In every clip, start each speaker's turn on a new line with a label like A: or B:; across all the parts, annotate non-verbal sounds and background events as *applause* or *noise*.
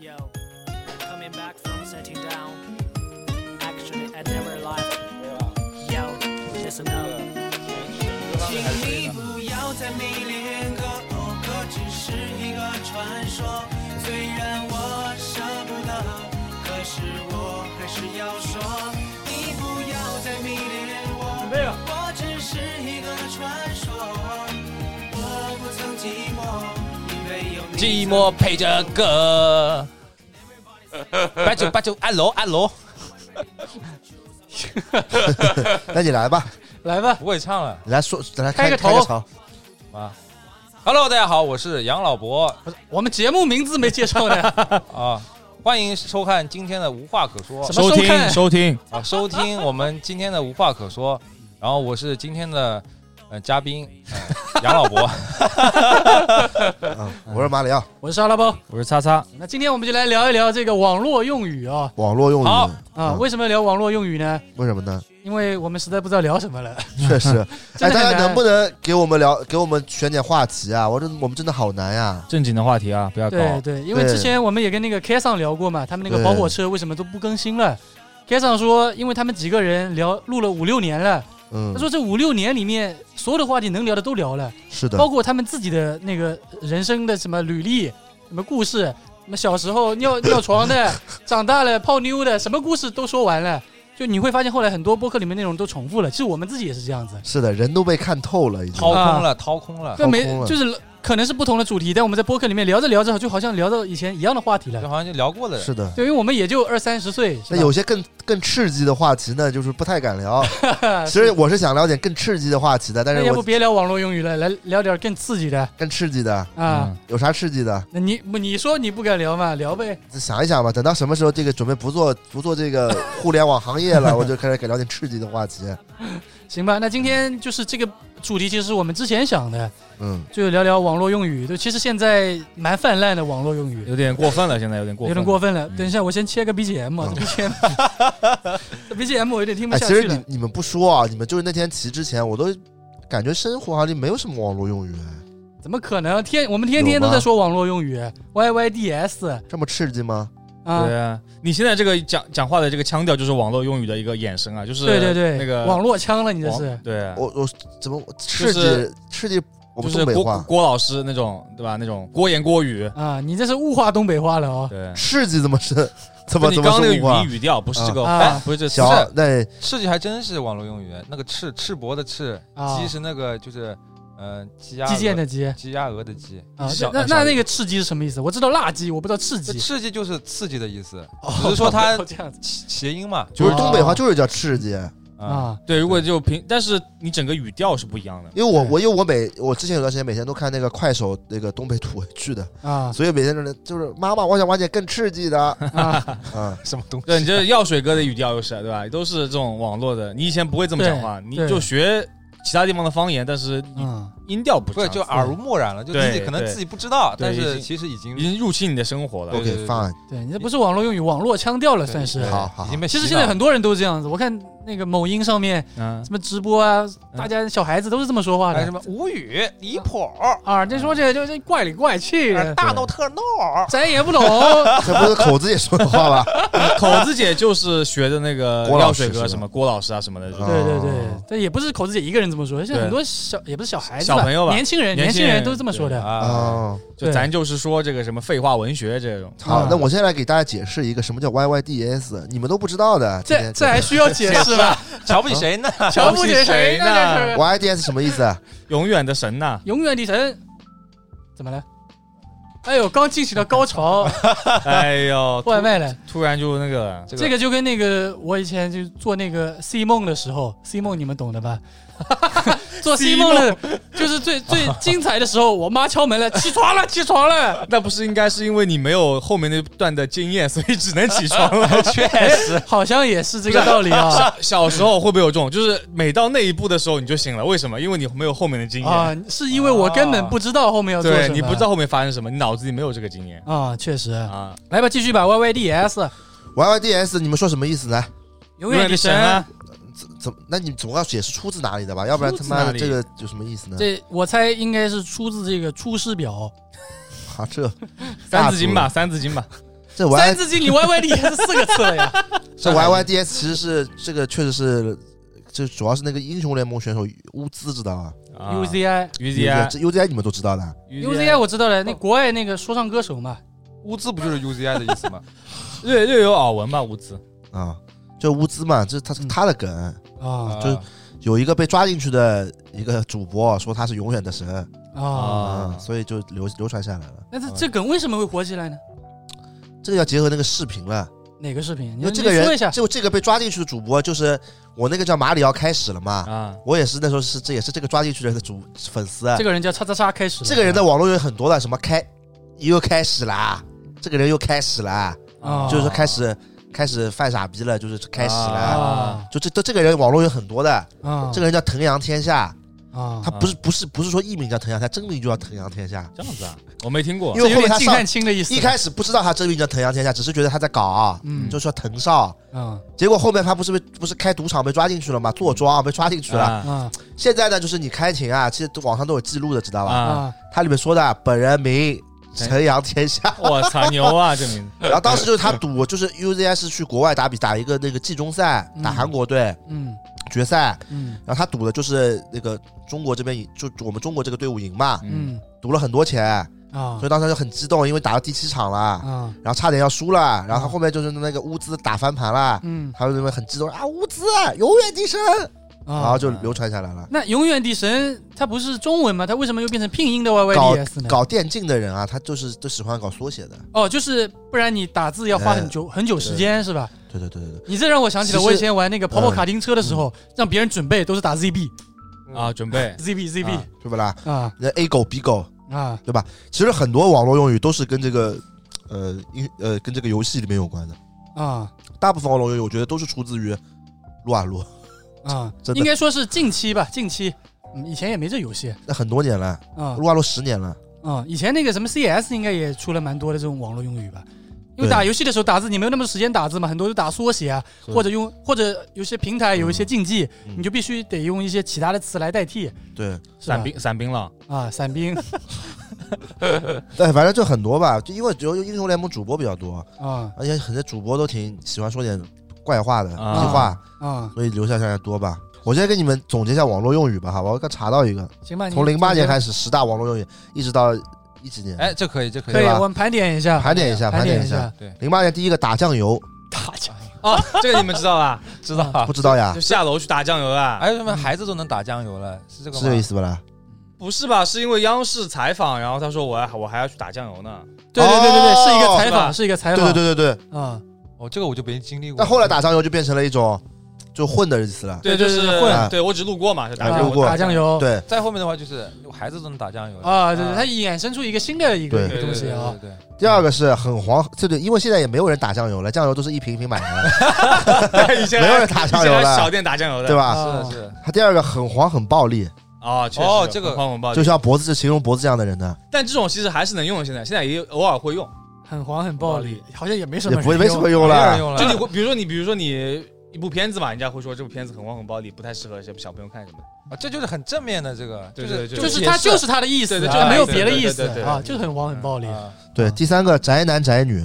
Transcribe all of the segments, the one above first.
A: Yo, coming back from setting down. Actually, I never lied. Yo, listen up. 请你不要再迷恋个偶哥，只是一个传说。虽然我舍不得，可是我还是要说，你不要再迷恋我。我只是一个传说，我不曾寂寞，因为有你。
B: 寂寞陪着歌。八九八九，按楼按楼，
C: *laughs* 那你来吧，
D: 来吧，
B: 不会唱了。
C: 来说来
D: 开
C: 开
D: 个头
C: 开个头，
B: Hello，大家好，我是杨老伯
D: 我们节目名字没介绍呢，
B: *laughs* 啊，欢迎收看今天的无话可说
D: 什么
E: 收
D: 收看
E: 听收听，
B: 啊，收听我们今天的无话可说。然后我是今天的呃嘉宾、呃杨老伯，
C: 嗯，我是马里奥，
D: 我是阿拉包。
E: *laughs* 我是叉叉，
D: 那今天我们就来聊一聊这个网络用语啊
C: 网络用语
B: 好
D: 啊，
C: 嗯
D: 为什么聊网络用语呢？
C: 为什么呢？
D: 因为我们实在不知道聊什
C: *laughs*
D: 么了。
E: 嗯
C: 确
E: *laughs*
C: 实，哎，
D: 真的
C: 大
D: 很
C: 家
D: 难
C: 能不能给我们聊，给我们选点话题啊？我真我们真的好难呀、
E: 正经的话题啊，不要搞。
D: 对对，因为
C: 对
D: 之前我们也跟那个 K 上聊过嘛，他们那个
C: 对
D: 跑火车为什么都不更新了？K 上说，因为他们几个人聊录了五六年了，
C: 嗯
D: 他，说这五六年里面所有的话题能聊的都聊了，
C: 是的，
D: 包括他们自己的那个人生的什么履历、什么故事、什么小时候尿 *laughs* 尿床的、长大了泡妞的，什么故事都说完了。就你会发现，后来很多播客里面内容都重复了。其实我们自己也是这样子，
C: 是的，人都被看透了，已经
B: 掏空了，掏空了，
D: 但没
C: 空了
D: 就是可能是不同的主题，但我们在播客里面聊着聊着，就好像聊到以前一样的话题
B: 就
D: 了。
B: 好像就聊过的人。
C: 是的。
D: 对，因为我们也就二三十岁，是
C: 那
D: 吧
C: 有些更更刺激的话题呢，就是不太
D: *laughs*
C: 敢聊。其实我是想聊点更刺激的话题的，但
D: 那
C: 是
D: 要不
C: 我
D: 别聊网络用语了，来聊点更刺激的
C: 更刺激的
D: 啊。
E: 嗯
C: 有啥刺激的？
D: 那你你说你不敢聊嘛？聊呗。
C: 想一想吧，等到什么时候这个准备不做不做这个互联网行业
D: *laughs*
C: 了，我就开始给聊点刺激的话题。
D: 行吧，那今天就是这个主题，其实是我们之前想的，
C: 嗯，
D: 就聊聊网络用语。就其实现在蛮泛滥的网络用语，
E: 有点过分了，现在有点过
D: 有
E: 分，
D: 点过分了。
E: 嗯
D: 等一下，我先切个 BGM，
C: 嗯
D: 啊这 BGM，这 BGM *laughs* 我有点听不
C: 哎，
D: 下
C: 其
D: 去
C: 实
D: 了。
C: 你你们不说啊，你们就是那天骑之前，我都感觉生活好像没有什么网络用语，哎
D: 怎么可能？天，我们天天
C: 有吗
D: 都在说网络用语，YYDS
C: 这么刺激吗？
D: 啊，
E: 对啊，你现在这个讲讲话的这个腔调，就是网络用语的一个衍生啊，就是
D: 对对对，
E: 那个
D: 网络腔了，你这
E: 网
D: 是。
E: 对啊，
C: 我我怎么刺
E: 就
C: 激
E: 是
C: 刺激我
E: 就
C: 们
E: 是
C: 东北
E: 郭
C: 话？
E: 郭老师那种对吧？那种郭言郭语，
D: 啊，你这是物化东北话了哦！
E: 对，
C: 刺激怎么啊是？ *laughs* 怎么
E: 你
C: 怎
E: 刚
C: 么
E: 刚那
C: 说
E: 个
C: 五花
E: 语音语调不是这个，
D: 啊
E: 哎，不是这
C: 小
E: 不是
C: 那
B: 刺激还真是网络用语，那个赤赤膊的赤，
D: 啊
B: 鸡是那个就是，嗯、鸡鸭
D: 击剑
B: 鹅
D: 的击啊，
B: 鸡鸭鹅的鸡。
D: 那
E: 小
D: 那
E: 小
D: 那那个赤鸡是什么意思？我知道辣鸡，我不知道赤
B: 这
D: 鸡。
B: 刺激就是刺激的意思，
D: *laughs*
B: 只是说它
D: 哦这样子
B: 谐谐音嘛。
C: 就是东北
D: 哦
C: 话就是叫刺激，
B: 啊，
D: 啊，
E: 对，如果就平，但是你整个语调是不一样的。
C: 因为我我因为我每我之前有段时间每天都看那个快手那个东北土味剧的，
D: 啊
C: 所以每天就是就是妈妈，我想玩点更刺激的
D: 啊！
C: 啊。
B: 什么东西？
E: 对你这药水哥的语调又是对吧？都是这种网络的，你以前不会这么讲话，
D: 对
E: 你
D: 对
E: 就学其他地方的方言，但是你
D: 嗯，
E: 音调不
B: 不是
E: 这
B: 就
E: 样
B: 耳濡目染了，就自己
E: 对
B: 可能
E: 对
B: 自己不知道，
E: 对
B: 但
E: 已
B: 是
E: 经
B: 其实已经
E: 已经入侵你的生活了。
B: 对
C: OK fine，
D: 对你这不是网络用语，网络腔调了算是。
B: 对
C: 好好
B: 已经
D: *laughs*
B: 被
D: 其实
B: 洗
D: 现
B: 脑
D: 在很多人都这样子，我看那个某音上面
E: 嗯， *laughs*
D: 什么直播啊，大家小孩子都是这么说话
B: 还有哎
D: 的
B: 什么无语、离谱、
D: 啊，这说这就是怪里怪气的，
B: 哎大闹特闹，
D: 咱也不懂。
C: 这不是口子也说的话吧？
E: 口子姐就是学的那个
C: 郭老
E: 药
C: 师
E: 水
C: 是吧
E: 哥什么郭老师啊什么的，就是
C: 啊
D: 对对对，这也不是口子姐一个人这么说，现在很多小也不是小孩子吧，
E: 小朋友吧
D: 年轻人年
E: 年
D: 轻
E: 轻人
D: 人都这么说的。
B: 啊，
C: 哦，
E: 就咱就是说这个什么废话文学这种。
C: 好
D: 嗯，
C: 那我现在来给大家解释一个什么叫 YYDS，你们都不知道的。今
D: 这
C: 天
D: 这还需要解释吗？
B: 瞧不起谁呢？
D: 瞧不起谁呢？这是、
C: YYDS 什么意思啊？
E: 永远的神呐
D: *laughs* 永远的神，怎么了？哎呦，刚进行到高潮，
E: 哎呦，突
D: 外卖了。
E: 突然就那个
B: 这
D: 这个就跟那个我以前就做那个 C 梦的时候，C 梦你们懂的 *laughs* 吧？做 C 梦的，就是最最精彩的时候，我妈敲门了， *laughs* 起床了，起床了。
E: 那不是应该是因为你没有后面那段的经验，所以只能起
D: *laughs*
E: 床了。确实，
D: 好像也 *laughs* 是这个道理啊
E: 小小时候会不会有这种，就是每到那一步的时候你就醒了？为什么？因为你没有后面的经验，
D: 啊，是因为我根本不知道后面要做什
E: 对
D: 么，
E: 你不知道后面发生什么，你脑子里没有这个经验
D: 啊，确实。
E: 啊。
D: 来吧，继续吧，YYDS，
C: YYDS，你们说什么意思呢？
D: 永远的神。
E: 啊，
C: 怎么？那你总要解释出自哪里的吧？要不然他妈
E: 出自哪
C: 的
E: 里
C: 这个有什么意思呢？
D: 这我猜应该是出自这个《出师表》
C: 啊，这
E: 三字经吧，三字经吧，
C: 这
D: 《三
C: Y
D: 字经》里 Y Y 的也是四个字了 *laughs* 呀。
C: 这 Y Y D S 其实是这个确实是，这主要是那个英雄联盟选手乌兹知道啊
D: U Z I
E: U Z I
C: ，UZI 这 UZI 你们都知道的，
D: U
E: 啊
D: Z 啊 I 我知道了，那国外那个说唱歌手嘛，
B: 乌兹不就是 UZI 的意思吗？
E: 略略有耳闻吧，无字。
C: 啊，就乌兹嘛，这是他他的梗，
D: 啊
C: 就是有一个被抓进去的一个主播说他是永远的神
D: 啊，
C: 啊，所以就流流传下来了。
D: 那这这梗为什么会火起来呢？
C: 这个要结合那个视频了，
D: 哪个视频？
C: 因
D: 你
C: 为这个
D: 你说
C: 人
D: 一下，
C: 就这个被抓进去的主播就是我那个叫马里奥开始了嘛，
E: 啊，
C: 我也是那时候是这也是这个抓进去的主粉丝啊
D: 这。个人叫叉叉叉开始了。
C: 这个人在网络有很多的，什么开又开始啦，这个人又开始啦，
D: 啊，
C: 就是说开始开始犯傻逼了，就是开始啦。
D: 啊
C: 就这这这个人网络有很多的，
D: 啊，
C: 这个人叫腾阳天下，
D: 啊，
C: 他不是不是不是说艺名叫腾阳，他真名就叫腾阳天下。
E: 这样子啊，我没听过
C: 因。为
D: 这有
C: 后面
D: 点
C: 他
D: 近
C: 上
D: 汉卿的意思。
C: 一开始不知道他真名叫腾阳天下，只是觉得他在搞啊，
D: 嗯
C: 就说腾少。
D: 啊
C: 结果后面他不是被不是开赌场被抓进去了吗？坐庄被抓进去了。
E: 啊
D: 啊
C: 现在呢，就是你开庭啊，其实网上都有记录的，知道吧？
E: 啊！
D: 啊
C: 他里面说的本人名陈阳天下，
E: *laughs* 我操，牛啊，这名字
C: 然后当时就是他赌，就是 UZI 是去国外打比打一个那个季中赛，打
D: 嗯
C: 韩国队
D: 嗯
C: 决赛，
D: 嗯
C: 然后他赌的就是那个中国这边赢，就我们中国这个队伍赢嘛，
E: 嗯
D: 嗯
C: 赌了很多钱，
D: 啊
C: 所以当时就很激动，因为打到第七场了，
D: 啊
C: 然后差点要输了，然后
D: 嗯
C: 后面就是那个乌兹打翻盘了，
D: 嗯
C: 他就那边很激动啊，乌兹永远的神，然后
D: 啊。
C: 就流传下来了。
D: 那永远的神，他不是中文吗？他为什么又变成拼音的 Y Y
C: 搞
D: D S 呢？
C: 搞电竞的人啊，他就是都喜欢搞缩写的，
D: 哦，就是不然你打字要花很久很久时间是吧？
C: 对对对对对，
D: 你这让我想起了
C: 其实
D: 我以前玩那个跑跑
C: 嗯
D: 卡丁车的时候，让别人准备都是打 ZB
E: *laughs*
B: 嗯
E: 啊，准备
D: ZB
E: 啊
D: ZB
C: 对不啦？
D: 啊
C: 那 A 狗 B 狗，
D: 啊
C: 其实很多网络用语都是跟这个呃音呃跟这个游戏里面有关的，
D: 啊
C: 大部分网络用语我觉得都是出自于撸啊撸，
D: 啊
C: 真！的
D: 应该说是近期吧，近期，嗯，以前也没这游戏
C: 那很多年了，
D: 啊
C: 撸啊撸十年了，
D: 啊！以前那个什么 CS 应该也出了蛮多的这种网络用语吧。因为
C: 对
D: 打游戏的时候打字，你没有那么多时间打字嘛，很多都打缩写啊，
C: 是
D: 或者用或者有些平台有一些竞技，
C: 嗯
D: 你就必须得用一些其他的词来代替，
C: 对，
D: 是吧
E: 散兵散兵了
D: 啊，伞兵 *laughs*
C: 但反正就很多吧，就因为只有英雄联盟主播比较多，
D: 啊
C: 而且很多主播都挺喜欢说点怪话的屁
E: 啊
C: 话，
D: 啊，
C: 所以留下下来多吧。我先给你们总结一下网络用语吧，好吧？我刚查到一个，
D: 行吧，
C: 从零八
D: 始。
C: 年开始十大网络用语，一直到一几年，
B: 哎，这可以，这可
D: 可
B: 以
D: 以，
C: 吧
D: 我们盘点一下，
C: 盘点一下，
D: 盘
C: 点
D: 一
C: 下。。
B: 对，
C: 零八年第一个打酱油，
D: 打酱
E: 啊， *laughs* 这个你们知道吧？
B: 知道啊
C: 不。知道呀
E: 就， *laughs* 下楼去打酱油啊？
B: 哎，为什么孩子都能打酱油了？是这个
C: 是
B: 吗？
C: 这个意思不啦？
E: 不是吧？是因为央视采访，然后他说我还我还要去打酱油呢。
D: 对对对对对，
C: 哦
D: 是一个采
E: 是吧
D: 访，是一个采
C: 对
D: 访。
C: 对对对对。
D: 对啊，
B: 哦，这个我就没经历过。
C: 但后来打酱油就变成了一种就混的意思了。
D: 对
E: 就
D: 对
E: 是
D: 对混
E: 对我只路过嘛，就打
C: 啊
E: 酱
C: 路
E: 油
C: 过
D: 打
E: *laughs*
D: 酱油，
C: 对，
B: 再后面的话就是我孩子都能打酱油了。
D: 啊，对对，
E: 啊
D: 它衍生出一个新的一个
C: 对
D: 一个
E: 对
D: 东西
E: 对
D: 啊。
B: 对对
C: 第二个是很黄，对对，因为现在也没有人打酱油了，酱油都是一瓶一瓶买的，
E: 对，以前
C: *laughs* 没有人打酱油
E: 以前还小
C: 了，
E: 店打酱油的，
C: 对？吧？
D: 啊
B: 对，是是。
C: 他第二个很黄很暴力，
E: 哦，确实
B: 哦这个
E: 很黄很暴力
C: 就像脖子是形容脖子这样的人的，
E: 但这种其实还是能用的，现在现在也有偶尔会用。
D: 很黄很暴力，好像也没什
C: 也
D: 么
C: 不会没什么
D: 人
C: 用
B: 没有人
C: 了。
B: 用了
E: 就你会，比如说你，比如说你一部片子嘛，人家会说这部片子很黄很暴力，不太适合小小朋友看什么的。
B: 啊，这就是很正面的这个，
E: 对
B: 是
E: 对
D: 用，
E: 对
D: 就
B: 就是
D: 它
B: 解释
D: 就是它的意思
E: 对对
D: 啊，
E: 对
D: 没有
E: 对
D: 别的
E: 对
D: 意
E: 对
D: 思
E: 对嗯对
D: 啊，就是很黄很暴力。
B: 啊
C: 对，第三个宅男宅女，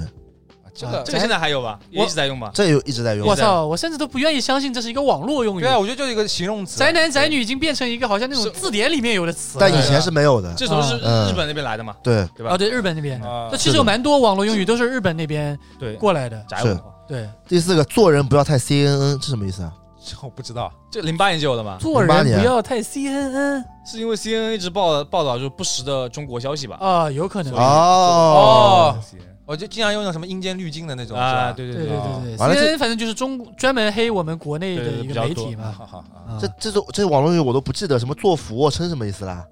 B: 这个
E: 啊这个现在还有吧？也一直在用吧？
C: 这有一直在用
D: 我
E: 哇。
D: 操，我甚至都不愿意相信这是一个网络用语
B: 对。啊，我觉得就是一个形容词。
D: 宅男宅女已经变成一个好像那种
E: 是
D: 字典里面有的词了。
C: 但以前是没有的。
E: 这从日
C: 嗯
E: 日本那边来的嘛？
C: 对，
E: 对
D: 啊，
E: 吧？
D: 对日本那边，
B: 啊
D: 那，其实有蛮多网络用语都是日本那边
E: 对，
D: 过来的。
E: 宅文化。
D: 对，
C: 第四个做人不要太 CNN，这什么意思啊？
B: 这我不知道。
E: 这零八年就有的嘛？
D: 做
C: 08
D: 人
C: 年
D: 不要太 CNN
E: 是因为 CNN 一直报报道就是不实的中国消息吧？
D: 啊，有可能
E: 所以
C: 哦，
B: 哦，我就经常用那种什么阴间滤镜的那种
E: 啊，
B: 是吧
E: 对
D: 对
E: 对
D: 对
B: 啊
D: 对对
C: 完了这
D: ，CNN 反正就是中专门黑我们国内的
E: 对对
D: 一
E: 比
D: 个
E: 较
D: 媒
E: 多
D: 体
B: 啊
D: 嘛。
B: 好好好。
D: 啊
C: 这这种这网络用语我都不记得，什么做啊俯卧撑什么意思啦？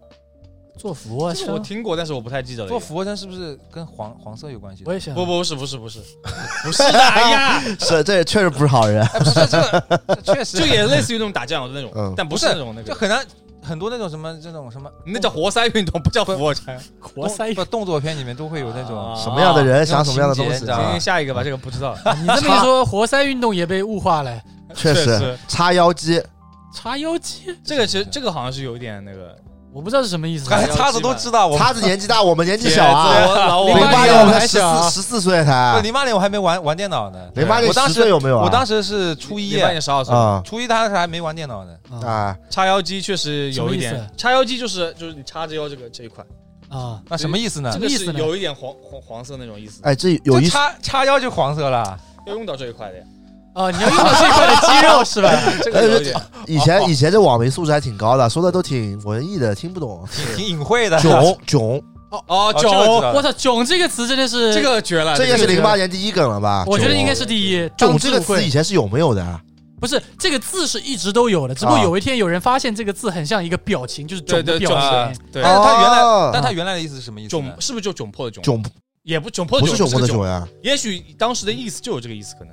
D: 做俯卧
E: 这个我
D: 撑，
E: 听过，但是我不太记得了。
B: 做俯卧撑是不是跟黄黄色有关系的？
D: 我也想
E: 不不不是不是不是不是的，哎呀，
C: *laughs* *laughs* 是，这确实不是好人。
B: 哎，不是这个，这确实
E: 就也类似于那种打酱油的那
C: 嗯
E: 种，但不是那种那
B: 就
E: 个，
B: 很难很多那种什么这种什么，
E: 那叫活塞运动，不叫俯卧撑。
D: 活塞
B: 动不动作片里面都会有那种
E: 啊
C: 什么样的人想
B: 用
C: 什么样的
B: 情
C: 东
B: 节
C: 西
B: 你知
E: 今
B: 道
C: 啊
E: 天？下一个吧，这个不知道。
D: 你这么一说，活塞运动也被物化了。
C: *laughs* 确实
E: 实，
C: 叉腰肌，
D: 叉腰肌
E: 这个其实这个好像是有一点那个
D: 我不知道是什么意
C: *laughs*
D: 思。
B: 还叉子都知道，我
C: 叉子年纪大，我们年纪
B: 铁子
C: 小啊。
B: 我老
D: 我
B: 我
C: 零八
D: 08
C: 年我们才
D: 还
C: 十
D: 小
C: 四十四岁才，
B: 零八年我还没玩玩电脑呢，
C: 零八年
B: 我当
C: 十
B: 时
C: 岁有没有啊？
B: 我当时是初一
E: 一，半夜十二岁，
C: 啊
B: 初一他还没玩电脑呢，
D: 啊
C: 啊，
E: 叉腰肌确实有一
D: 什么意
E: 点
D: 思，
E: 叉腰肌就是就是你叉着腰这个这一块，
D: 啊！
B: 那什么意思呢
E: 这？
D: 么
E: 个
D: 意思
E: 是
D: 呢
E: 有一点黄黄黄色那种意思，
C: 哎，这有
B: 就
C: 一
B: 叉叉腰就黄色了，
E: 要用到这一块的呀。
D: 哦，你要用到这一块的肌肉
C: *laughs*
D: 是吧？
E: 这个有一点，
C: 以前以前这网民素质还挺高的，说的都挺文艺的，听不懂。
B: 挺挺隐晦的。
C: 囧囧，
E: 哦，
B: 这个知
E: 囧，
C: 啊
B: 道
D: 我操，囧这个词真的是
E: 啊这，个绝了，
C: 这应该是
E: 个
C: 零八年第一梗了吧？
D: 我觉得
C: 囧
D: 应该是第一。
C: 囧
D: 当
C: 这
D: 之
C: 个
D: 无
C: 词以
D: 愧，
C: 前是有没有的？
D: 不是这个字是一直都有的，只不过
C: 啊
D: 有一天有人发现这个字很像一个表情，就是囧
E: 对
D: 的
E: 对
D: 表
E: 囧
D: 情。
E: 对
B: 但是他原
C: 哦
B: 来，但他原来的意思是什么意思呢？
E: 囧是不是就囧破的囧？
C: 囧
E: 也不囧破
C: 不
E: 的
C: 是
E: 囧
C: 囧，不
E: 个
C: 的
E: 囧
C: 囧呀，
E: 也许当时的意思就有这个意思，可能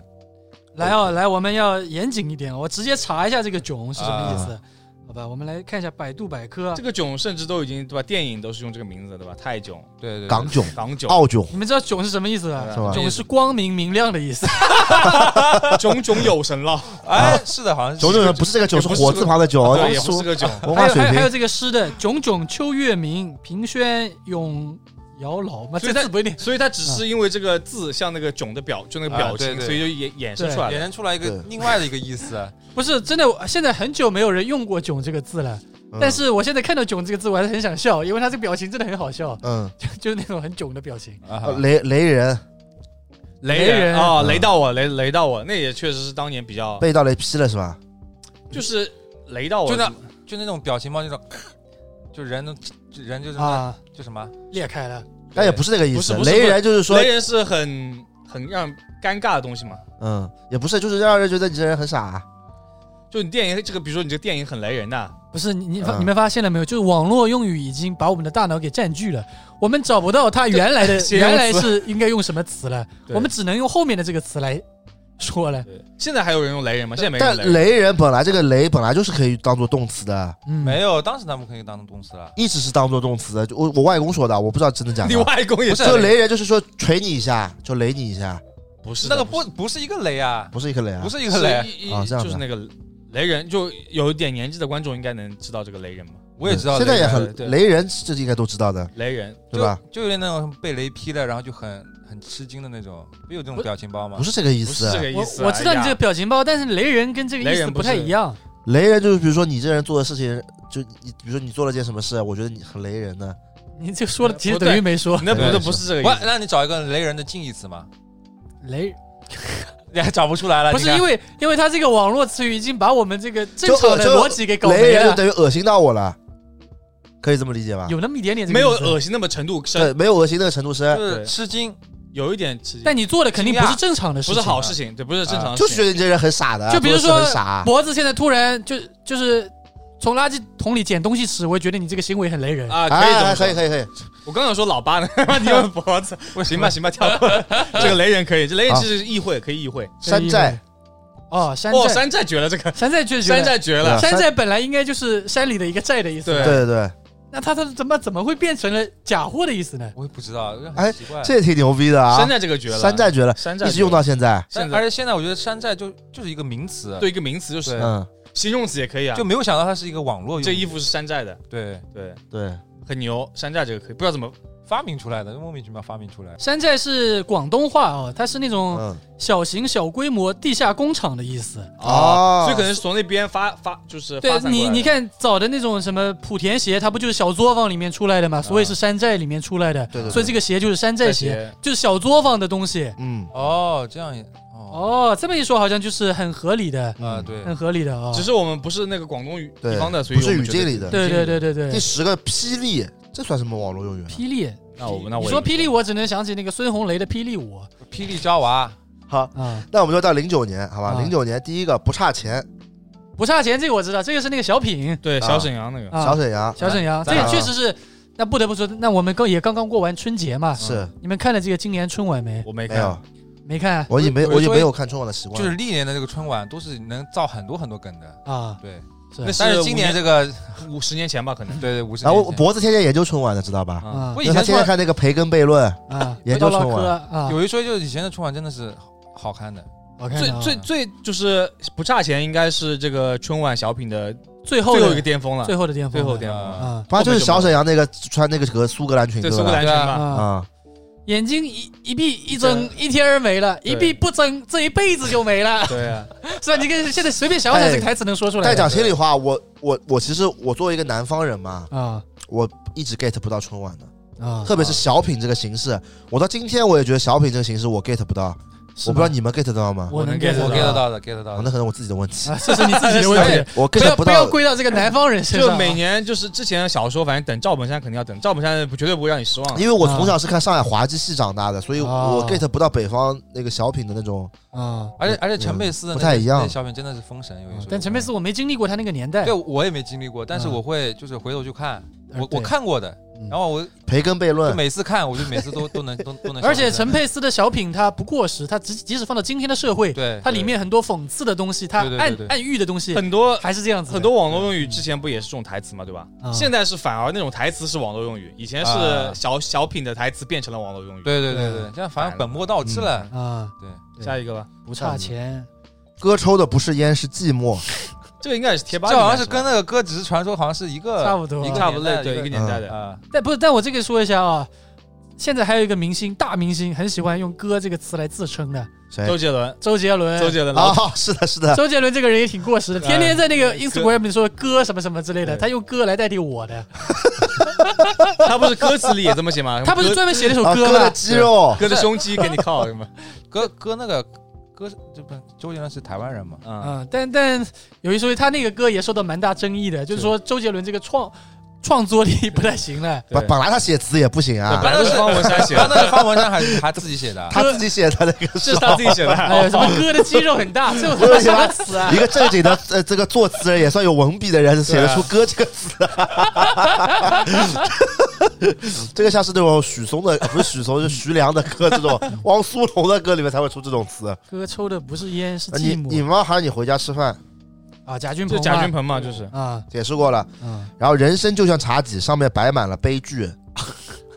D: 来啊，来，我们要严谨一点，我直接查一下这个囧是什么意思。
C: 啊
D: 好吧，我们来看一下百度百科啊
E: 这。个囧甚至都已经对吧？电影都是用这个名字的对吧？泰囧、
B: 对对，
C: 港囧、
E: 港囧、
C: 澳囧
D: 你们知道囧是什么意思吧？
C: 是吧？
D: 囧是光明明亮的意思。
E: 囧囧有神了，
B: 哎，
C: 啊
B: 是的，好像是
C: 囧囧囧不是这个囧，
E: 也
C: 是
E: 不是
C: 火
E: 这
C: 字
E: 个
C: 旁的囧。
E: 对，也不
C: 说
E: 是个囧。
C: 啊文
D: 还
C: 化
D: 有
C: 水
D: 哎还有还有
C: 平，
D: 这个诗的“炯炯秋月明，凭轩永遥老”嘛，
E: 所
D: 这
E: 以它
D: 字不一定。
E: 所以它只是因为这个字像那个囧的表，就那个表
B: 啊对
E: 情，
B: 对
E: 所以就衍衍生出来
B: 衍
E: 了。
B: 生出来一个
C: 对啊
B: 另外的一个
C: *laughs*
B: 意思。
D: 不是真的，现在很久没有人用过“囧”这个字了。
C: 嗯
D: 但是我现在看到“囧”这个字，我还是很想笑，因为他这个表情真的很好
C: *laughs*
D: 笑，
C: 嗯，
D: 就是那种很囧的表情。
B: 啊
C: 呃雷雷人
E: 雷
D: 雷人
E: 啊，
C: 嗯
E: 雷到我，雷雷到我，那也确实是当年比较，
C: 被盗雷劈了是吧？
E: 就是雷到我，
B: 就那就那种表情包，那种，就人都就人就是那
D: 啊，
B: 就什么，
C: 嗯
D: 裂开了，
C: 但也不是那个意思，
E: 不是不是
C: 雷人就是说
E: 雷，人是很很让尴尬的东西嘛。
C: 嗯，也不是，就是让人觉得你这人很傻。啊
E: 就你电影这个，比如说你这个电影很雷人的，
D: 不是你你发
C: 嗯
D: 你们发现了没有？就是网络用语已经把我们的大脑给占据了，我们找不到它原来的
E: 形容
D: 原
E: 词
D: 来是应该用什么词了，
E: 对
D: 我们只能用后面的这个词来说了。
E: 现在还有人用雷人吗？现在没人
C: 但
E: 用雷人。
C: 雷人本来这个雷本来就是可以当做动词的，
D: 嗯，
B: 没有，当时他们可以当动词了。
C: 一直是当做动词的。就我我外公说的，我不知道真的假
E: 你
C: 的。
E: 外公也
B: 不是
C: 就雷人啊就是说捶你一下，就雷你一下，
E: 不是
B: 那
E: 的
B: 个不不是一个雷啊，
C: 不是一个雷啊
B: 不。是一
E: 是
B: 个雷，
E: 一一
C: 啊这样子
E: 就是那个雷人，就有一点年纪的观众应该能知道这个雷人嘛。
B: 我也知道雷
C: 现
B: 人。
C: 在也很
B: 对
C: 雷人，这应该都知道的，
E: 雷人
C: 对吧？？
B: 就就有点那种被雷劈了，然后就很很吃惊的那种，不有这种表情包吗
C: 不？是这个意
E: 不是
C: 思
E: 这。个意思啊。
D: 我我知道你
E: 哎
D: 这
E: 呀
D: 个表情包，但是雷人跟这个意
E: 雷
D: 思
E: 人
D: 不
E: 不
D: 太
E: 是
D: 一样。
C: 雷人就是比如说你这人做的事情，就你比如说你做了件什么事，我觉得你很雷人的。
D: 你这说了，其实
E: 不对
D: 等于没说。
E: 那不
B: 对
E: 是不是这个意
B: 我
E: 思。
B: 让你找一个雷人的近义词嘛， *laughs*
D: 雷
B: 你还找不出来了。
D: 不是
B: 啊你看
D: 因为，因为他这个网络词语已经把我们这个正常的
C: 就就
D: 逻辑给搞
C: 雷
D: 没
C: 人就
D: 了，
C: 等于恶心到我了，可以这么理解吧？
D: 有那么一点点这个
E: 没有
D: 意思
E: 恶心那么程度深，
C: 对，没有恶心那个程度深，
B: 就是
E: 对
B: 呃吃惊，
E: 有一点刺激，
D: 但你做的肯定不是正常的事
E: 不
D: 情，
E: 是好事情，对，不是正常的
C: 啊就
E: 事
C: 是觉
E: 情。
C: 得你这人很傻的，啊
D: 就比如
C: 做的
D: 说
C: 事很傻。
D: 脖子现在突然就就是从垃圾桶里捡东西吃，我也觉得你这个行为很雷人。
E: 啊，可以这么
C: 哎，可
E: 说。
C: 以可以可以，
E: 我刚想说老八呢， *laughs* 你用脖
C: *laughs*
E: 子，行吧行吧，跳过了。这个雷人可以，这雷人其实是意会，可以意会。
C: 山寨
D: 哦，山
E: 哦，
D: 寨，
E: 山寨绝了，这
D: *laughs*
E: 个
D: 山寨确实，
E: 山寨绝了。
D: 山寨本来应该就是山里的一个寨的意思，
E: 对
C: 对对对，
D: 那他他怎么怎么会变成了假货的意思呢？
B: 我也不知道，就
C: 哎
B: 很奇怪。
C: 这也挺牛逼的啊
E: 山！寨这个绝了，
C: 山寨绝了，
E: 山寨
C: 一直用
E: 到
C: 到现在。
E: 现
B: 但
E: 在
B: 而且现在我觉得山寨就就是一个名词，
E: 对一个名词就是
B: 对
C: 嗯，
E: 形容词也可以啊
B: 就。没有想到它是一个网络用语
E: 这衣服是山寨的，
B: 对
E: 对，
C: 对，
E: 很牛，山寨这个可以，不知道怎么
B: 发明出来的，莫名其妙发明出来。
D: 山寨是广东话哦，它是那种
C: 嗯，
D: 小型小规模地下工厂的意思。
C: 哦
E: 所以可能是从那边发发就是
D: 对
E: 发散过
D: 你，
E: 来的
D: 你看早的那种什么莆田鞋，它不就是小作坊里面出来的嘛？所以是山寨里面出来的，
C: 对对对
D: 所以这个鞋就是山寨
E: 这
D: 鞋，
E: 些
D: 就是小作坊的东西。
C: 嗯，
B: 哦，这样也哦
D: 哦，这么一说好像就是很合理的，
B: 啊、
C: 嗯
B: 对，
D: 很合理的哦。
E: 只是我们不是那个广东语
C: 对
E: 地方的，所以
C: 不是
E: 我们
C: 语
E: 觉得
C: 境里的。
D: 对对对对对
C: 第，十个霹雳，这算什么网络用语啊？
D: 霹雳。
E: 那我那
D: 你
E: 我也
D: 说霹雳，我只能想起那个孙红雷的《霹雳舞
B: 霹雳娇娃，
C: 好，》
D: 啊，
C: 那我们就到零九年，好吧？
D: 啊
C: 零九年第一个不差钱，
D: 不差钱这个我知道，这个是那个小品
E: 对
C: 啊
E: 小沈阳那个
D: 啊，
C: 小沈阳
D: 小沈阳，这
C: 咱俩
D: 个确实是。那不得不说，那我们刚也刚刚过完春节嘛，
C: 是
D: 你们看了这个今年春晚没？
E: 我没
C: 没
E: 看，
C: 有，
D: 没看啊
C: 我已经没
B: 我
C: 我已经
B: 说
C: 没有看春晚的习惯
B: 就
C: 了。
B: 是历年的这个春晚都是能造很多很多梗的，
D: 啊？
B: 对。
D: 是
E: 那
B: 但
E: 是
B: 是今年这个，
E: 五十年前吧，可能
B: 对对五十
C: 然
B: 年
C: 后我
B: 前，
C: 脖子天天研究春晚的，知道吧？
E: 啊，
D: 啊
B: 我以
C: 因为他天
B: 前
C: 天
B: 春晚
C: 看那个培根悖论，
D: 啊，
C: 研究
D: 回到
C: 春
D: 唠
C: 晚
D: 嗑啊，
B: 有一说就是以前的春晚真的是好好看的，
D: 好看
E: 最
D: 的啊
E: 最最就是不差钱，应该是这个春晚小品的
D: 最后
E: 最
D: 的
E: 后一个巅峰了，
D: 最后的巅峰，
E: 最后巅峰
B: 啊
D: 啊
C: 不然就是小沈阳那个穿那个和苏格兰裙，
E: 对
C: 吧
E: 苏格兰裙嘛，
D: 啊！
C: 啊，
D: 眼睛一一闭一睁，一天儿没了，
E: 对。
D: 一闭不睁，这一辈子就没了
E: *laughs* *laughs* 对啊，
D: 是吧？你跟现在随便想想，
C: 哎
D: 这个台词能说出来
C: 但
D: 的
C: 讲心里话，我我我其实我作为一个南方人嘛，
D: 啊
C: 我一直 get 不到春晚的，
D: 啊！
C: 特别是小品这个形式，我到今天我也觉得小品这个形式我 get 不到，我不知道你们 get 得到吗？
D: 我能 get
B: 我
E: 得
B: get
E: 到
B: 得到的，get 得到
C: 啊
B: 的
C: 那。可能我自己的问题，
D: 啊，这是你自己的问题，
C: 我
D: 不要
C: get
D: 不要
C: 到。
D: 归到这个南方人身上
E: 就
D: 啊。
E: 每年就是之前小时候，反正等赵本山肯定要等，赵本山绝对不会让你失望的。啊
C: 因为我从小是看上海滑稽戏长大的，所以我
D: 啊
C: get 不到北方那个小品的那种。
D: 啊，
B: 而且而且陈佩斯的
C: 不
B: 那
C: 太
B: 个
C: 一样
B: 那小品真的是封神，有一说。
D: 但陈佩斯我没经历过他那个年代
B: 对，我也没经历过，但是
D: 嗯
B: 我会就是回头去看，我
D: 对
B: 我看过的
D: 嗯，
B: 然后我
C: 培根悖
B: 就
C: 论，
B: 每次看，我就每次都 *laughs* 都能都都能笑出来。
D: 而且陈佩斯的小品，它不过时，它即即使放到今天的社会，
B: 对
D: 它里面很多讽刺的东西，它
B: 对对对
D: 暗
B: 对
D: 暗喻的东西，
E: 很多
D: 还是这样子的。
E: 很多网络用语之前不也是这种台词嘛，对吧？
D: 啊
E: 现在是反而那种台词是网络用语，以前
B: 啊
E: 是小小品的台词变成了网络用语。，
B: 对对对
D: 对
B: 对，这样反正本末倒置了。
D: 啊，
B: 对，
D: 对
E: 下一个吧，
D: 不差钱，
C: 哥抽的不是烟是寂寞，
E: 这个应该也是贴吧里
B: 这
E: 面吧，
B: 好像是跟那个哥只是传说好像是一个
D: 差不多啊
B: 一个
E: 差不多
B: 年代
E: 对一个年代的。
B: 啊，
D: 但不，但我这个说一下啊，现在还有一个明星，大明星很喜欢用“哥”这个词来自称的，
E: 周
C: 谁？
E: 杰伦，
D: 周杰伦。
E: 周杰伦老
C: 啊， *laughs* 是的，是的，
D: 周杰伦这个人也挺过时的，
E: 哎
D: 天天在那个
E: 哥
D: Instagram 里说“哥”什么什么之类的，
E: 对
D: 他用“哥”来代替我的，
E: 他不是歌词里也这么写
D: *laughs*
E: 吗？
D: 他不是专门写了一首
C: 啊，
D: 歌
C: 哥的
D: 吗？
C: 肌肉，
E: 隔着胸肌给你靠什么？
B: 哥哥那个哥是这不周杰伦是台湾人嘛？
E: 嗯，
D: 嗯，但但有一说一，他那个歌也受到蛮大争议的，就是说周杰伦这个创创作力不太行了。
E: 对
C: 本本来他写词也不行
E: 对
C: 啊，？
E: 本来都是方文山写
B: 然后
E: 的，
B: 那是方文山还是他自己写的啊
C: 他自己写的那个
E: 这是他自己写的。
D: 哎呀，什么
E: *laughs*
D: 哥的肌肉很大，这有他妈什么词啊
C: *laughs* 一？个正经的呃这个作词人也算有文笔的人写得出“歌”这个词，啊 *laughs* 这个像是那种许嵩的呃不是许嵩，是徐良的歌，这种汪苏泷的歌里面才会出这种词。呃
D: *laughs* 哥抽的不是烟，是
C: 啊你
D: 寂
C: 你
D: 寞
C: 妈喊你回家吃饭，
D: 啊！贾君
E: 就
D: 鹏啊，
E: 贾君鹏嘛，就是
D: 啊，
C: 解释过了。
D: 嗯，
C: 然后人生就像茶几，上面摆满了悲剧，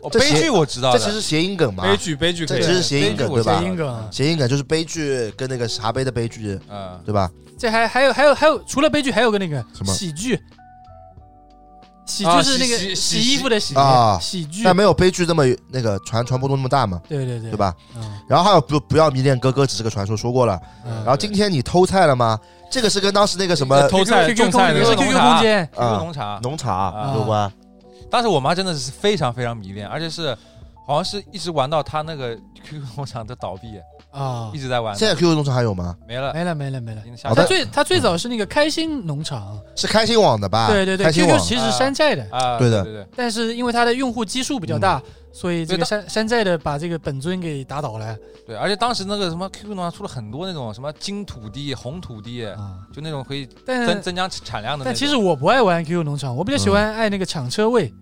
B: 哦
C: 这
B: 悲
C: 写
B: 剧我知道
C: 这
B: 的，
C: 其实是谐音梗嘛？
E: 悲剧，悲剧可
C: 这
E: 以
C: 其。实是谐音
B: 悲剧
C: 梗
B: 我
C: 对
B: 知道
C: 吧
D: 谐？音梗，
C: 谐音梗就是悲剧跟那个茶杯的悲剧
B: 嗯，
C: 对吧？
D: 这还还有还有还有，除了悲剧，还有个那个
C: 什么
D: 喜剧，喜
E: 啊
D: 就是那
E: 洗
D: 个
E: 洗
D: 洗衣服的洗
C: 啊
D: 喜剧，
C: 但没有悲剧那么那个传传播度那么大嘛，
D: 对对对，
C: 对？吧？
D: 嗯
C: 然后还有不不要迷恋哥哥只是个传说，说过了。然后今天你偷菜了吗？这个是跟当时那个什么
E: 偷菜
D: QQ
E: 种
D: 空
E: 菜那
D: 间
B: 个
D: 是
E: 个，
B: 东
D: QQ
B: 塔
D: 空间
B: 一个红茶。
C: 农场
B: 啊
C: 有关。
B: 当时我妈真的是非常非常迷恋，而且是好像是一直玩到她那个 QQ 农场的倒闭，
D: 啊
B: 一，直在玩，
C: 现在 QQ 农场还有吗？
B: 没了。
D: 没了没了没了。
B: 已经下
C: 好
D: 他
C: 的
B: 架
D: 最他最早是那个开心农场，
C: 是开心网的吧？
D: 对对对
C: 啊开心网
D: ，QQ 其实是山寨的，
B: 啊，
C: 对的
B: 对对，
D: 但是因为它的用户基数比较大，
C: 嗯
D: 所以这
B: 对
D: 个
B: 的
D: 山山寨的把这个本尊给打倒了
B: 对，而且当时那个什么 QQ 农场出了很多那种什么金土地、红土地，
C: 嗯
D: 啊。
B: 就那种可以增
D: 但
B: 增加产量的那种。
D: 但其实我不爱玩 QQ 农场，我比较喜
C: 嗯
D: 欢爱那个抢车位。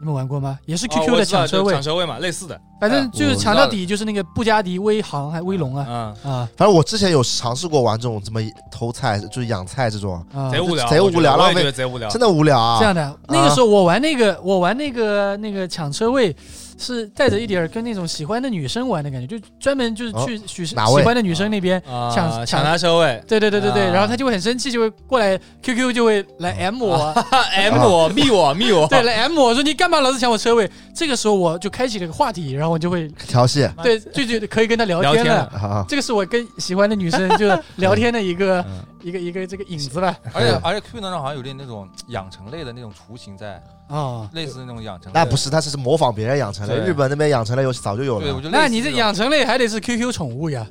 D: 你们玩过吗？也是 QQ
E: 哦
D: 的抢车
E: 我知道就
D: 位
E: 抢，车位嘛，类似的。
D: 反正就是
C: 我
D: 抢到底就是那个布加迪、威航还威龙啊
E: 嗯，
D: 啊
C: 反正我之前有尝试过玩这种什么偷菜，就是养菜这种，
D: 啊！
E: 贼无聊，
C: 贼
E: 我
C: 无
E: 觉得
C: 聊
E: 我
C: 浪
E: 也觉
C: 费
E: 得贼无聊。
C: 真的无聊啊！
D: 这样的，那个时候我玩那个，我玩那个那个抢车位，是带着一点儿跟那种喜欢的女生玩的感觉，就专门就是
C: 哦
D: 去许喜
C: 哪位
D: 欢的女生那边，
E: 啊
D: 抢
E: 抢
D: 抢
E: 他车位 *laughs*
D: 对对对对对，
E: 啊
D: 然后她就会很生气，就会过来 QQ 就会来 M 我，
E: 啊，M 我密我密我，
D: *laughs* 对，来 M 我说你干嘛老是抢我车位？这个时候我就开启了个话题，然后我就会
C: 调戏
D: 对就就可以跟她聊
E: 聊
D: 天
E: 天
D: 了。
E: 了，
C: 啊，
D: 这个是我跟喜欢的女生就是聊天的一个
E: 嗯
D: 一个一个这个影子吧。
B: 而且而且 QQ 农场好像有点那种养成类的那种雏形在，
D: 啊，
B: 类似那种养成类
C: 那
B: 的。
C: 不是，他只是模仿别人养成的。
B: 对
C: 日本那边养成的游戏早就有
B: 对，我
C: 了，
B: 觉得
D: 那你这
B: 养
D: 养成类还得是 QQ 宠物呀，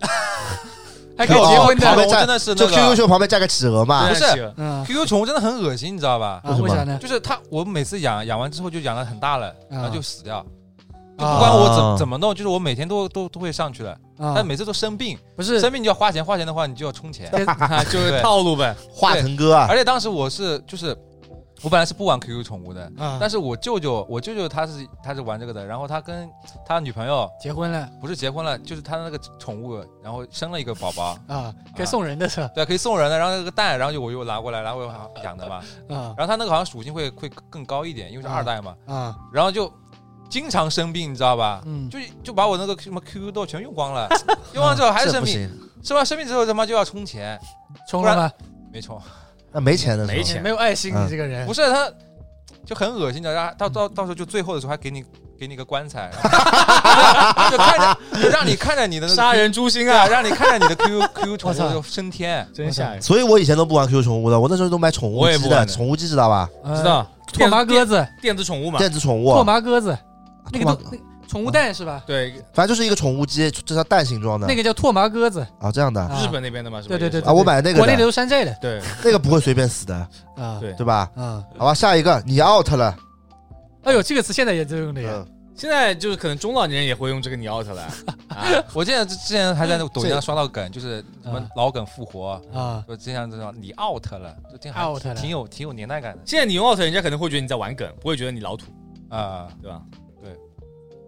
D: 还可以
C: 哦
D: 结婚
C: 旁
D: 的
C: 边。站
B: 真的是
C: 就
B: 那
C: QQ
B: 个
C: 秀旁边加个企鹅嘛
B: 不。是
E: 对
D: 嗯，
B: QQ 宠物真的很恶心，你知道吧？
D: 啊，
C: 为什么
D: 为啥 *laughs* 呢？
B: 就是它，我每次养养完之后就养的很大了，然后就死掉。就
D: 啊
B: 不管我
C: 啊
B: 怎怎么弄，就是我每天都都都会上去的，
D: 啊
B: 但每次都生病，
D: 不是
B: 生病你就要花钱，花钱的话你就要
D: *laughs*
B: 充钱。
E: 啊就是
B: 对
E: 套路呗。
C: 华腾哥啊，
B: 而且当时我是就是，我本来是不玩 QQ 宠物的，
D: 啊，
B: 但是我舅舅，我舅舅他是他是玩这个的，然后他跟他女朋友
D: 结婚了
B: 不是结婚了，就是他的那个宠物，然后生了一个宝宝，
D: 啊，该送人的是吧？
B: 对，可以送人的，然后那个蛋，然后就我又拿过来，然后我又养的嘛，
D: 啊
B: 然后他那个好像属性会会更高一点，因为是二代嘛，
D: 啊，
B: 然后就经常生病，你知道吧？
D: 嗯，
B: 就就把我那个什么 QQ 豆全用光了，用完之后还是
C: 这
B: 生
C: 不
B: 病，
C: 行，
B: 生完生病之后他妈就要充钱，
D: 充了吗？
B: 没充，
C: 那没钱的时候，
E: 没钱
D: 没有爱心，
C: 嗯
D: 你这个人
B: 不。是他就很恶心的，然后到到到时候就最后的时候还给你给你个棺材，然后就看着就让你看着你的那个
E: 杀人诛心
B: 对
E: 啊
B: 啊，！让你看着你的 QQ QQ 宠
D: 我操
B: 物就升天，
E: 真吓人！
C: 所以我以前都不玩 QQ 宠物的，我那时候都买宠物
B: 我也
C: 机
B: 不
C: 的，
B: 玩的
C: 宠物机知道吧？
D: 呃
B: 知道？
D: 拓麻鸽子，
E: 电子宠物嘛，
C: 电子宠物，啊
D: 拓麻鸽子，那个
C: 拓麻
D: 都那个宠物蛋是吧？
E: 对，
C: 反正就是一个宠物机，这叫蛋形状
E: 嗯
C: 的
D: 那个叫拓麻鸽子
C: 啊，这样的
D: 啊
E: 日本那边的嘛，是吧？
D: 对对对
E: 也是
C: 啊，我买那个
D: 国内的
C: 的，
D: 都山寨的
E: 对，
C: 那个不会随便死的，
D: 啊。
E: 对
C: 对吧？
D: 啊，
C: 好吧，下一个你 out 了，
D: 哎呦，这个词现在也在用的呀。
C: 嗯，
E: 现在就是可能中老年人也会用这个你 out 了，啊，
B: 我记得之前还在那个抖音上刷到梗，就是什么老梗复活，
E: 嗯
D: 啊
B: 就经常这种你 out 了，就挺还
D: out 了
B: 挺有挺有年代感的
E: 现在你用 out，人家可能会觉得你在玩梗，不会觉得你老土，
B: 啊。
E: 对吧？ *laughs*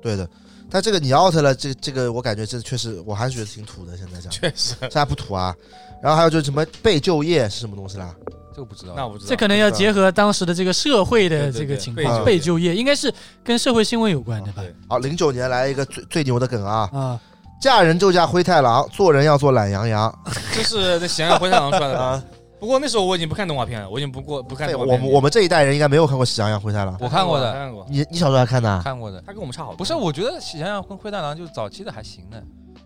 C: 对的。但这个你 out 了，这这个我感觉这确实，我还是觉得挺土的。现在讲，
E: 确实，
C: 现在不土啊。然后还有就是什么被就业是什么东西啦？
B: 这个不知道，
E: 那我不知道。
D: 这可能要结合当时的这个社会的
E: 对对
D: 这个
E: 对
D: 情
E: 被
D: 况，
C: 就
D: 被
E: 业
D: 就业应该是跟社会新闻有关的吧？
E: 对，
C: 好，零九年来一个最最牛的梗啊！
D: 啊，
C: 嫁人就嫁灰太狼，做人要做懒羊羊。
E: 这是那《喜羊羊灰太狼》出来的吧。不过那时候我已经不看动画片了，我已经不过不看
C: 对
E: 动画
C: 我
E: 片了。
C: 们我们这一代人应该没有看过《喜羊羊灰太狼》。
B: 我看过的
E: 看过。
C: 你你小时候还看的啊？
B: 看过的。
E: 他跟我们差好多。
B: 不是，我觉得《喜羊羊跟灰太狼》就是早期的还行的，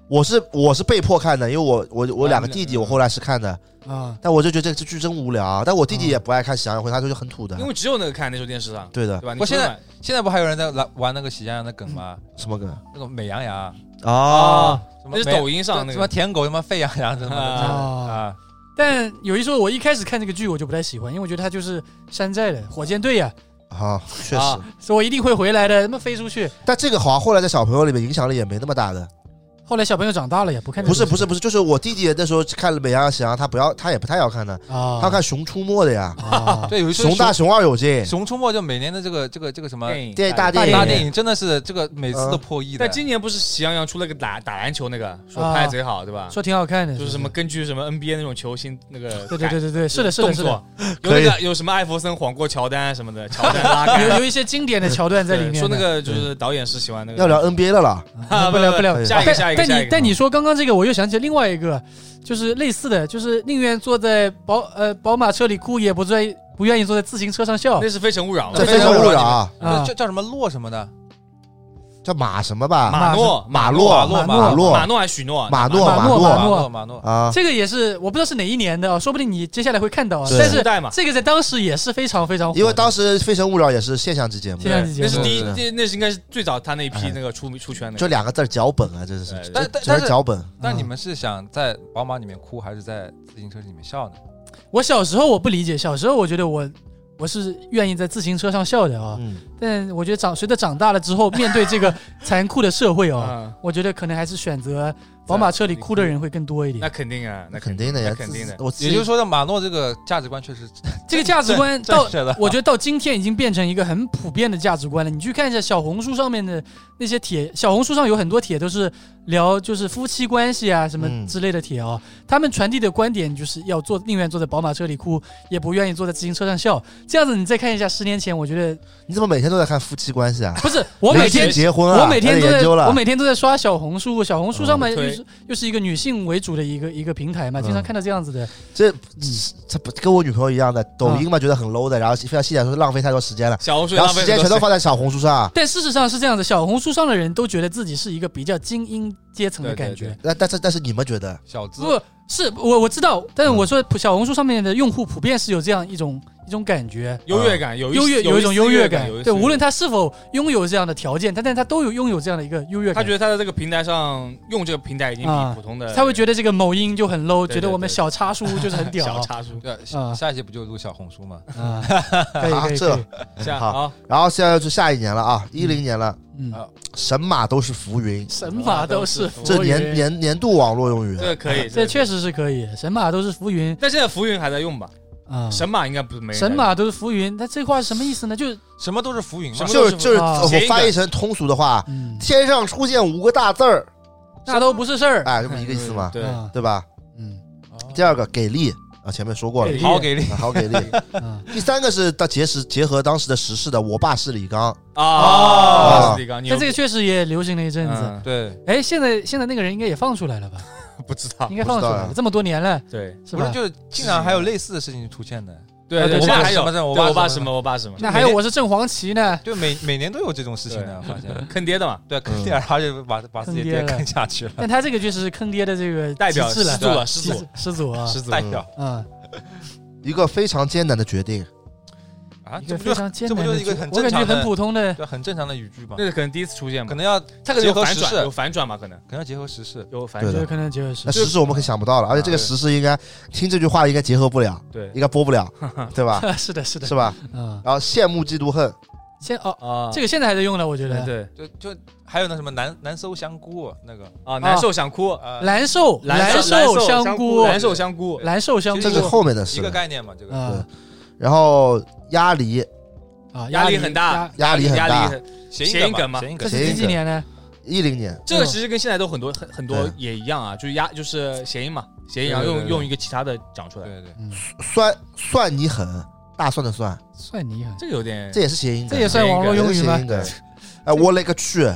C: 我是我是被迫看的，因为我我我两个弟弟，
E: 嗯
C: 我后来是看的，
D: 啊，
C: 但我就觉得这这剧真无聊啊。但我弟弟也不爱看《喜羊羊灰太狼》，他就很土的
E: 因。为只有那个看那时候电视上，
C: 对的
E: 对，吧？
B: 我现在
E: 你不能
B: 现在不还有人在来玩那个喜羊羊的梗吗？
C: 什么梗
B: 那个美羊羊，
C: 啊？
B: 什
E: 买
B: 么
E: 那是
B: 美
E: 抖音上那
B: 什么
E: 个，
B: 舔狗，什么沸羊羊，什么的
C: 哦
D: 啊
B: 啊，
D: 但有一说，我一开始看这个剧我就不太喜欢，因为我觉得它就是山寨的火箭队呀、
C: 啊，确实
E: 啊。
D: 所以我一定会回来的，他妈飞出去。
C: 但这个好像后来在小朋友里面影响力也没那么大的。
D: 后来小朋友长大了也不看这
C: 不
D: 个
C: 是
D: 东西，
C: 不是不是，就是我弟弟那时候看了《美羊羊喜羊羊》，他不要他也不太要看的，
D: 啊，
C: 他看《熊出没》的呀，
D: 啊，
B: 对，有一
C: 《
B: 说
C: 熊大熊二有劲
B: 《熊出没》就每年的这个这个这个什么
E: 影
C: 电大
E: 大
C: 电
B: 大
C: 影嗯
B: 电影，真的是这个每次都破亿的
E: 但。今年不是喜羊羊出了个打打篮球那个，说拍得贼好，对吧？
D: 说挺好看的，
E: 就是什么根据什么 NBA 那种球星那个
D: 对对对对对，是的，是的，
E: 动
D: 是的， *laughs*
E: 作，有那个有什么艾弗森晃过乔丹啊什么的，乔丹拉
D: 有
E: 杆
D: 有一些经典的桥 *laughs* 段在里面的。
E: 说那个就是导演是喜欢那个 *laughs*
C: 要聊 NBA 的了，
D: 啊不聊不聊，
C: 哎
E: 下一个
D: 但
E: 下一个
D: 但
E: 下一
D: 你
E: 个
D: 但你说刚刚这个，我又想起另外一个，就是类似的，就是宁愿坐在宝呃宝马车里哭，也不愿不愿意坐在自行车上笑
E: 那是《非诚勿扰》
C: 这
E: 了，
B: 对
C: 非诚勿扰啊，
B: 那
D: 啊
B: 叫叫什么洛什么的，
C: 叫马什么吧？
E: 马诺
C: 马
B: 马
C: 洛
B: 洛
C: 马
E: 马
C: 洛
E: 诺还是许诺啊
C: 马诺
D: 马
C: 诺
D: 诺
B: 马
D: 马
B: 诺马诺，
C: 啊！
D: 这个也是我不知道是哪一年的啊，说不定你接下来会看到啊。
C: 对
D: 但
E: 时
D: 是
E: 代嘛，
D: 这个在当时也是非常非常火的，
C: 因为当时《非诚勿扰》也是现象级节目
D: 现，象级节
E: 那
D: 目
E: 是第一
C: 是，
E: 那是应该是最早他那一批
C: 哎
E: 那个出出圈的，
C: 就两个字儿脚本啊，真
E: 对
C: 是，
B: 但
E: 对
B: 但
C: 只
B: 但
C: 是
B: 是
C: 脚本。
B: 但你们是想在宝马里面哭，还是在自行车里面笑呢？
D: 我小时候我不理解，小时候我觉得我我是愿意在自行车上笑的啊，
C: 嗯，
D: 但我觉得长随着长大了之后，面对这个残酷的社会啊，
E: 啊，
D: 我觉得可能还是选择宝马车里哭的人会更多一
E: 那
D: 点。
E: 肯定啊，
C: 那
E: 那
C: 肯定的呀，
E: 那肯定的
C: 自。我自
B: 也就是
C: 己
B: 说，这马诺这个价值观确实
D: 这个价值观
B: 正
D: 到
B: 确
D: *laughs*
B: 的。
D: 我觉得到今天已经变成一个很普遍的价值观了。你去看一下小红书上面的那些帖，小红书上有很多帖都是聊就是夫妻关系啊什么
C: 嗯
D: 之类的帖哦。他们传递的观点就是要坐，宁愿坐在宝马车里哭，也不愿意坐在自行车上笑。这样子你再看一下十年前，我觉得
C: 你怎么每天都在看夫妻关系啊？
D: 不是 *laughs* 我每天
C: 临近结婚啊，
D: 我每天
C: 开始
D: 都
C: 研
D: 在，
C: 究了，
D: 我每天都在刷小红书，小红书上面
E: 嗯
D: 又
E: 对
D: 是、又是一个女性为主的一个一个平台嘛，经常
C: 嗯
D: 看到这样子的。
C: 这这不跟我女朋友一样的，抖音嘛觉得很 low 的，然后非常细讲说浪费太多时间了，
E: 小红书
C: 然
E: 浪
C: 后
E: 费
C: 时间全都放在小红书上。啊
D: 但事实上是这样子，小红书上的人都觉得自己是一个比较精英阶层的
E: 对对
D: 感觉
E: 对。
C: 那但是但是你们觉得
B: 小资
D: 不是我我知道，但
E: 嗯
D: 是我说普小红书上面的用户普遍是有这样一种一种感觉，
E: *laughs* 优越感，有
D: 优越
E: 有
D: 一种优
E: 优越
D: 感
E: 有一，丝
D: 对，无论他是否拥有这样的条件，但但他都有拥有这样的一个优越
E: 他
D: 感
E: 觉。得他在这个平台上用这个平台已经
D: 啊
E: 比普通的
D: 他会觉得这个某音就很 low，
E: 对对
D: 觉得我们
E: 对
D: 小叉叔就是
E: *laughs*
D: 很
E: 小
D: 屌
E: 叉叔
B: 对，
D: 啊
B: 下下一期不就录小红书吗？
D: 啊！ *laughs* 可以可以
C: 这
D: 可以，
E: 这样
C: 嗯好
E: 好，
C: 然后现在就下一年了啊，一零年了，
D: 嗯，
E: 啊
C: 神马都是浮云，
D: 神马都是浮云
C: 这年年年度网络用语
E: 这。个可以，
D: 这确
E: 实。
D: 实是可以，神马都是浮云
E: 但现在浮云还在用吧？
D: 啊，
E: 神马应该不是没人在
D: 神
E: 用
D: 马都是浮云，那这话是什么意思呢？就
B: 什么都是浮云嘛
E: 什。么
C: 就是就是
D: 啊
C: 我
E: 谐音梗
C: 翻译成通俗的话，
D: 嗯，
C: 天上出现五个大字儿，
D: 那都不是事儿，
C: 哎，这不一个意思吗？
E: 对，
D: 啊
C: 对吧？
D: 嗯
C: 第二个给力啊，前面说过了
D: 给力，
B: 好给力，
C: 啊好给力。
D: 啊，
C: 第三个是到结实结合当时的时事的，我爸是李刚，
E: 啊，是这个，你有
D: 但这个确实也流行了一阵子。
E: 嗯
B: 对，
D: 哎，现在现在那个人应该也放出来了吧？
E: 啊不知道
D: 应。该放得出来
C: 不知道
D: 的，
C: 呀
D: 这么多年了，
E: 对
D: 是
B: 不是
D: 吧？
B: 就是竟然还有类似的事情出现的，
E: 对
D: 啊对
E: 我
D: 现
E: 爸
D: 在
E: 还有
B: 什么什么我
E: 对
B: 爸
E: 我爸
B: 什
E: 什
B: 么
E: 么，我爸什么，
D: 那还有我是正黄旗呢，
B: 就每 *laughs* 每年都有这种事情的，我发现。 *laughs*
E: 坑爹的嘛，
B: 对，坑爹，然后就把把自己
D: 坑爹
B: 爹
D: 了
B: 坑下去了，
D: 但他这个就是坑爹的这个
E: 代表
D: 极致
E: 始
D: 了，
E: 祖了，
D: 极
E: 始
D: 致
E: 祖，
D: 始祖啊，
E: 始祖
B: 代。表
D: 嗯，
C: 一个非常艰难的决定，
B: 啊，
D: 一个
B: 这不
D: 非
B: 就
D: 常艰
B: 这
D: 难
B: 不
D: 的
B: 就是
D: 决，
B: 一个很
D: 我
B: 正
D: 感觉
B: 常的
D: 很普通的，
B: 对很正常的语句嘛
E: 那？是可能第一次出现嘛
B: 可，能要
E: 他可能
B: 结
E: 有
B: 合
E: 反
B: 时
E: 转，
B: 事
E: 有，反转嘛，可能
B: 可能要结合时事。
E: 有反
C: 对
E: 转
C: 的
D: 这，可能就是 *laughs*
C: 那时事我们可想不到了，而且这个时事应该听这句话应该结合不了，
E: 对
C: 应该播不了，对吧？
D: 啊是的，是的，
C: 是吧？
D: 嗯，
C: 然后羡慕嫉妒恨，
D: 现哦，
E: 啊，
D: 这个现在还在用呢，我觉
E: 对
D: 得。
E: 对
B: 就就还有那什么难难搜香菇那个
E: 啊，难受想哭，
B: 啊，
D: 蓝瘦
E: 蓝
D: 瘦香菇，
E: 蓝瘦香菇，
D: 蓝瘦香菇，
C: 这是后面的
B: 一
C: 事
B: 个
C: 了。
B: 概念嘛，这个
D: 啊
C: 然后鸭梨，
D: 啊，
E: 压
D: 力
E: 力很大，，
C: 压力很
E: 压
C: 大
E: 力。很。
B: 谐
E: 谐音
B: 音
E: 梗嘛
B: 嘛，谐音
D: 这
B: 梗
D: 是几几年呢？
C: 一零年，
D: 嗯
E: 这个其实跟现在都很多很很多
C: 对
E: 也一样啊，就是压就是谐音嘛，谐音，
B: 对
E: 然后
B: 对
E: 用
B: 对
E: 用一个其他的讲出来，
B: 对对，
C: 酸蒜泥狠，大蒜的蒜，
D: 算你狠，
E: 这个有点
C: 这也是谐音梗，啊
D: 这也算网络用语
C: 谐
D: 吗？
C: 音梗。哎，我勒个去！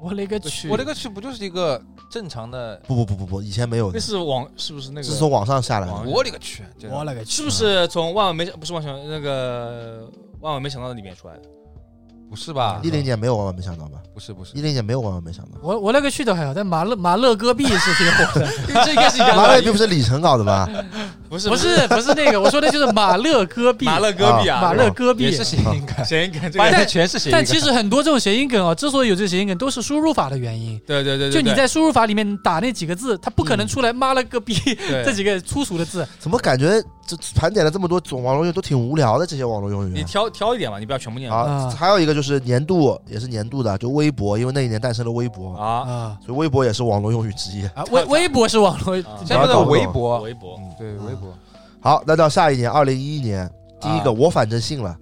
D: 我勒个去！
B: 我这个去不就是一个正常的，
C: 不不不不不，以前没有
E: 那
C: 的，
E: 是网是不是那
C: 这
E: 个
C: 是从网上下来
E: 网
C: 的。
B: 我勒个去，这
D: 我勒个
E: 是
D: 去！
E: 不是从万万没不是万万想那个万万没想到里面出来的？
B: 不是
E: 啊
B: 吧？
C: 一零年没有万啊万没想到吧？
B: 不是不是
C: 一，零年没有万万
E: *laughs*
C: 没想到。
D: 我我勒个去都还好，但马勒马勒戈壁是挺火的，
E: 这应该
C: *laughs*
E: 是一
C: 马
E: 样
C: 尾并
E: 的，
C: 不是李晨搞的吧？ *laughs*
E: 不是
D: 不是不是那个，我说的就是马勒戈壁，
E: 马勒戈壁啊，
D: 马勒戈
B: 也
D: 壁
B: 是。谐音梗，
E: 谐音梗这
B: 发
E: 个
B: 现全是谐音
D: 但
B: 梗。
D: 其实很多这种谐音梗哦，之所以有这个谐音梗，都是输入法的原因。
E: 对对对对，
D: 就你
E: 对
D: 在输入法里面打那几个字，它不可能出来妈了个逼
E: 对
D: 这几个粗俗的字。
C: 怎么感觉这盘点了这么多种网络用语都挺无聊的？这些网络用语
E: 你挑挑一点嘛，你不要全部念啊
C: 啊，
D: 啊
C: 还有一个就是年度也是年度的，就微博，因为那一年诞生了微博，
E: 啊！
D: 啊
C: 所以微博也是网络用语之一。
D: 啊！微微博是网络，
B: 现在的微博，嗯
E: 微博
B: 对微博，
C: 好，那到下一年，二零一一年，第一个
E: 啊
C: 我反正信了，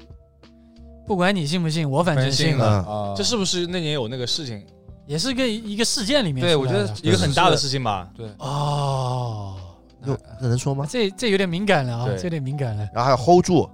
D: 不管你信不信，我反正信了。
C: 嗯，
B: 啊
E: 这是不是那年有那个事情，
D: 也是个一个事件里面出来
B: 对
D: 的。
B: 我觉得
E: 一个很大的
B: 是
E: 事情吧？
B: 对
D: 哦，
C: 哟这能说吗？
D: 这这有点敏感了啊，
E: 对
D: 这有点敏感了。
C: 然后还有 hold 住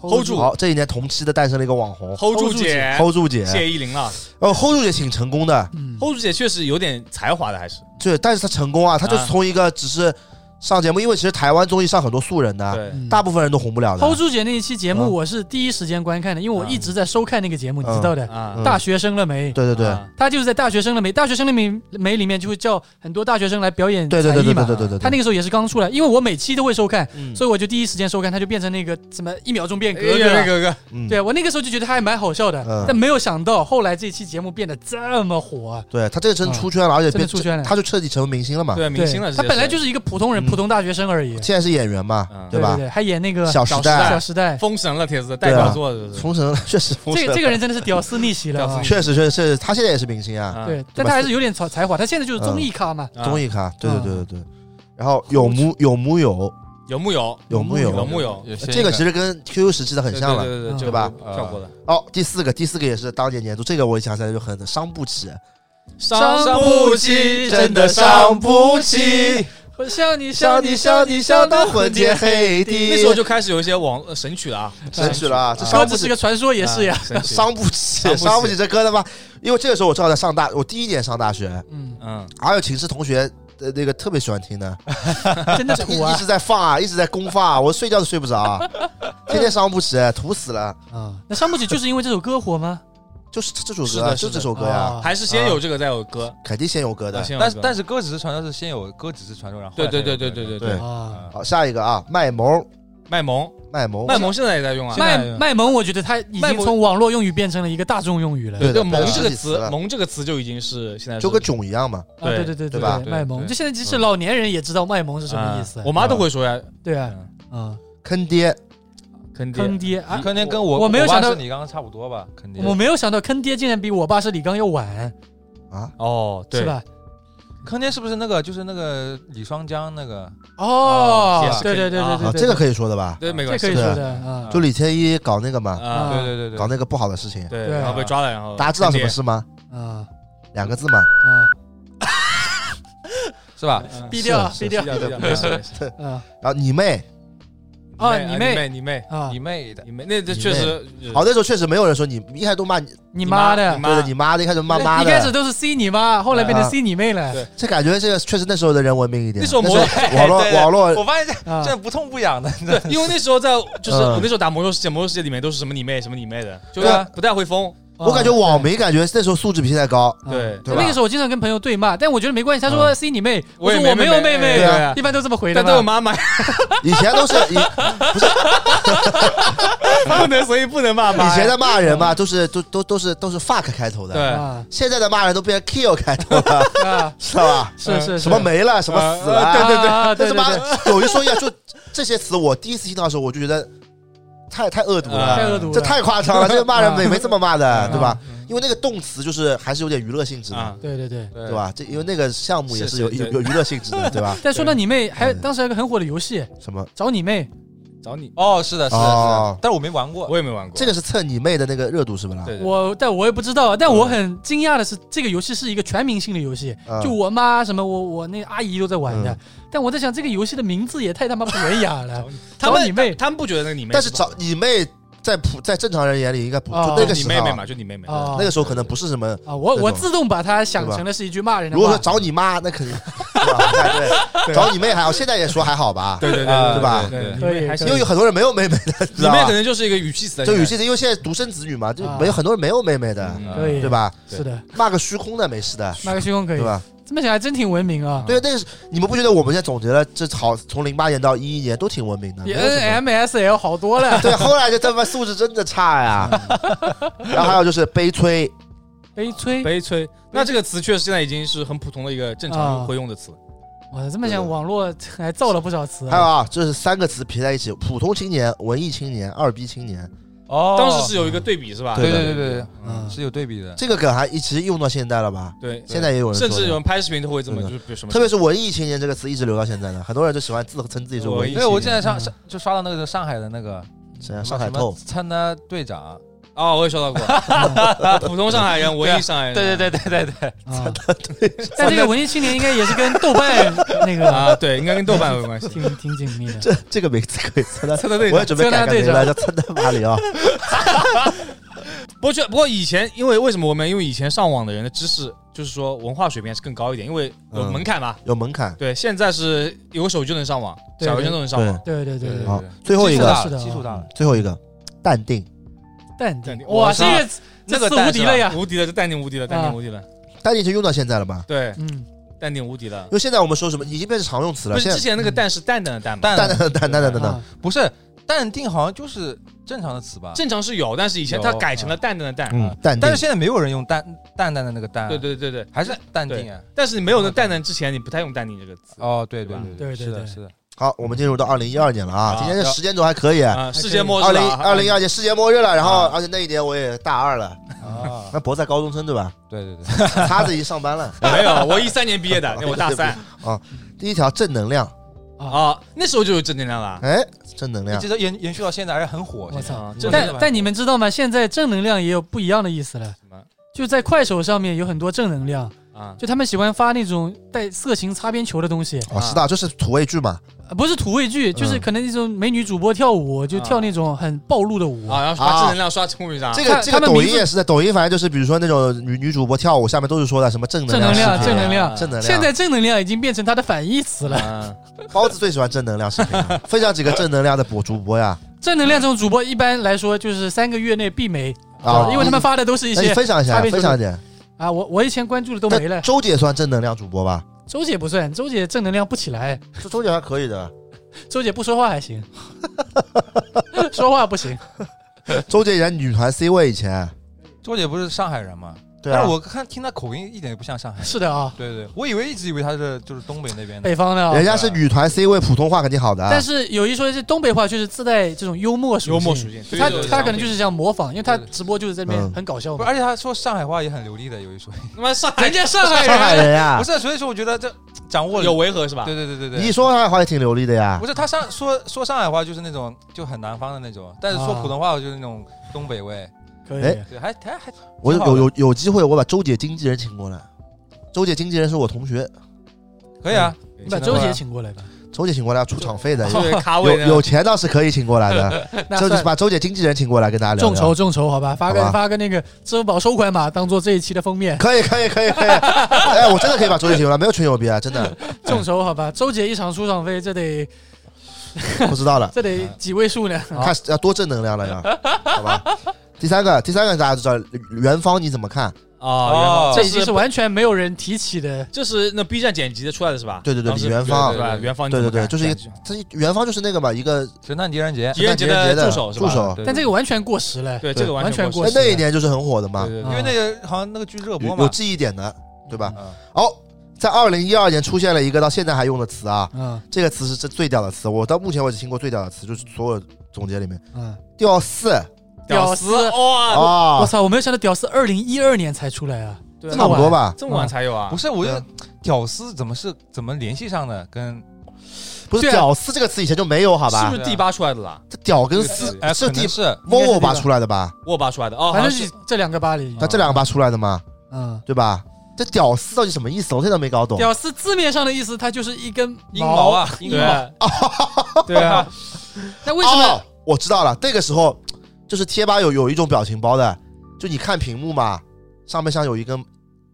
E: hold 住
C: 好，这一年同期的诞生了一个网红
E: ，hold 住
D: 住姐
E: 姐
C: hold 住姐，
E: 谢依霖了啊
C: 呃，hold 住姐挺成功的，
D: 嗯，
E: ，hold 住姐确实有点才华的，还是
C: 对，但是她成功啊，她就是从一个只是上节目，因为其实台湾综艺上很多素人的，啊
E: 对
D: 嗯
C: 大部分人都红不了的。
D: hold 住姐那一期节目，
C: 嗯
D: 我是第一时间观看的，因为我一直在收看那个节目，你知道的。
E: 啊
C: 嗯
D: 大学生了没？
C: 对对对
E: 啊
D: 他就是在大学生了没？大学生了没没里面就会叫很多大学生来表演才
C: 对对对
D: 艺
C: 对
D: 嘛
C: 对。对对对，
D: 他那个时候也是刚出来，因为我每期都会收看，
C: 嗯
D: 所以我就第一时间收看，他就变成那个什么一秒钟变格格
E: 哥
D: 了。
E: 哥哥，
C: 嗯
D: 对我那个时候就觉得他还蛮好笑的，
C: 嗯
D: 但没有想到后来这期节目变得这么火。啊
C: 对他这个真的出圈了，而且
D: 真的
C: 变
D: 出圈了
C: 他就彻底成为明星了嘛。
E: 对明星了，
D: 对他本来就是是一个普通人、
C: 嗯
D: 普通大学生而已，
C: 现在是演员嘛
E: 嗯，
D: 对
C: 吧
D: 啊对？对，还演那个
C: 小
E: 小
C: 时
E: 时代
C: 代
D: 小，时代，
E: 封神了，帖子代表作就是
C: 封神 *laughs* 确实封
D: 这
C: 神
D: 个
C: 了，
D: 这个人真的是屌丝逆袭了
E: 屌丝
D: 啊
E: 逆！袭
C: 确实确实确实，他现在也是明星啊，
E: 啊
D: 对，但他还是有点才才华，他现在就是综艺咖嘛。
E: 啊
C: 综艺咖，对对
D: 嗯
C: 对对对。然后有木有木有
E: 有木有
C: 有木有，
E: 有木有
B: 也谐音
C: 这个其实跟 QQ 时期的很
E: 对
C: 像了。
E: 对对
D: 嗯
E: 对，这
C: 对
E: 个
C: 吧
E: 跳过了。
C: 哦，第四个第四个也是当年年度，这个我一想起来就很伤不起，
D: 伤不起真的
E: 伤不起。
D: 我想你
C: 到魂 *laughs* 天黑地
E: 那时候就开始有一些网呃神曲了啊，
C: 神曲了啊，这
D: 鸽
C: 伤不
D: 子是
C: 起
D: 个传说也是呀。
E: 啊，神曲，
C: 伤不起
E: 伤不起
C: 伤不起这歌的吗？因为这个时候我正好在上大，我第一年上大学，
D: 嗯，
E: 嗯，
C: 还有寝室同学的那个特别喜欢听的，
D: 真的
C: 一
D: 土
C: 一 *laughs*
D: 啊！
C: 直在放啊，一直在公放啊，我睡觉都睡不着啊，天天伤不起，土死了。
D: 啊，那伤不起就是因为这首歌火吗？
C: 就是这这首
E: 是
C: 歌啊，
E: 的
C: 就
E: 的
C: 是这首歌呀，
D: 啊
E: 还是先有这个再有歌，
C: 肯定先有歌的
E: 啊。先有
B: 但是
E: 歌
B: 但是歌只是传说，是先有歌只是传说，然后
E: 对
B: 后
E: 对
B: 来才有
E: 对对
B: 歌
E: 对对
C: 对
D: 啊，
B: 啊
C: 好，下一个啊，卖萌，
E: 卖萌
C: 卖萌，
E: 卖萌现在也在用啊，
D: 卖
B: 现在
D: 卖萌，我觉得他已
E: 卖
D: 经
E: 萌
D: 从网络用语变成了一个大众用语了。
C: 对的
E: 这个“
C: 对
E: 萌”
C: 的
E: 这个
C: 是词
E: 词
C: 了，“
E: 萌”这个词就已经是现在
C: 就跟
E: 是
C: 囧一样嘛。
D: 啊，对对对
E: 对
C: 吧
D: 对，卖萌，
E: 对
D: 就现在即使老年人也知道卖萌是什么意思
E: 啊。我妈都会说呀，
D: 对啊，啊，
C: 坑爹，
E: 坑爹，
D: 坑爹啊！
B: 坑爹跟我
D: 我没有
B: 爸
D: 想到
B: 是你刚刚差不多吧？坑爹，
D: 我没有想到坑爹竟然比我爸是李刚要晚，
E: 哦，对
D: 是？吧？
B: 坑爹是不是那个就是那个李双江那个？
D: 哦
E: 也是，
D: 对
E: 坑
D: 对对对
E: 啊
D: 对
C: 啊，
D: 对，
C: 这个可以说的吧？
E: 对，没
D: 这
E: 关
D: 可
E: 系
D: 以
C: 是
D: 说的啊。
C: 就李天一搞那个嘛，
E: 啊，
D: 啊
B: 对对对对，
C: 搞那个不好的事情，
E: 对，
D: 对啊
E: 然后被抓了，然后
C: 大家知道什
E: 坑
C: 么
E: 爹
C: 事吗？
D: 啊
C: 两个字嘛，
D: 啊！
B: 是吧？
E: 嗯
D: 毙掉，
C: 是
D: 毙掉
E: 低调低调
C: 是
E: 没事没事
D: 啊！
C: 然后你妹，
D: 啊
E: 哦你
D: 你
E: 妹
D: 妹
E: 你妹
D: 啊
B: 你，妹的！
E: 你妹，那这确实
C: 好，那时候确实没有人说你，一开始都骂你，
D: 你妈的
E: 你，妈
C: 对的，你妈的，一开始骂妈
D: 一开始
C: 的，
D: 都是 C 你妈，后来变成
C: 啊
D: C 你妹了
E: 对
C: 这感觉这个确实那时候的人文明一点。
E: 那时候摩
C: 网络
D: *laughs*
B: 对对对
C: 网络
B: 我发现这
D: 啊
B: 这不痛不痒的，
E: 对，因为那时候在就是
C: 嗯
E: 我那时候打魔兽世界，魔兽世界里面都是什么你妹什么你妹的，就
B: 对啊
E: 不太会疯。
D: 啊
C: 我感觉网民感觉那时候素质比现在高，
D: 啊
E: 对
C: 对吧
D: 那个时候我经常跟朋友对骂，但我觉得没关系。他说 C 你妹，
E: 我也
D: 说我
E: 没
D: 没
E: 妹
D: 有
E: 妹
D: 妹
E: 对
D: 妹
E: 啊，
D: 一般都这么回的
E: 但都有
D: 嘛。
E: 妈妈，
C: *laughs* 以前都是
D: *laughs*
C: 以
E: 不能所以不能骂妈。
C: 以前的骂人嘛，都是都都都是都是 fuck 开头的，
E: 对，
D: 啊
C: 现在的骂人都变成 kill 开头了，
D: *laughs*
C: *laughs*
D: 啊，
C: 知道吧？
D: 是是是
C: 什么没了，什么死了，
D: 啊对对对
C: 但是
D: 对
C: 吧？有一说一啊，就这些词，我第一次听到的时候，我就觉得太太恶毒
E: 啊
D: 太
C: 了，
D: 恶毒了，
C: 这太夸
E: *laughs*
C: 张了，这个骂人没没这么骂的，
E: 嗯
C: 对吧？因为那个动词就是还是有点娱乐性质的
E: 啊，，
D: 对对对。
B: 对
C: 对？吧？这因为那个项目也是有
E: 是是
C: 有有娱乐性
E: *laughs*
C: 质的，对吧？
D: 但说到你妹，还有
C: 嗯
D: 当时还有个很火的游戏，
C: 什么？
D: 找你妹，
E: 找你，
B: 哦，是的，是的，是
C: 哦
B: 的，但是我没玩过。
E: 我也没玩过
C: 这个是蹭你妹的那个热度是不啦？
E: 对对。
D: 我但我也不知道，但我很惊讶的是，这个游戏是一个全民性的游戏，
C: 嗯
D: 就我妈什么我我那阿姨都在玩的
C: 嗯。
D: 但我在想，这个游戏的名字也太他妈不文雅
C: *laughs*
D: 了
E: 他们
D: 找你妹
E: 他们不觉得那个你妹，
C: 但是找你妹在普在正常人眼里应该不
D: 哦
C: 就那个
E: 你
C: 时
E: 妹妹
C: 候
E: 嘛，，就哦你妹妹。
D: 啊
C: 那个时候可能不是什么。
D: 啊，我
C: 那
D: 我
C: 种
D: 自动把它想成的是一句骂人的
C: 如
D: 话。
C: 果说找你妈，那肯定 *laughs* 对吧哎对，找你妹还好，现在也说还好吧，
E: 对对对
B: 啊
E: 对
C: 对吧
E: 对，
D: 可以
E: 你妹还是
C: 因为有很多人没有妹妹的，知
E: 你
C: 道
E: 妹
C: 吧
E: 可？能就是一个语气词啊，
C: 就
E: 现在
C: 有些因为现在独生子女嘛，就
D: 啊
C: 没有很多人没有妹妹的，
E: 嗯
D: 可以
C: 对吧？
D: 是的，
C: 骂个虚空的没事的，
D: 骂个虚空可以
C: 对。吧？
D: 这么想还真挺文明啊。
C: 对，那个是你们不觉得我们现在总结了这好从零八年到一一年都挺文明的，
D: 比
C: 没有什么。
D: NMSL 好多了
C: *laughs* 对，后来就他妈素质真的差呀。然后还有就是悲催，
D: 悲催，
E: *laughs* 悲催。那这个词确实现在已经是很普通的一个正常
D: 啊
E: 会用的词。
D: 我这么
C: 对
D: 想，网络还造了不少词啊。
C: 还有啊，这是三个词撇在一起：普通青年、文艺青年、二逼青年。
B: 哦，
E: 当时是有一个对比是吧？
B: 对
C: 对
B: 对对对对，
D: 嗯
B: 是有对比的。
C: 这个梗还一直用到现在了吧？
E: 对，
C: 现在也有人说
E: 甚
C: 的，
E: 至有人拍视频都会这么，
C: 对的
E: 就是比如什么，
C: 特别是文艺青年这个词一直留到现在的，很多人就喜欢自称自己是文艺
E: 文艺
B: 对，我现在上
D: 嗯
B: 上就刷到那个上海的那个
C: 谁
B: 什
C: 啊？
B: 么
C: 上海
B: 什么
C: 透。
B: 参加队长，
E: 哦，我也收到过，普通上海人，文艺上海人，啊
B: 对对对对对，
D: 啊，
C: *laughs*
D: 但这个文艺青年应该也是跟豆瓣那
C: *laughs*
D: 个
E: 啊，对，应该跟豆瓣有关系。
D: 挺挺紧密的。
C: 这这个名字可以参加，
B: *laughs*
E: 测的对
C: 我也准备改个名
D: 参
C: 来
D: 加
C: 叫参加马里奥。
E: 不过确不过以前，因为为什么我们因为以前上网的人的知识，就是说文化水平还是更高一点，因为有门槛嘛。
C: 有门槛。
E: 对，现在是有个手机就能上网，
D: 对
E: 小学生都能上网。
D: 对对对对，
C: 好
B: 对对，
C: 最后一
B: 基础
C: 个，
B: 大
D: 是的
B: 了，基础大了。
C: 最后一个，淡定。
D: 淡
E: 淡
D: 定
E: 定，哇
D: 哇，这
E: 塞
D: 个这
E: 那个
D: 次无敌了呀！
E: 无敌了，这淡定无敌了，淡定
D: 啊
E: 无敌了。
C: 淡定就用到现在了吧？
E: 对，
D: 嗯，
E: 淡定无敌了
C: 因。为现在我们说什么已经变成常用词
E: 不
C: 了。
E: 是
C: 现
E: 之
C: 在
E: 前那个蛋是淡淡的淡嘛？
B: 淡
C: 淡淡淡淡淡淡淡
D: 啊，
B: 不是淡定，好像就是正常的词吧？
E: 正常是有，但是以前它
B: 有
E: 改成了淡淡的淡。
D: 啊
C: 嗯，淡定
B: 但是。现在没有人用淡淡淡的那个淡，
E: 对，对对对，
B: 还是淡定啊。
E: 但是你没有那淡淡之前，你不太用淡定这个词
B: 哦，对对
D: 对
B: 对，
D: 对
B: 是的，
D: 对
B: 是的。
C: 好，我们进入到二零一二年了啊
E: 啊，
C: 今天这时间轴还可以。
E: 啊。世界末日
C: 二
E: 了
C: 零
E: 啊，
C: 二零一二年世界末日了，然后
E: 啊
C: 而且那一年我也大二了，
B: 啊
C: *laughs* 那，博在高中生
D: *laughs*
C: 对吧？
B: 对对对，
C: 他子已经上班了。
E: 没有，我一三年毕业的，那我大三
C: 第一条正
D: *laughs*
C: 能量，
E: 啊，那时候就有正能量了。
C: 哎，正能
B: 一
C: 量
B: 直都延延续到现在，而且很火。
D: 我
B: 现在
D: 操
E: 这！
D: 但但你们知道吗？现在正能量也有不一样的意思了
E: 什么。
D: 就在快手上面有很多正能量，
E: 啊，
D: 就他们喜欢发那种带色情擦边球的东西，
C: 哦，是的，就是土味剧嘛，
D: 呃不是土味剧，就是
C: 嗯
D: 可能那种美女主播跳舞，就跳那种很暴露的舞
E: 啊，然后把正能量刷公屏上，
C: 这个
D: 啊他
C: 这
D: 他
C: 个
D: 们
C: 抖
D: 名
C: 音
D: 字
C: 也是的，抖音反正就是比如说那种女女主播跳舞，下面都是说的什么正能
D: 正能量
C: 视频啊
D: 正能量
C: 正能量。
D: 现在正能量已经变成它的反义词了。
E: 啊
C: 包子最喜欢正能量视频了，分享几个正能量的博主播
D: *laughs*
C: 呀。
D: 正能量这种主播一般来说就是三个月内必没，
C: 啊，
D: 因为他们发的都是一
C: 那你
D: 些
C: 分享一下，
D: 差别
C: 分享一点。
D: 啊，我我以前关注的都
C: 那
D: 没了。
C: 周姐算正能量主播吧？
D: 周姐不算，周姐正能量不起来，
C: 周周姐还可以的，
D: 周姐不说话还行， *laughs* 说话不行。
C: 周姐以前女团 C 位以前。
B: 周姐不是上海人吗？
C: 对
B: 但
C: 啊
B: 是，我看听她口音一点也不像上
C: *laughs*
B: 海人。
D: 是的啊，
B: 对对，我以为一直以为她是就是东北那边
C: 哎
B: 的。
D: 北方的啊
C: 人。家是女团 C 位，普通话肯定好的啊。
D: 但是有一说一，这东北话确实自带这种幽默属性。
E: 幽默属性，
D: 他
E: 对对对
D: 他可能就是想模仿，因为他
B: 对
D: 直播就是在那边
C: 嗯
D: 很搞笑
B: 不是，
D: 嘛。
B: 而且她说上海话也很流利的，有一说一。
E: 他妈上
D: 人家上海
C: 上海
D: 人，
C: 人呀
B: 不，是，所以说我觉得这掌握了
E: 有。违和是吧？
B: 对对对对对。
C: 你啊一说啊上海话也挺流利的呀
B: 不。是他上说说上海话就是那种就很南方的那种，但是说
D: 啊
B: 普通话就是那种东北味，
D: 可以
C: 哎
B: 对，还还还
C: 我
B: 挺好的
C: 有有有机会，我把周姐经纪人请过来。周姐经纪人是我同学，
B: 可以啊。
C: 嗯 *laughs*
D: 你把周姐请过来吧。
C: 周姐请过来要出场
B: 哦
C: 费的，
E: 对咖
C: 有
E: 位
B: 啊
C: 有钱倒是可以请过来
B: *laughs*
C: 的，
D: 那
C: 周就是
D: 算
C: 把周姐经纪人请过来跟大家聊
D: 众筹
C: 聊。
D: 众筹，好吧，发
C: 好吧
D: 个发个那个支付宝收款码当做这一期的封
C: *laughs*
D: 面，
C: 可以可以可以可以，哎，我真的可以把周姐请过来，没有吹牛逼啊，真的
D: 众筹好吧，周姐一场出场费，这得
C: 不知道了，
D: 这得几位数呢？
C: 看要多正能量了呀，好吧。第三个，第三个大家知道，元芳你怎么看？
E: 啊，
D: 这已经是完全没有人提起的，
E: 这是那 B 站剪辑的出来的是吧？
C: 对对对
E: 当时
C: 李元芳
E: 对吧？
B: 对
E: 元芳
C: 对对对，就是一个，他元芳就是那个嘛，一个
B: 神探狄仁杰，
E: 狄仁 *laughs* 杰
C: 狄仁杰的
E: 的助手是吧？
C: 助手
B: 对
D: 但这个完全过时了。
E: 对
C: 对
E: 这个
D: 完全
E: 过
D: 过
C: 哎
E: 时
D: 时
C: 那一年就是很火的嘛
E: 对，对
D: 啊
E: 对
B: 因为那个好像那个剧热
C: 嗯
B: 播
C: 有
B: 嘛
C: 有，记忆点的，对吧？
B: 嗯
C: 好，在二零一二年出现了一个到现在还用的词啊，
D: 嗯
C: 这个词是这最屌的词，我到目前为止听过最屌的词，就是所有总结里面
D: 嗯，
C: 屌丝
E: 屌
D: 屌丝
E: 哇，
D: 我
C: 啊，
D: 操，我没有想到屌丝二零一二年才出来啊，
E: 对
D: 这
C: 差
D: 么
C: 不
D: 晚
C: 多吧？
E: 这么晚才有啊？
B: 不是，我就
C: 对
B: 屌丝怎么是怎么联系上的？跟
C: 不是
D: 对啊
C: 屌丝这个词以前就没有，好
E: 是
C: 吧
E: 不？是第八出来的啦？
C: 这屌跟
B: 是
C: 丝
B: 哎，
C: 呃是
B: 可
C: 第
B: 能是
D: 应该是
C: 摸
D: 这
C: 拔
D: 个
C: 出来的吧？
E: 沃巴出来的哦，好
D: 反
E: 像
D: 正
E: 是
D: 是这两个巴黎。
C: 那这两个拔出来的嘛，
D: 嗯，
C: 对吧？这屌丝到底什么意思？我现在没搞懂。
D: 屌丝字面上的意思，它就是一根
B: 阴毛，啊，阴
E: 对
B: 毛。
E: 对啊，
D: 那为什么？
C: 哦？我知道了，那个时候就是贴吧有有一种表情包的，就你看屏幕嘛，上面像有一根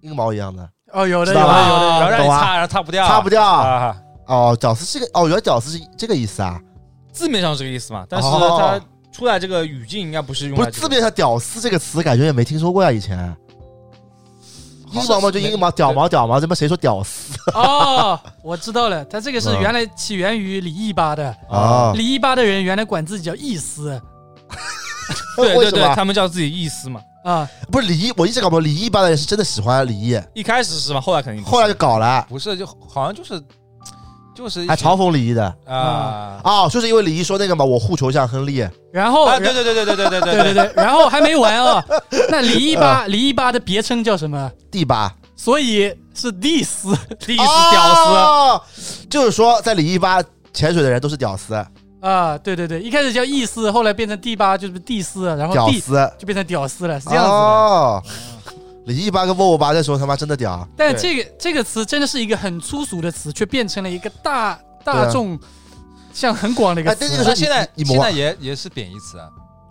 C: 阴毛一样的，
D: 哦，有的
C: 知
D: 有
C: 道
D: 的，
C: 吧
B: 然后让你
C: 懂啊
B: 擦，然后擦不掉，
C: 擦不掉。
B: 啊。
C: 哦，屌丝这个哦，原来屌丝是这个意思啊，
E: 字面上是这个意思嘛，但是
C: 哦
E: 它出来这个语境应该不是用
C: 不
E: 来
C: 是
E: 这个
C: 字面上“屌丝”这个词，感觉也没听说过呀、以前。
E: 好
C: 阴毛嘛就阴毛，屌毛屌毛，怎么谁说屌丝
D: 哦，我知道了，他这个是
C: 嗯
D: 原来起源于李一吧的， *laughs*
C: 啊？
D: 李一吧的人原来管自己叫义思
E: 对
C: 为
E: 对
C: 什
E: 对，
C: 么？
E: 他们叫自己意思嘛。
D: 啊，
C: 不是李毅，我一直搞不懂李毅吧的人是真的喜欢李毅，
E: 一开始是嘛，后来肯定不是
C: 后来就搞了，
B: 不是，就好像就是就是一
C: 还
B: 群
C: 嘲讽李毅的
B: 啊
C: 哦，就是因为李毅说那个嘛，我护球像亨利，
D: 然后
B: 啊！
D: 然
B: 对对对对对对对
D: 对对对，然后还没完啊、那李一吧，李一吧的别称叫什么？
C: 第八
D: 所以是第四，
E: 第一次
C: 哦
E: 屌
C: 丝，就是说在李一吧潜水的人都是屌丝，
D: 啊，对对对，一开始叫义思，后来变成第八，就是第四，然后
C: 屌
D: 第
C: 丝
D: 就变成屌丝了，是这样子的。
C: 哦。李一吧跟沃沃吧那时候他妈真的屌，
D: 但这个这个词真的是一个很粗俗的词，却变成了一个大大众像很广的一个
C: 哎
D: 词。啊
C: 但这
B: 对
C: 个
B: 那
C: 是
B: 现在
C: 你你们
B: 现
C: 玩
B: 在也也是贬义词啊，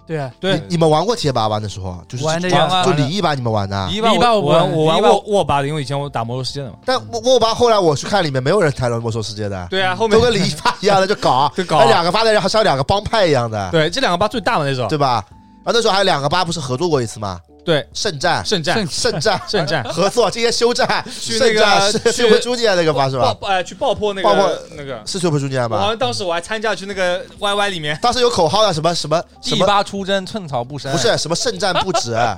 D: 对啊，
E: 对
C: 你你们玩过贴吧吧？那时候就是
D: 玩的
C: 就
D: 呀
C: 就李一吧你们玩的啊
B: 李，一
D: 李一吧
E: 我
D: 我
E: 玩我玩
D: 李一吧
E: 沃沃巴的，因为以前我打魔兽世界的嘛。
C: 但沃沃吧后来我去看里面没有人谈论魔兽世界的，
E: 对啊，后面，
C: 都跟李 *laughs* 一吧一样的就搞
E: 就搞
C: 那两个吧的人好像两个帮派一样的，
E: 对这两个吧最大嘛那时候，
C: 对吧？然后那时候还有两个吧不是合作过一次吗？
E: 对
C: 圣战
E: 圣战
C: 圣战 *laughs*
E: 圣战
C: 合作，今天休战
E: 去
C: 圣
E: 那
C: 战
E: 个
C: 是
E: 去
C: 是回朱尼亚那个吧是
E: 爆
C: 吧？
E: 呃去爆破那
C: 爆
E: 个
C: 破
E: 那个，
C: 是修破朱尼亚
E: 我
C: 吧？
E: 好像当时我还参加去那个 YY 里面，
C: 当时有口号的，啊什么什么什
B: 第
C: 么，
B: 八出征，寸草不生。
C: 不，是什么圣战不止。
E: *laughs*
C: 啊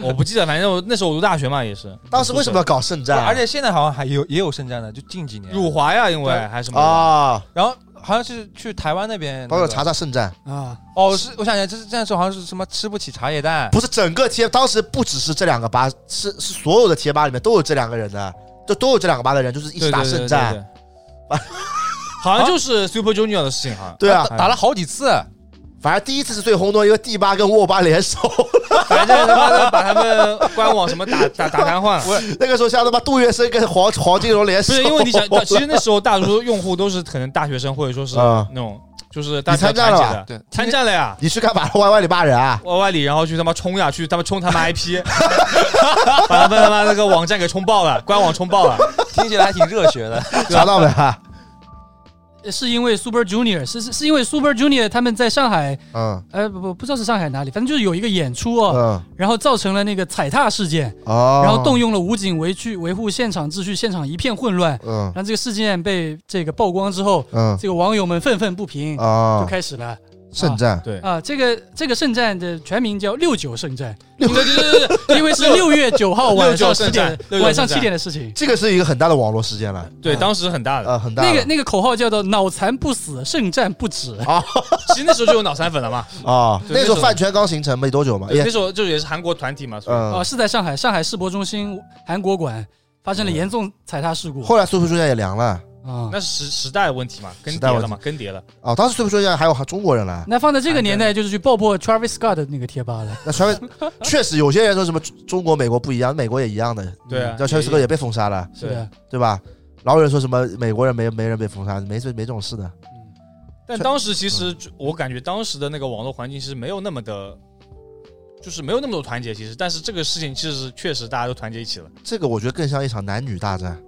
E: 我不记得，反正我那时候我读大学嘛也是。
C: 当时为什么要搞圣战？
B: 而且现在好像还有也有圣战的，就近几年。
E: 辱华呀？因为
B: 对
E: 还是什么？
C: 啊，
B: 然后好像是去台湾那边，
C: 帮我
B: 那个
C: 查查圣战，
D: 啊，
B: 哦，是我想起来，这是战时候好像是什么吃不起茶叶蛋，
C: 不是整个贴，当时不只是这两个吧，是是所有的贴吧里面都有这两个人的，就都有这两个吧的人，就是一起
E: 对
C: 打
E: 对对
C: 圣
E: 对
C: 战。
E: 对，好像就是 Super Junior 的事情，
C: *laughs*
E: 好像
C: 对啊，
B: 打打了好几 *laughs* 次，
C: 反正第一次是最轰动，因为第八跟沃巴联手， *laughs*
E: 反正他妈的把他们官网什么打 *laughs* 打打瘫痪了。
C: 那个时候像他妈杜月笙跟黄黄金荣联手。
E: 不是
C: *laughs*
E: 因为你想，其实那时候大多数用户都是可能大学生或者说是
C: 啊
E: 那种就是大
C: 你
E: 家
C: 参加了吧
E: 的，
B: 对，
E: 参战了呀。
C: 你去干嘛？Y Y 里骂人啊？
E: Y Y 里，然后去他妈冲呀，去他妈冲他妈 IP，把他们他妈那个网站给冲爆了， *laughs* 官网冲爆了。
B: 听起来还挺热血的。
C: 查到没啊？
D: 是因为 Super Junior，是是是因为 Super Junior 他们在上海，
C: 嗯
D: 呃不不不知道是上海哪里，反正就是有一个演出哦，
C: 嗯
D: 然后造成了那个踩踏事件，
C: 哦，
D: 然后动用了武警维去维护现场秩序，现场一片混乱。
C: 嗯
D: 然后这个事件被这个曝光之后，
C: 嗯
D: 这个网友们愤愤不平，就
C: 哦，
D: 开始了
C: 圣战
E: 对，
D: 啊。这个这个圣战的全名叫六九圣战，
E: 对对 *laughs* 对对
D: 因为是六月九号晚上七点
E: 六九圣战六九圣战
D: 晚上七点的事情。
C: 这个是一个很大的网络事件了，
E: 对，当时很大的，
C: 呃，很大的
D: 那个那个口号叫做“脑残不死，圣战不止
E: 其实那时候就有脑残粉了嘛，
C: 啊，
E: 对
C: 那时
E: 那
C: 候
E: 种
C: 饭圈刚形成没多久嘛，也
E: 那时候就也是韩国团体嘛，所以
C: 嗯
D: 哦，，是在上海上海世博中心韩国馆发生了
E: 嗯
D: 严重踩踏事故
C: 后来碎步专家也凉了
D: 啊。
E: 那是时时代问题嘛，更
C: 时代
E: 迭
C: 问
E: 了
C: 题
E: 嘛，更迭了。
C: 哦，当时碎步专家还有中国人来，
D: 那放在这个年代，就是去爆破 Travis Scott 的那个贴吧了。
C: 那全确实有些人说什么中国美国不一样，美国也一样的，嗯
E: 对啊
C: 叫全斯哥也被封杀了，
E: 是
D: 是的，
C: 对吧？老有人说什么美国人没没人被封杀，没这没这种事的。
E: 但当时其实就我感觉当时的那个网络环境是没有那么的，就是没有那么多团结。其实，但是这个事情其实确实大家都团结一起了。
C: 这个我觉得更像一场男女大战，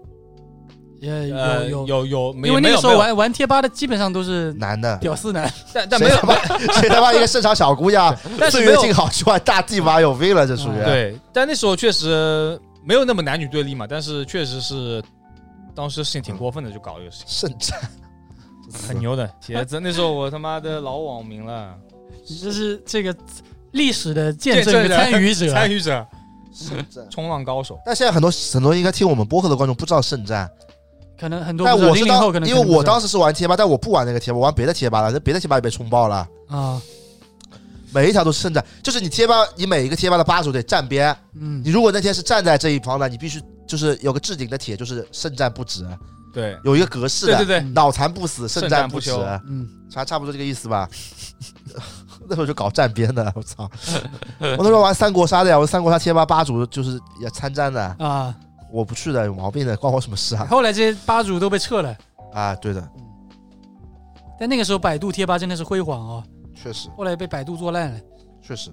D: 也
E: 呃，
D: 有有，
E: 有有，没
D: 因
E: 有
D: 为那
E: 没
D: 个
E: 有
D: 时候
E: 没有，
D: 玩玩贴吧的基本上都是
C: 男的，
D: 屌丝
E: *laughs*
D: 男，
E: 但但没
C: 谁
E: 有
C: 他，妈
E: *laughs*
C: 谁他妈一个市场小姑娘，
E: 但是
C: 岁
E: 没
C: 月
E: 有
C: 静好去玩大地妈有病了，这属于。
E: 对，但那时候确实没有那么男女对立嘛，但是确实是当时事情挺过分的，就搞这个事情，
C: 圣战，嗯
E: 很牛的铁子。那时候我他妈的老网民了，
D: 这是这个历史的见证
E: 见
D: 和
E: 证人
D: 参与
C: 啊
D: 者。
E: 参与者，
C: 圣战。
E: 冲浪高手。
C: 但现在很多很多应该听我们播客的观众不知道圣战，
D: 可能很多
C: 但
D: 不知道
C: 我是
D: 零零
C: 当
D: 后可能
C: 因为我当
D: 时
C: 时是玩贴吧，但我不玩那个贴吧，我玩别的贴吧了，那别的贴吧也被冲爆了，
D: 啊，
C: 每一条都是圣战，就是你贴吧，你每一个贴吧的吧主得站边，
D: 嗯
C: 你，如果那天是站在这一方的，你必须就是有个置顶的帖，就是圣战不止，
E: 对，
C: 有一个格式
E: 对
C: 的，
E: 对对，
C: 脑残不死，
E: 圣
C: 圣
E: 战
C: 战
E: 不
C: 不止
E: 休，
D: 嗯，
C: *laughs* 差差不多这个意思吧。 *laughs* 那时候就搞站边的，我操！我那时候玩三国杀的呀，我三国杀贴吧吧主就是也参战的，
D: 啊，
C: 我不去的，有毛病的，关我什么事啊？
D: 后来这些吧主都被撤了，
C: 啊，对的，
D: 但那个时候百度贴吧真的是辉煌啊，
C: 确实
D: 后来被百度做烂了。
C: 确实。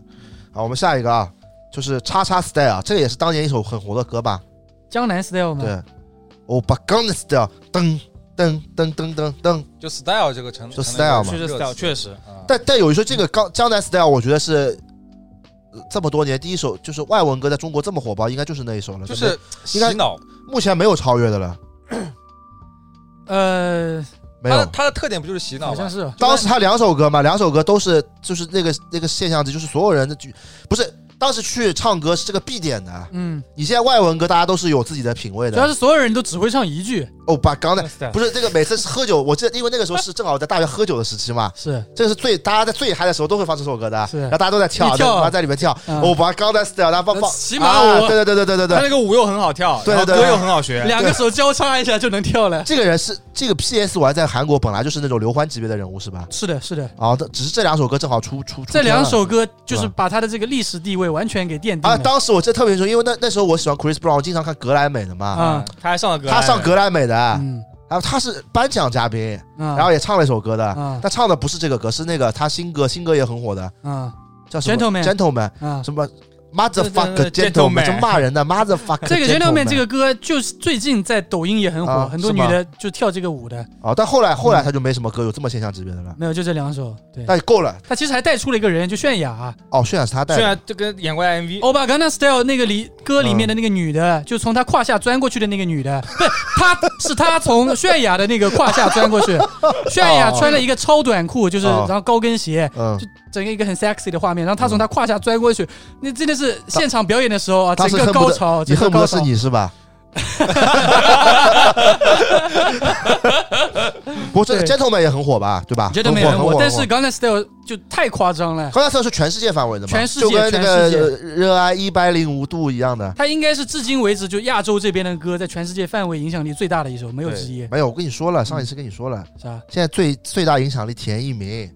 C: 好，我们下一个啊，就是叉叉 style，啊这个也是当年一首很火的歌吧？
D: 江南 style 嘛，
C: 对，欧巴刚的 style，噔噔噔噔噔噔。
B: 就 style 这个成
C: 就
B: 成
C: style
B: 了
C: 嘛
E: 确
B: 一个
E: 实
B: 热
E: style，
B: 词
E: 确实，
B: 啊
C: 但但有一说，这个刚江南 style，我觉得是。呃这么多年，第一首就是外文歌在中国这么火爆，应该就是那一首了。
B: 就
C: 真的
B: 是洗
C: 应该
B: 脑。
C: 目前没有超越的了，
D: 呃，
C: 没
B: 它
C: 有
B: 的。它的特点不就是洗脑
D: 好像
B: 吗？
D: 是哦
C: 当时他两首歌嘛，两首歌都是就是那个那个现象级，就是所有人的举，不是当时去唱歌是这个必点的。啊
D: 嗯，
C: 你现在外文歌大家都是有自己的品味
D: 主要
C: 的。哦
D: 是所有人都只会唱一句，
C: 欧巴刚
D: *laughs*
C: 的
E: style
C: 不是这个，每次是喝酒，我记得因为那个时候是正好我在大学喝酒的时
D: *laughs*
C: 期嘛，
D: 是
C: 这个是最大家在最嗨的时候都会放这首歌的，
D: 是
C: 然后大家都在跳，
D: 一跳
C: 在妈在里面跳，
D: 嗯
C: 欧巴刚的 style，大家放放
D: 骑马
C: 啊
D: 舞
C: 对对对对对对
E: 他那
C: 对。
E: 个舞又很好跳，
C: 对
E: 然后
C: 对
E: 歌
C: 对
E: 又很好学，
D: 两个手交叉一下就能跳了。
C: 这个人是这个 PS 玩在韩国本来就是那种刘欢级别的人物是吧？
D: 是的，是的，
C: 啊，这只是这两首歌正好出出出
D: 这
C: 片
D: 两
C: 了
D: 首歌就是
C: 是吧
D: 把他的这个历史地位完全给奠定
C: 啊，
D: 了。
C: 当时我记得特别清楚，因为那那时候我喜欢 Chris Brown，我经常看格莱美的嘛，
D: 啊，
E: 他还上了歌，
C: 嗯他上格莱美的，
D: 嗯，啊
C: 然后他是颁奖嘉宾，
D: 然
C: 然后也唱了一首歌的，
D: 啊
C: 但唱的不是这个歌，是那个他新歌，新歌也很火的，
D: 啊
C: 叫什么
D: Gentleman
C: Gentleman
D: 啊！
C: 什么 Motherfucker
E: 对对对 Gentleman
C: Gentleman，这骂人的 Motherfucker
D: 这个
C: Gentleman
D: Gentleman 这个歌就是最近在抖音也很火，
C: 啊
D: 很多
C: 是
D: 女
C: 吗
D: 的就跳这个舞的。
C: 哦，但后来后来他就没什么歌有这么现象级别的了，
D: 没有，就这两首。对，
C: 啊但够了
D: 他其实还带出了一个人，就泫雅。
C: 哦，渲染是他带
E: 虽
C: 的，
E: 然这个演过 MV，
C: 哦
D: 欧巴 Gana Style 那个里歌里面的那个女的，就从他胯下钻过去的那个女的，不是，她是她从泫雅的那个胯下钻过
C: *laughs*
D: 去。泫雅穿了一个超短裤，就是
C: 哦
D: 然后高跟鞋，
C: 嗯
D: 就，整个一个很 sexy 的画面，然后他从他胯下钻过去，那真的是现场表演的时候啊，
C: 当
D: 整个
C: 时恨
D: 高
C: 不得
D: 潮，
C: 你
D: 整个
C: 恨不
D: 高
C: 得是
D: 潮。
C: 你
D: *laughs*
C: 是吧？不过这个
D: 对
C: Gentleman 也很火吧，对吧？
D: 绝对没
C: 很
D: 人
C: 火
D: 我，
C: 很火
D: 但
C: 很
D: 是
C: 火
D: Gangnam Style 就太夸张了，
C: 高大上是全世界范围的嘛，
D: 全世界
C: 就跟那
D: 全
C: 个
D: 世界
C: 呃热爱一百零五度一样的。
D: 他应该是至今为止就亚洲这边的歌在全世界范围影响力最大的一首，没有之一，
C: 没有，我跟你说了，上一次跟你说了，
D: 是吧？
C: 现在最最大影响力田一鸣，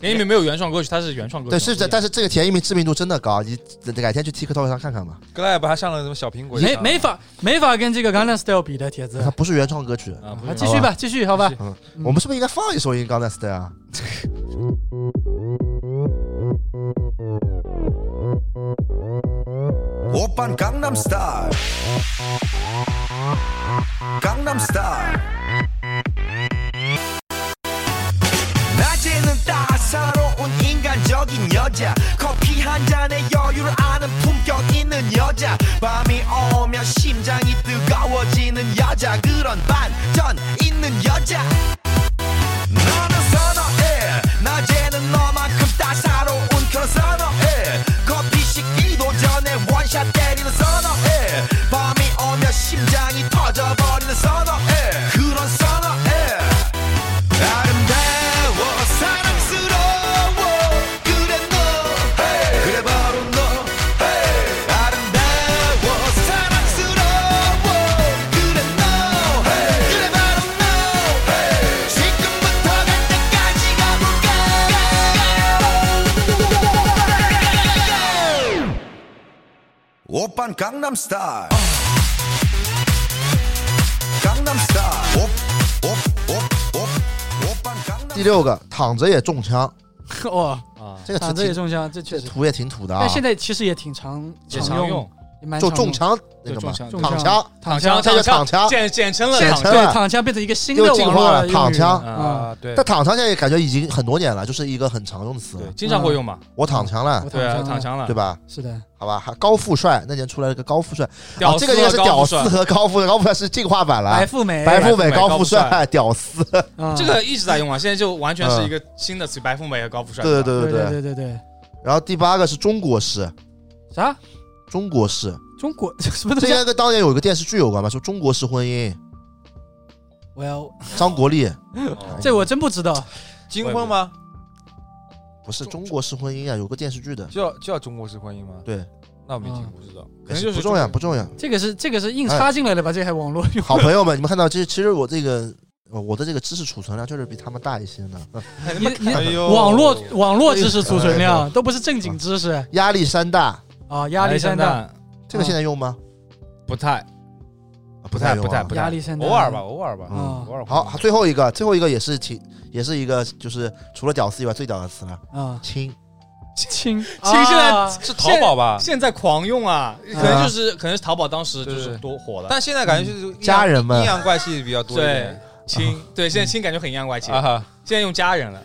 E: 田一鸣没有原创歌曲，他是原创歌曲，
C: 对，是
E: 的
C: 的，，但是这个田一鸣知名度真的高，你改天去 TikTok 上看看吧，
B: ，Glab 还上了什么小苹果？
D: 没没法没法跟这个 Gangnam Style 比的
C: *laughs*
D: 帖子
C: 它。不是原创歌曲。嗯
E: 啊，不
D: 好，
E: 是
D: 继续吧，继续好吧
E: 继。
C: 我们是不是应该放一首音刚才 style 啊？
F: 오빤 강남 스타일 강남 스타일 낮에는 따사로운 인간적인 여자 커피 한 잔에 여유를 아는 품격 있는 여자 밤이 오면 심장이 뜨거워지는 여자 그런 반전 있는 여자 너는 선호해 낮에는 너만큼 따사로운 그런 선호해 커피 식기도 전에 원샷 때리는 선호해 밤이 오면 심장이 터져버리는 선호해 그런 선호해 아름다워 사랑스러워 그래 너 그래 바로 너 아름다워 사랑스러워 그래 너 그래 바로 너 지금부터 갈 때까지 가볼까 오빤 강남스타일 강남스타일
C: 六个，躺着也中枪，
D: *laughs* 哦，
E: 啊，
C: 这个
D: 躺
C: 词
D: 着也
C: 挺
D: 中枪，这确
C: 这
D: 实。
C: 图也挺土的啊
D: 但。现在其实也挺常
E: 也
D: 常
E: 常
D: 用
E: 用，
D: 也蛮
C: 就
D: 常
C: 中
D: 用
C: 枪那
E: 对
C: 个
E: 中
C: 嘛，
E: 枪
D: 中
C: 躺枪，
D: 躺
E: 枪，
C: 这就躺
E: 躺
C: 枪
E: 简简称了
C: 现
E: 躺
C: 成
E: 枪
D: 对
C: 了
D: 躺枪变成一个新
C: 又
D: 的
C: 进
D: 网
C: 化
D: 络
C: 了
D: 用语
C: 躺枪
D: 啊，
E: 啊，对
C: 但躺枪现在也感觉已经很多年了，就是一个很常用的词
E: 对
C: 了。，
E: 经常会用嘛，
C: 我躺枪了
D: 我，
E: 对啊，躺
D: 枪
E: 枪了，
C: 对
E: 吧？
C: 吧？
D: 是的，
C: 好吧，还高富帅那年出来了个高富帅，啊
E: 屌，
C: 这个应该是屌丝
E: 丝和高富帅，
C: 和高富，高富帅是进化版了
D: 哎白。富美，
C: 啊白富美、
E: 白富美
C: 富
E: 高富
C: 帅、屌丝， *laughs*
D: 啊
E: 这个一直在用啊，现在就完全是一个新的词，白富美和高富帅，
C: 对对
E: 对
D: 对
E: 吧，
C: 对对。
D: 对对对，
C: 然后第八个是中国式，
D: 啥？
C: 中国式，
D: 中国 *laughs* 什么
C: *laughs*
D: 东
C: 这应
D: 西啊？
C: 该跟当年有一个电视剧有关吧？说中国式婚姻，
D: 我要
C: 张国立哎
E: 哦
D: 这我真不知道。
B: 金婚吗？
C: 不是中国式婚姻啊，有个电视剧的，
B: 就叫就叫中国式婚姻吗？
C: 对，
B: 那我没听
D: 嗯
E: 不
B: 过，
E: 知道，可
C: 没
E: 能
C: 事
E: 就是
C: 不重要，不重要。
D: 这个是这个是硬插进来的吧？这还网络用？
C: 好朋友们，你们看到，其实其实我这个呃我的这个知识储存量确实比他们大一些呢。 *laughs*
D: 你你
B: 哎呦
D: *laughs* 网络网络知识储存
C: 哎
D: 量都不是正经知识
C: 压力山大，
D: 啊！压力
B: 哎
D: 山大，
C: 这个现在用吗？
E: 不太
C: 啊
E: 不太
C: 用
E: 不
C: 啊
E: 太不太
D: 压力山大，
B: 偶尔吧，。偶尔吧，
D: 嗯
B: 偶尔会
C: 好，最后一个，最后一个也是挺，也是一个，就是除了屌丝以外最屌的词了，
D: 啊，
C: 亲。
D: 亲亲
E: 现在
B: 是淘宝吧？
E: 现在狂用啊，可能就是可能是淘宝当时就
B: 对
E: 是
B: 对
E: 多火了，
B: 但现在感觉就是阴阳
C: 家人们
B: 阴阳怪气比较多一
E: 对
B: 点。
E: 亲对，现在亲感觉很阴阳怪气，
B: 啊哈，
E: 现在用家人了，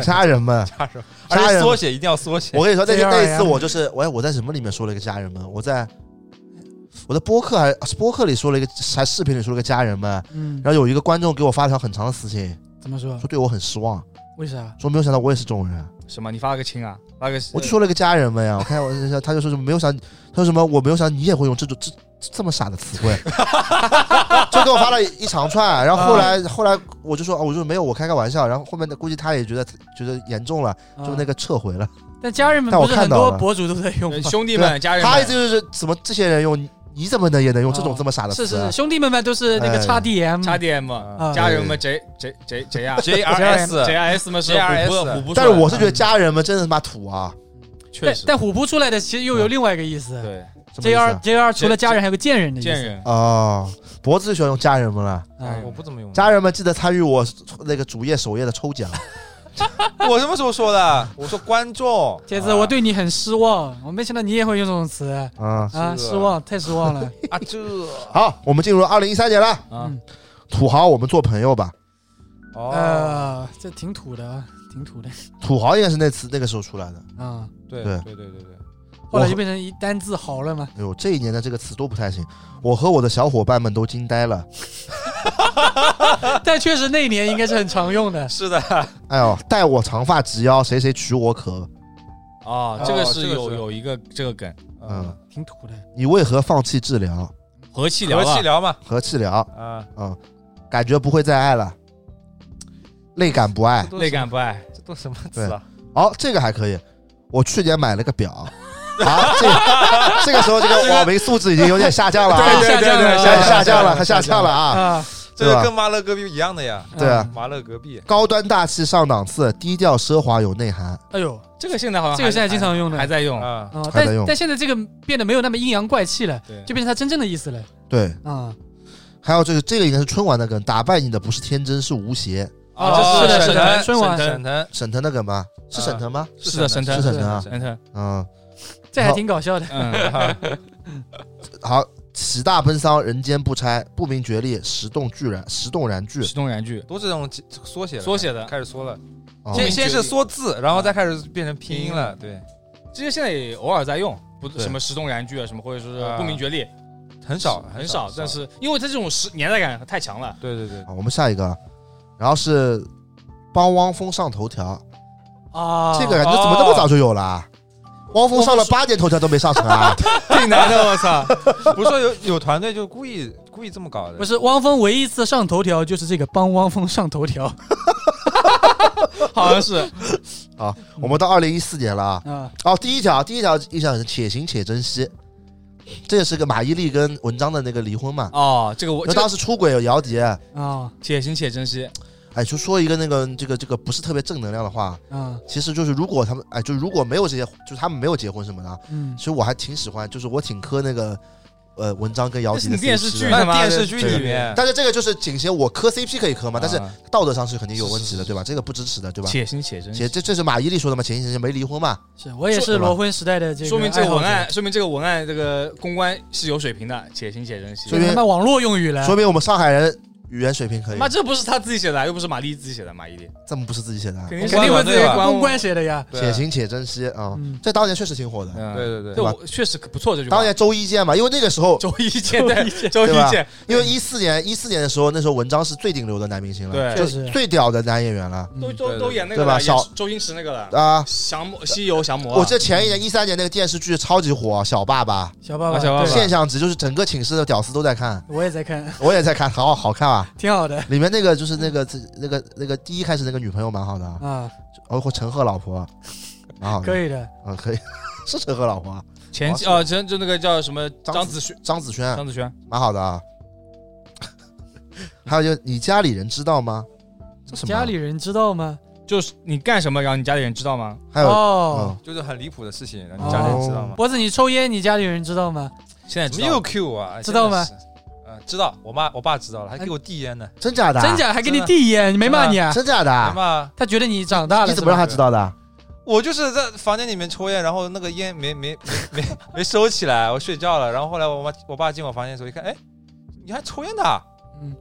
C: 家人们，
B: 家人，
C: 家人
B: 而且缩写一定要缩写。
C: 我跟你说，那
D: 这
C: 天
D: 样啊
C: 那一
D: 呀
C: 次我就是，哎我我在什么里面说了一个家人们，我在我在播客还啊是播客里说了一个，还视频里说了一个家人们，
D: 嗯，
C: 然后有一个观众给我发了条很长的私信，
D: 怎么说
C: 说？对我很失望，
D: 为啥？
C: 说没有想到我也是这种人，
E: 什么？你发了个亲啊，发了个
C: 我就说了一个家人们呀，我开玩笑，他就说什么没有想，他说什么我没有想你也会用这种这这这么傻的词汇， *laughs* 就给我发了一长串，然后后
D: 嗯
C: 来后来我就说，哦我说没有，我开个玩笑，然后后面的估计他也觉得觉得严重了，就那
D: 个，
C: 个撤回了，
D: 啊但家人们
C: 但我
D: 不是很
C: 看到
D: 多
C: 了
D: 博主都在用吗
E: 呃？兄弟们家人
C: 他意
E: 们
C: 思就是怎么这些人用，你你怎么能也能用这种
D: 哦
C: 这么傻的词？
D: 是是，是兄弟们们都是那个
C: 啊哎
D: 叉 DM，
E: 叉 DM
B: 啊
E: 家人们 J J J J R
B: J R
E: J
B: S，
E: R S 们是
B: JRS
E: 虎扑的虎扑出来
C: 但
E: 的，
C: 是我是觉得
D: 嗯
C: 家人们真的他妈土啊，
E: 确
D: 但
E: 实
D: 但虎扑出来的其实又有另外一个意思。
E: 对
C: 什么意
D: J
C: 思
D: R
C: 啊
D: J R 除了家人还有个贱人的意思。
E: 贱人哎
C: 哦，脖子最喜欢用家人们了，
D: 啊
B: 我不怎么用。
C: 家人们记得参与我那个主页首页的抽奖，
B: 我什么时候说的？我说观众。
D: 杰子，我对你很失望，我没想到你也会用这种词
C: 嗯。
D: 啊！
B: 是
D: 失望，太失望了。
B: 啊这
C: 好，我们进入二零一三年了。
E: 啊
D: 嗯
C: 土豪，我们做朋友吧。
B: 哦，
D: 呃，这挺土的，啊，挺土的
C: 土豪应该是那次那个时候出来的。
D: 啊。
B: 对
C: 对
B: 对对对对，。
D: 后来就变成一单字豪了嘛。
C: 哎呦，这一年的这个词都不太行，我和我的小伙伴们都惊呆了。
D: 但确实那一年应该是很常用的
B: 是的，
C: 哎呦，待我长发及腰，谁谁娶我可？
E: 啊，
B: 哦
E: 这个
B: 这
E: 是
B: 个
E: 有
B: 是
E: 有一个这个梗，
C: 嗯，
D: 挺土的，
C: 你为何放弃治疗
E: 和气聊啊
B: 和气
E: 了，
B: 聊嘛，
C: 和治疗？
B: 啊，
C: 嗯，感觉不会再爱了，累感不爱。
E: 内感不爱，
B: 这都什么词啊？
C: 好、这个还可以。我去年买了个表。啊， *laughs* 这个这个时候这个网民素质已经有点下降了
B: *laughs*
C: 啊，
D: 对对对对
C: 下下降了，下降了啊！
D: 啊，
B: 这
C: 对吧
B: 个跟马勒戈壁一样的呀，嗯
C: 对啊，
B: 马勒戈壁。
C: 高端大气上档次，低调奢华有内涵。
D: 哎呦
E: 这个现在好像
D: 这个现在
E: 啊还
D: 经常用的
E: 还还在用，
B: 啊，
D: 啊！
C: 还在
D: 但
C: 用
D: 但现在这个变得没有那么阴阳怪气了，
E: 对
D: 就变成它真正的意思了
C: 对，
D: 啊！
C: 还有这个这个应该是春晚的梗，打败你的不是天真是无邪。
D: 啊
B: 这
D: 是的是
B: 沈
D: 的
B: 腾
D: 春晚
B: 沈腾
C: 沈腾的梗吧？是沈腾吗？
E: 是的沈腾
C: 呃是沈腾啊
E: 嗯他
C: 嗯，
D: 这还挺搞笑
E: *laughs*
D: 的。
E: 嗯，
C: 好，喜大奔丧，人间不拆，不明觉厉，石动巨然，石动然巨。
E: 石动燃具
B: 都是这种简缩写了
E: 缩写的，
B: 开始缩了，
C: 啊
B: 先
E: 这
B: 先是缩字，然后
E: 啊
B: 再开始变成拼音了，对，
E: 这些现在也偶尔在用，不
C: 对
E: 什么石动燃具啊，什么或者说是
B: 啊
E: 不明觉厉，
B: 很少
E: 很
B: 少
E: 少，，但是因为它这种时年代感太强了，
B: 对对对，
C: 啊好，我们下一个，然后是帮汪峰上头条，
D: 啊，
C: 这个人这怎么那么早就有了啊？汪峰上了八年头条都没上成啊！ *laughs*
E: 挺 *laughs* 难的，我操，
B: *laughs* 不是说有有团队就故意故意这么搞的，
D: 不是汪峰唯一一次上头条就是这个帮汪峰上头
E: *laughs*
D: 条
E: 好像是
C: 啊，我们到二零一四年了啊。
D: 啊
C: 哦，第一条，第一条印象很深，且行且珍惜，这也是个马伊琍跟文章的那个离婚嘛。
E: 哦，这个我
C: 那
E: 这个
C: 当时出轨有姚笛，
D: 啊
E: 且行且珍惜，
C: 哎，就说一个那个这个这个不是特别正能量的话，
D: 啊
C: 其实就是如果他们哎，就如果没有这些，就是他们没有结婚什么的啊，
D: 嗯
C: 其实我还挺喜欢，就是我挺磕那个呃文章跟姚
E: 那
C: 笛
E: 是
C: 的
E: 你
C: CP
E: 电视剧
C: 了
E: 他
B: 那
E: 妈
B: 电
E: 的
B: 视剧
C: 对
B: 里面，
C: 但是这个就是仅限我磕 CP 可以磕嘛，但是
B: 哎啊
C: 道德上是肯定有问题的，对吧？这个不支持的，对吧？
E: 且行且珍惜
C: 且这这是马伊琍说的嘛，前一阵子没离婚嘛，
D: 是我也是罗婚时代的这个
E: 说明这个文
D: 爱好
E: 案，
D: 者，
E: 说明这个文案这个公关是有水平的，且行且珍惜
C: 所。以
D: 他妈网络用语了，
C: 说明我们上海人语言水平可以
E: 妈，。这不是他自己写的，又不是马丽自己写的，马伊琍
C: 这么不是自己写的啊，
E: 肯定是
D: 肯定会
E: 官网
D: 自己
E: 对吧
D: 公关写的呀。
B: 对
C: 且行且珍惜啊
D: 嗯！
C: 这当年确实挺火的，
E: 嗯
B: 对对
E: 这
B: 对，
E: 我确实不错，这句话。
C: 当年周一见嘛，因为那个时候，
E: 周一 *laughs* 见，对，周
C: 对吧
E: 一见，
C: 因为一四年一四年的时候，那时候文章是最顶流的男明星了，
E: 对
D: 确
C: 就
D: 实
C: 最屌的男演员了
E: 都
D: 嗯
E: 都
B: 对
E: 都
B: 对
E: 演那个
C: 对吧
E: 了，
C: 小
E: 演周星驰那个了，
C: 啊！
E: 降魔西游降魔啊。
C: 我记得前一年一三年那个电视剧超级火，啊小爸爸
D: 小爸爸，
E: 啊小爸爸
D: 对
C: 现象级，就是整个寝室的屌丝都在看，
D: 我也在看，
C: 我也在看，好好看啊！
D: 挺好的
C: 里面那个就是那个那个那个第一开始那个女朋友蛮好的啊，
D: 啊，
C: 包括陈赫老婆，蛮好的，
D: 可
C: 以
D: 以的。
C: 啊，可以 *laughs* 是陈赫老婆啊，
E: 前期啊，前就那个叫什么张子萱，
C: 张子嗯萱
E: 张子萱，
C: 蛮好的啊。还有就是你家里人知道吗？这什么啊
D: 家里人知道吗？
E: 就是你干什么，然后你家里人知道吗？
C: 还有、嗯哦
D: 哦，
B: 就是很离谱的事情，让你家里人知道吗？
D: 脖子，你抽烟，你家里人知道吗？
E: 哦现在
B: 怎
E: 知
B: 么
E: 道
B: 又
E: 了，
B: Q 我啊？
D: 知道吗
B: 真的是？嗯，知道，我妈我爸知道了，还给我递烟呢，
C: 嗯，真假的、
D: 真？假还给你递烟，你没骂你啊？
C: 真假的、
B: 对
C: 啊？
B: 吗？
D: 他觉得你长大了，
C: 你怎么让他知道的啊？
B: 我就是在房间里面抽烟，然后那个烟没没没没没收起来，我睡觉了。然后后来我妈我爸进我房间的时候一看，哎，你还抽烟的啊？
D: 嗯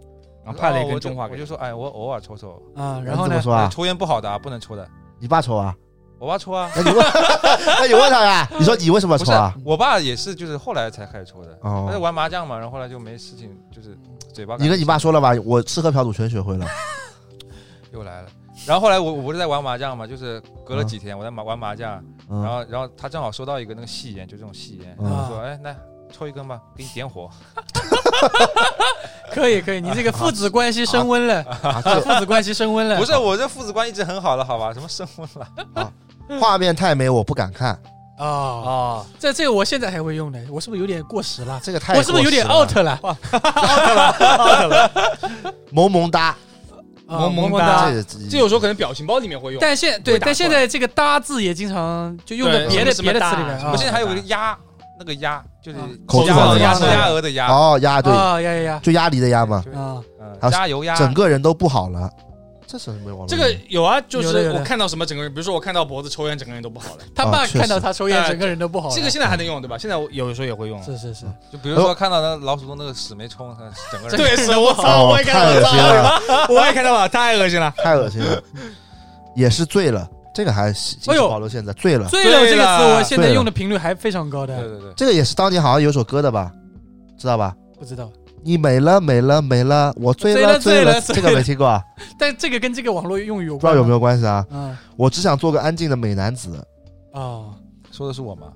E: 然后啊派了一
B: 我
E: 根
B: 就
E: 中华
B: 我
E: 给
B: 就
E: 他，
B: 说，哎，我偶尔抽抽，
D: 是吧啊？然
C: 你
D: 后
C: 怎么
D: 呢？
C: 说啊？
B: 抽烟不好的啊，不能抽的。
C: 你爸抽啊？
B: 我爸抽啊，
C: 那你问， *laughs* 那你问他呀？你说你为什么
B: 不
C: 抽
B: 是
C: 啊？，
B: 我爸也是，就是后来才开始抽的。他在
C: 哦，
B: 玩麻将嘛，然后后来就没事情，就是嘴巴感。
C: 你跟你爸说了吧？我吃喝嫖赌全学会了。
B: 又来了。然后后来我我不是在玩麻将嘛，就是隔了几天我在麻玩麻将，
C: 嗯、
D: *laughs*
B: 然后然后他正好收到一个那个细烟，就这种细烟，
C: 嗯
B: 说哎来抽一根吧，给你点
E: *laughs*
B: 火。
D: 可以可以，你这个父子关系升温了，
C: 啊，这
D: 父子关系升温了。
B: 不是我这父子关系一直很好的，好吧？什么升温了？
C: 画面太美，我不敢看。
D: 啊，
E: 啊，
D: 这这个我现在还会用的，我是不是有点过时了？
C: 这个太
D: 我是不是有点
C: 过
D: out
C: 时了
D: 了？
C: 萌萌哒，
D: 啊
E: 萌萌
D: 萌
E: 哒
D: 哒。
C: 这
E: 这有时候可能表情包里面会用，
D: 但现对，
E: 会打出
D: 但
E: 来
D: 现在这个“搭”字也经常就用在
E: 对
D: 别的
E: 什么
D: 别的
E: 什么
D: 词里
E: 搭
D: 面啊
E: 什
C: 哦
E: 么
B: 我现在还有
E: 好
B: 个
E: 的
B: 鸭，那个鸭就是
D: 啊
C: 口字
B: 鸭
C: 旁
B: 子
C: 的嗯
B: 鸭
C: 鸭
B: 是鸭鹅的鸭，
C: 哦鸭对，
D: 啊呀呀呀！
C: 就鸭梨的鸭嘛，
B: 就
D: 啊，
B: 嗯
C: 还有
B: 加油鸭，
C: 整个人都不好了。这是没网络
E: 这个有啊，就
D: 有的有
E: 是
D: 的
E: 我看到什么整个人，比如说我看到脖子抽烟，整个人都不好了。
D: 他
C: 啊
D: 爸
C: 确实
D: 看到他抽烟，
E: 哎
D: 整个人都不好了。
E: 这个现在还能用对吧？现在我有时候也会用啊。
D: 是是是，
B: 就比如
C: 哎
B: 说看到那老鼠洞那个屎没冲，它整个人
E: 对，是我操，
C: 哦
E: 我也看到
C: 太恶
E: 了，
C: 心了
E: 操我也看到了，太恶心了。
C: 太恶心了，也是醉了，这个还是
D: 哎呦
C: 保留现在醉了。
D: 醉了这个词，我现在
C: 醉了
D: 用的频率还非常高
B: 对
D: 的，
B: 对对，
C: 这个也是当年好像有首歌的吧，知道吧？
D: 不知道。
C: 你美了美了美了，我醉
D: 醉了
C: 醉
D: 醉
C: 了，
D: 了
C: 这个没听过啊，
D: 但这个跟这个网络用语有
C: 不知道
D: 关吗，
C: 有没有关系啊？
D: 嗯？
C: 我只想做个安静的美男子，
D: 啊啊，
B: 说的是我吗？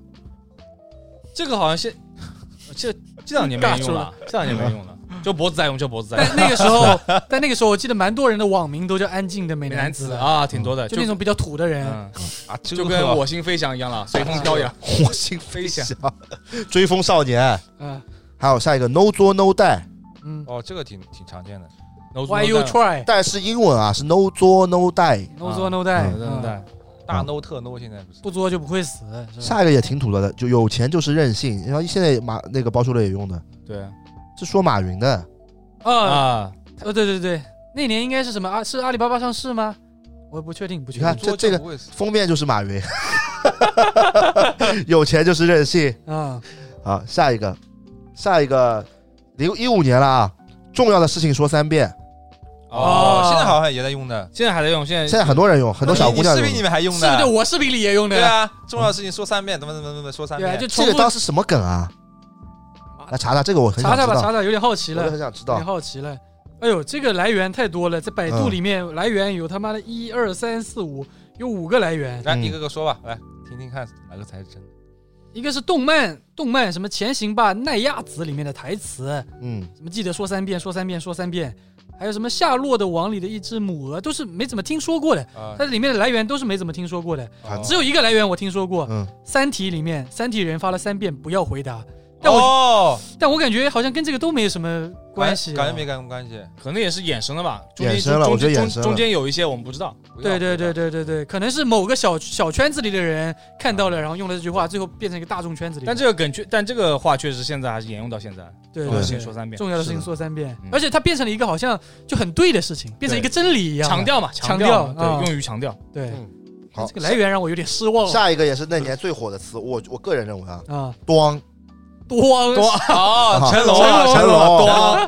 E: 这个好像现这这两年没人用了，这两年没人用了，就脖子在用，就脖子在用。
D: 但那个时候，但那个时候我记得蛮多人的网名都叫安静的美
E: 美
D: 男
E: 男
D: 子
E: 子，啊，挺多的，
D: 就那种比较土的人。
E: 嗯，
B: 啊，
E: 就跟我心飞翔一样了，随风飘扬。
C: 火星
E: 飞翔，
C: 追风少年，
D: 嗯
C: 还有下一个 no 作 no die，
D: 嗯
B: 哦，这个挺挺常见的，
D: ，Why you try？No
C: 但是英文啊是 no 作 no die。
D: 作 no die，
E: 对对对
D: 嗯，
B: 大 no 特 no 现在不是
D: 不作就不会死，是吧？
C: 下一个也挺土的，就有钱就是任性。然后
D: 嗯
C: 现在马那个包修乐也用的，
E: 对
C: 是说马云的，
D: 啊，
E: 啊，
D: 哦对对对，那年应该是什么啊？是阿里巴巴上市吗？我不确定，不确
C: 你看
D: 定
C: 这这个
B: 不会死
C: 封面就是
D: *laughs*
C: 马云，有钱就是任性。
D: 啊。
C: 好，下一个，下一个，零一五年了啊，重要的事情说三遍，
B: 哦
D: 哦，
B: 现在好像也在用的，
E: 现在还在用，现
D: 哎
E: 在
C: 现在很多人用，很多小姑娘
B: 你
C: 用
B: 视频里
C: 的。
B: 面还用
D: 是
B: 的
D: 的，，我视频里也用的
B: 对
D: 呀，
B: 啊，重要的事情说三遍，怎么怎么怎么说三
D: 对啊，
B: 遍
D: 就，重
C: 这个
D: 复啊
C: 当时什么梗啊？来查查这个，我很想
D: 查
C: 知道，
D: 查吧，查查，有点好奇
C: 我
D: 了
C: 就很。想知
D: 有点
C: 道。嗯
D: 好奇了。哎呦，这个来源太多了，在百度里面来源有他妈的一二三四五，有五个来源。
B: 来
C: 嗯
B: 一个个说吧，来听听看哪个才是真的。
D: 一个是动漫，动漫什么《前行吧，奈亚子》里面的台词，
C: 嗯，
D: 什么记得说三遍，说三遍，说三遍，还有什么《夏洛的网》里的一只母鹅，都是没怎么听说
C: 嗯
D: 过的。
B: 啊
D: 它里面的来源都是没怎么听说过的，
C: 反
B: 哦
D: 只有一个来源我听说过，
C: 嗯，
D: 三体》里面三体人发了三遍不要回答，但我
B: 哦，
D: 但我感觉好像跟这个都没什么关系、啊
B: 感觉没。干关系。
E: 可能也是衍生了吧，中间
C: 衍生了我
E: 中
C: 觉得
E: 间
C: 衍
E: 中
C: 生了
E: 中间有一些我们不知道，
B: 不要
D: 对对对，对对对，可能是某个小小圈子里的人看到了，然后用了这句话，最后变成一个大众圈子里的。
E: 但这个梗确，但这个话确实现在还是沿用到现在。
D: 对
E: 重要
D: 对
E: 的事情
D: 对
E: 说三遍，
D: 重要的事情
C: 是的
D: 说三遍
E: 嗯，
D: 而且它变成了一个好像就很对的事情，变成一个真理一样。
E: 嗯强调嘛，
D: 强
E: 调
D: 调
E: 嘛，
D: 啊
E: 对，用于强调。
D: 对
C: 嗯，好
D: 哎这个来源让我有点失望了
C: 下一个也是那年最火的词，我我个人认为啊，
D: 啊。
C: 咣，
D: 咣
E: 咣
B: 哦，成龙
C: 啊
B: 啊，
C: 成龙
B: 龙，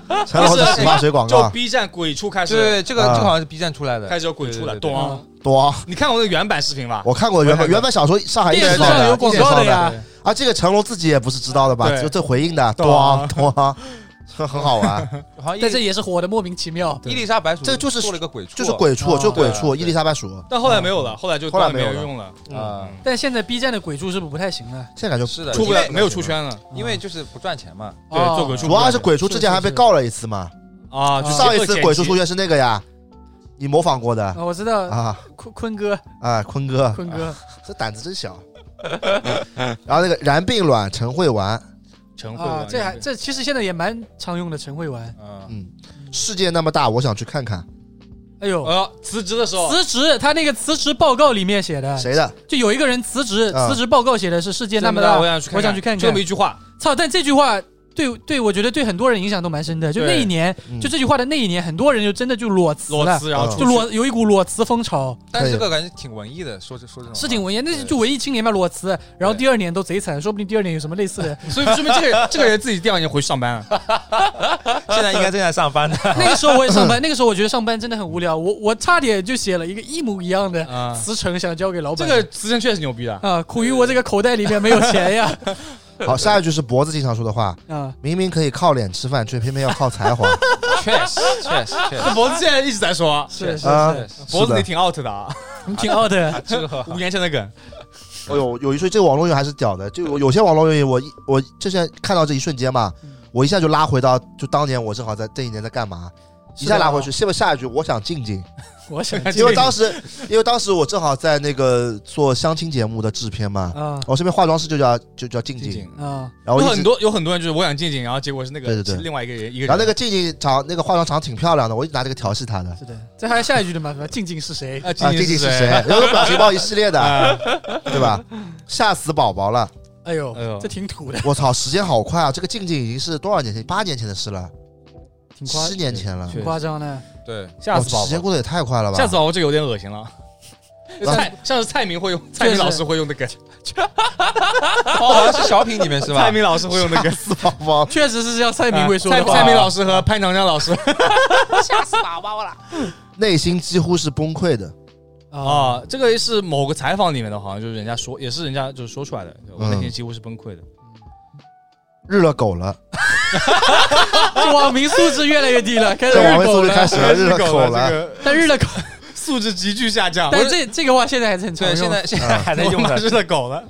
E: 咚，
C: 成龙的洗发水广啊
E: 就
C: 告，
E: B 站鬼畜开
B: 对对
E: 始
B: 对，这个
C: 啊
B: 这个好像是 B 站出来的，
E: 开始有鬼畜了，
B: 对对对
D: 嗯
E: 咚！
C: 咣，
E: 你看过那个原版视频吧？
C: 我看过
E: 我
C: 原
E: 也看
C: 本
E: 过
C: 原本小说上海啊一
D: 电
C: 直
D: 视
C: 放
D: 上
C: 的，
D: 有
C: 一
D: 广
C: 直
D: 告
C: 放
D: 的
C: 的
D: 呀，
C: 啊，这个成龙自己也不是知道的吧？
E: 对
C: 就这回应的，咣
E: 咣
C: 咣，啊很好玩，
D: *laughs*
B: 好像伊
D: 但这
B: 丽
D: 也是火的莫名其妙。
B: 伊丽莎白鼠
C: 这就是
B: 做了一个鬼畜，
C: 就是鬼畜，
D: 啊
C: 就鬼畜，
B: 对
C: 伊丽莎白鼠
E: 但后来没有了，后来就
C: 后来没有
E: 有
C: 了
E: 用了，
C: 啊，
E: 嗯
D: 但现在 B 站的鬼畜是不是不太行了？
C: 现在感觉
B: 是的
E: 出不
B: 因
E: 了，
B: 为
E: 没有出圈了。
B: 因为
C: 嗯
B: 就是不赚钱嘛。
E: 对
D: 哦，
E: 做鬼畜
C: 主要是鬼畜
D: 是
C: 之前还被
D: 是
C: 告了一次嘛，
E: 啊，就
D: 啊
E: 是
C: 上一次鬼畜出
E: 圈
C: 圈是那个呀，你模仿过的
D: 啊，我知道
C: 啊
D: 坤坤哥，
C: 啊，坤哥，
D: 坤哥
C: 这胆子真小。 *laughs* 然后那个燃并卵陈慧玩，
E: 陈慧
D: 啊
E: 吧，，
D: 这还
E: 应该
D: 这其实现在也蛮常用的陈慧玩。
E: 嗯，
C: 嗯，世界那么大，我想去看看，
D: 哎呦，
E: 呃，辞职的时候，
D: 辞职，他那个辞职报告里面写的，
C: 谁的？
D: 就有一个人辞职，
C: 啊
D: 辞职报告写的是世界
E: 那
D: 那么
E: 么
D: 大
E: 我，想去看看，
D: 我想去看看
E: 就这么一句话，
D: 操！但这句话对对，我觉得对很多人影响都蛮深的。就
E: 对
D: 那一年，
C: 嗯
D: 就这句话的那一年，很多人就真的就裸辞
E: 裸
D: 了，啊
E: 辞，然哦后
C: 嗯
E: 出
D: 就
E: 去
D: 裸有一股裸辞风潮，
B: 但
C: 可以
B: 是这个感觉挺文艺的，说这说这种话
D: 是挺文言，那
B: 对
D: 就文艺青年嘛，裸辞。然后
B: 对
D: 第二年都贼惨，说不定第二年有什么类似
E: *laughs*
D: 的。
E: 所以说明这个这个人自己第二年回去上班啊了，
B: *laughs* 现在应该正在上班的，
D: 那个时候我也上班，那个时候我觉得上班真的很无聊，我我差点就写了一个一模一样的
E: 啊，
D: 辞呈，想交给老
E: 这
D: 板。
E: 个辞呈确实牛逼
D: *laughs*
E: 的，
D: 啊，苦于我这个口袋里面没有钱
E: *laughs*
D: 呀。
C: 好，下一句是脖子经常说的话，
D: 啊，
C: 明明可以靠脸吃饭，却偏偏要靠
E: *laughs*
C: 才华。
B: 确实 *laughs* 确实确
E: 这
B: 实
E: 脖子现在一直在说啊，
D: 是是，
C: 啊
B: 确实，
E: 脖子你
C: 是的
E: 挺 out 的啊，
D: 你挺 out
E: *laughs*
D: 的。
B: 这个
E: 五年前的梗，
C: 哎呦，有一说一，这个网络用语还是屌的。就有有些网络用语，我一我之前看到这一瞬间嘛，
E: 嗯
C: 我一下就拉回到就当年我正好在这一年在干嘛，一下拉回去。下面下一句我想静
E: *laughs*
C: 静，
D: *laughs* 我想
C: 因为当时因为当时我正好在那个做相亲节目的制片嘛，
D: 啊
C: 我身边化妆师就叫就叫静
E: 静
C: 静，
E: 静。
D: 啊，
C: 然后
E: 有
C: 一直
E: 很多有很多人就是我想静静，然后结果是那个
C: 对对对
E: 是另外一个人一个人，
C: 然后那个静静长那个化妆长挺漂亮的，我一直拿这个调戏她的。
D: 是的。这还有下一句的嘛？什么静静是谁？
E: 啊
C: 啊，
E: 静
C: 静静是
E: 是
C: *laughs* 谁？？然后有表情包一系列的，
E: 啊，
C: 对吧？吓死宝宝了！
D: 哎呦
E: 哎呦，
D: 这挺土的，
C: 我操，时间好快啊！这个静静已经是多少年前？八年前的事了，
D: 挺夸
C: 七年前了。
D: 挺夸张的。
B: 对，
E: *laughs* 吓死
C: 哦
E: 宝
C: 时间
E: 宝，
C: 过得也太快了吧！
E: 吓死宝宝这个有点恶心
C: *laughs*
E: 了。蔡像是蔡明会用，蔡明老师会用的梗，
B: 哦，好像是小品里面是吧
E: 蔡？明老师会用的梗，
C: 死宝宝！
D: 确实是像
E: *laughs*
D: 蔡明会说
E: 蔡
C: 啊
D: 的话。
E: 蔡明老师和潘长江老师
C: *laughs* 内心几乎是崩溃的。
D: 啊，
E: 啊，这个是某个采访里面的，好像就是人家说，也是人家就是说出来的，我内心几乎是崩溃的。
C: 日了狗了，
D: 这网民素质越来越
C: *laughs*
D: 低了，开始
C: 啊这网
D: 日
C: 位
D: 狗
C: 素质开
D: 了。
C: 始啊了，日了狗
E: 狗
C: 了。
E: 这个
D: 但日了狗，
E: 素质急剧下降，
D: 但这这个话现在还是很常
B: 对，现
D: 用。
B: 在 *laughs* 现在还
C: *laughs*
B: 在用
E: 我骂，
B: 的
E: 日了狗了。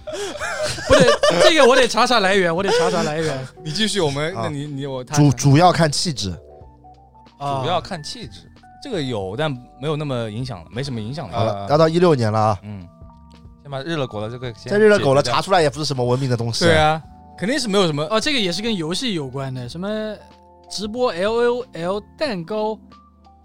D: 不得，这个我得查查来源，我得查查来
C: *laughs*
D: 源
E: 你继续，我们
C: 啊
E: 那你你我他
C: 主主要看气质，
D: 啊。
B: 主要看气质。
E: 这个有，但没有那么影响了，没什么影响
C: 好
E: 了。
C: 了，要到一六年了啊！
E: 嗯，
B: 先把日了狗了这个先
C: 这日了狗了
B: 解决掉
C: 查出来也不是什么文明的东西。
E: 对啊，肯定是没有什么
D: 哦，这个也是跟游戏有关的，什么直播 L O L 蛋糕，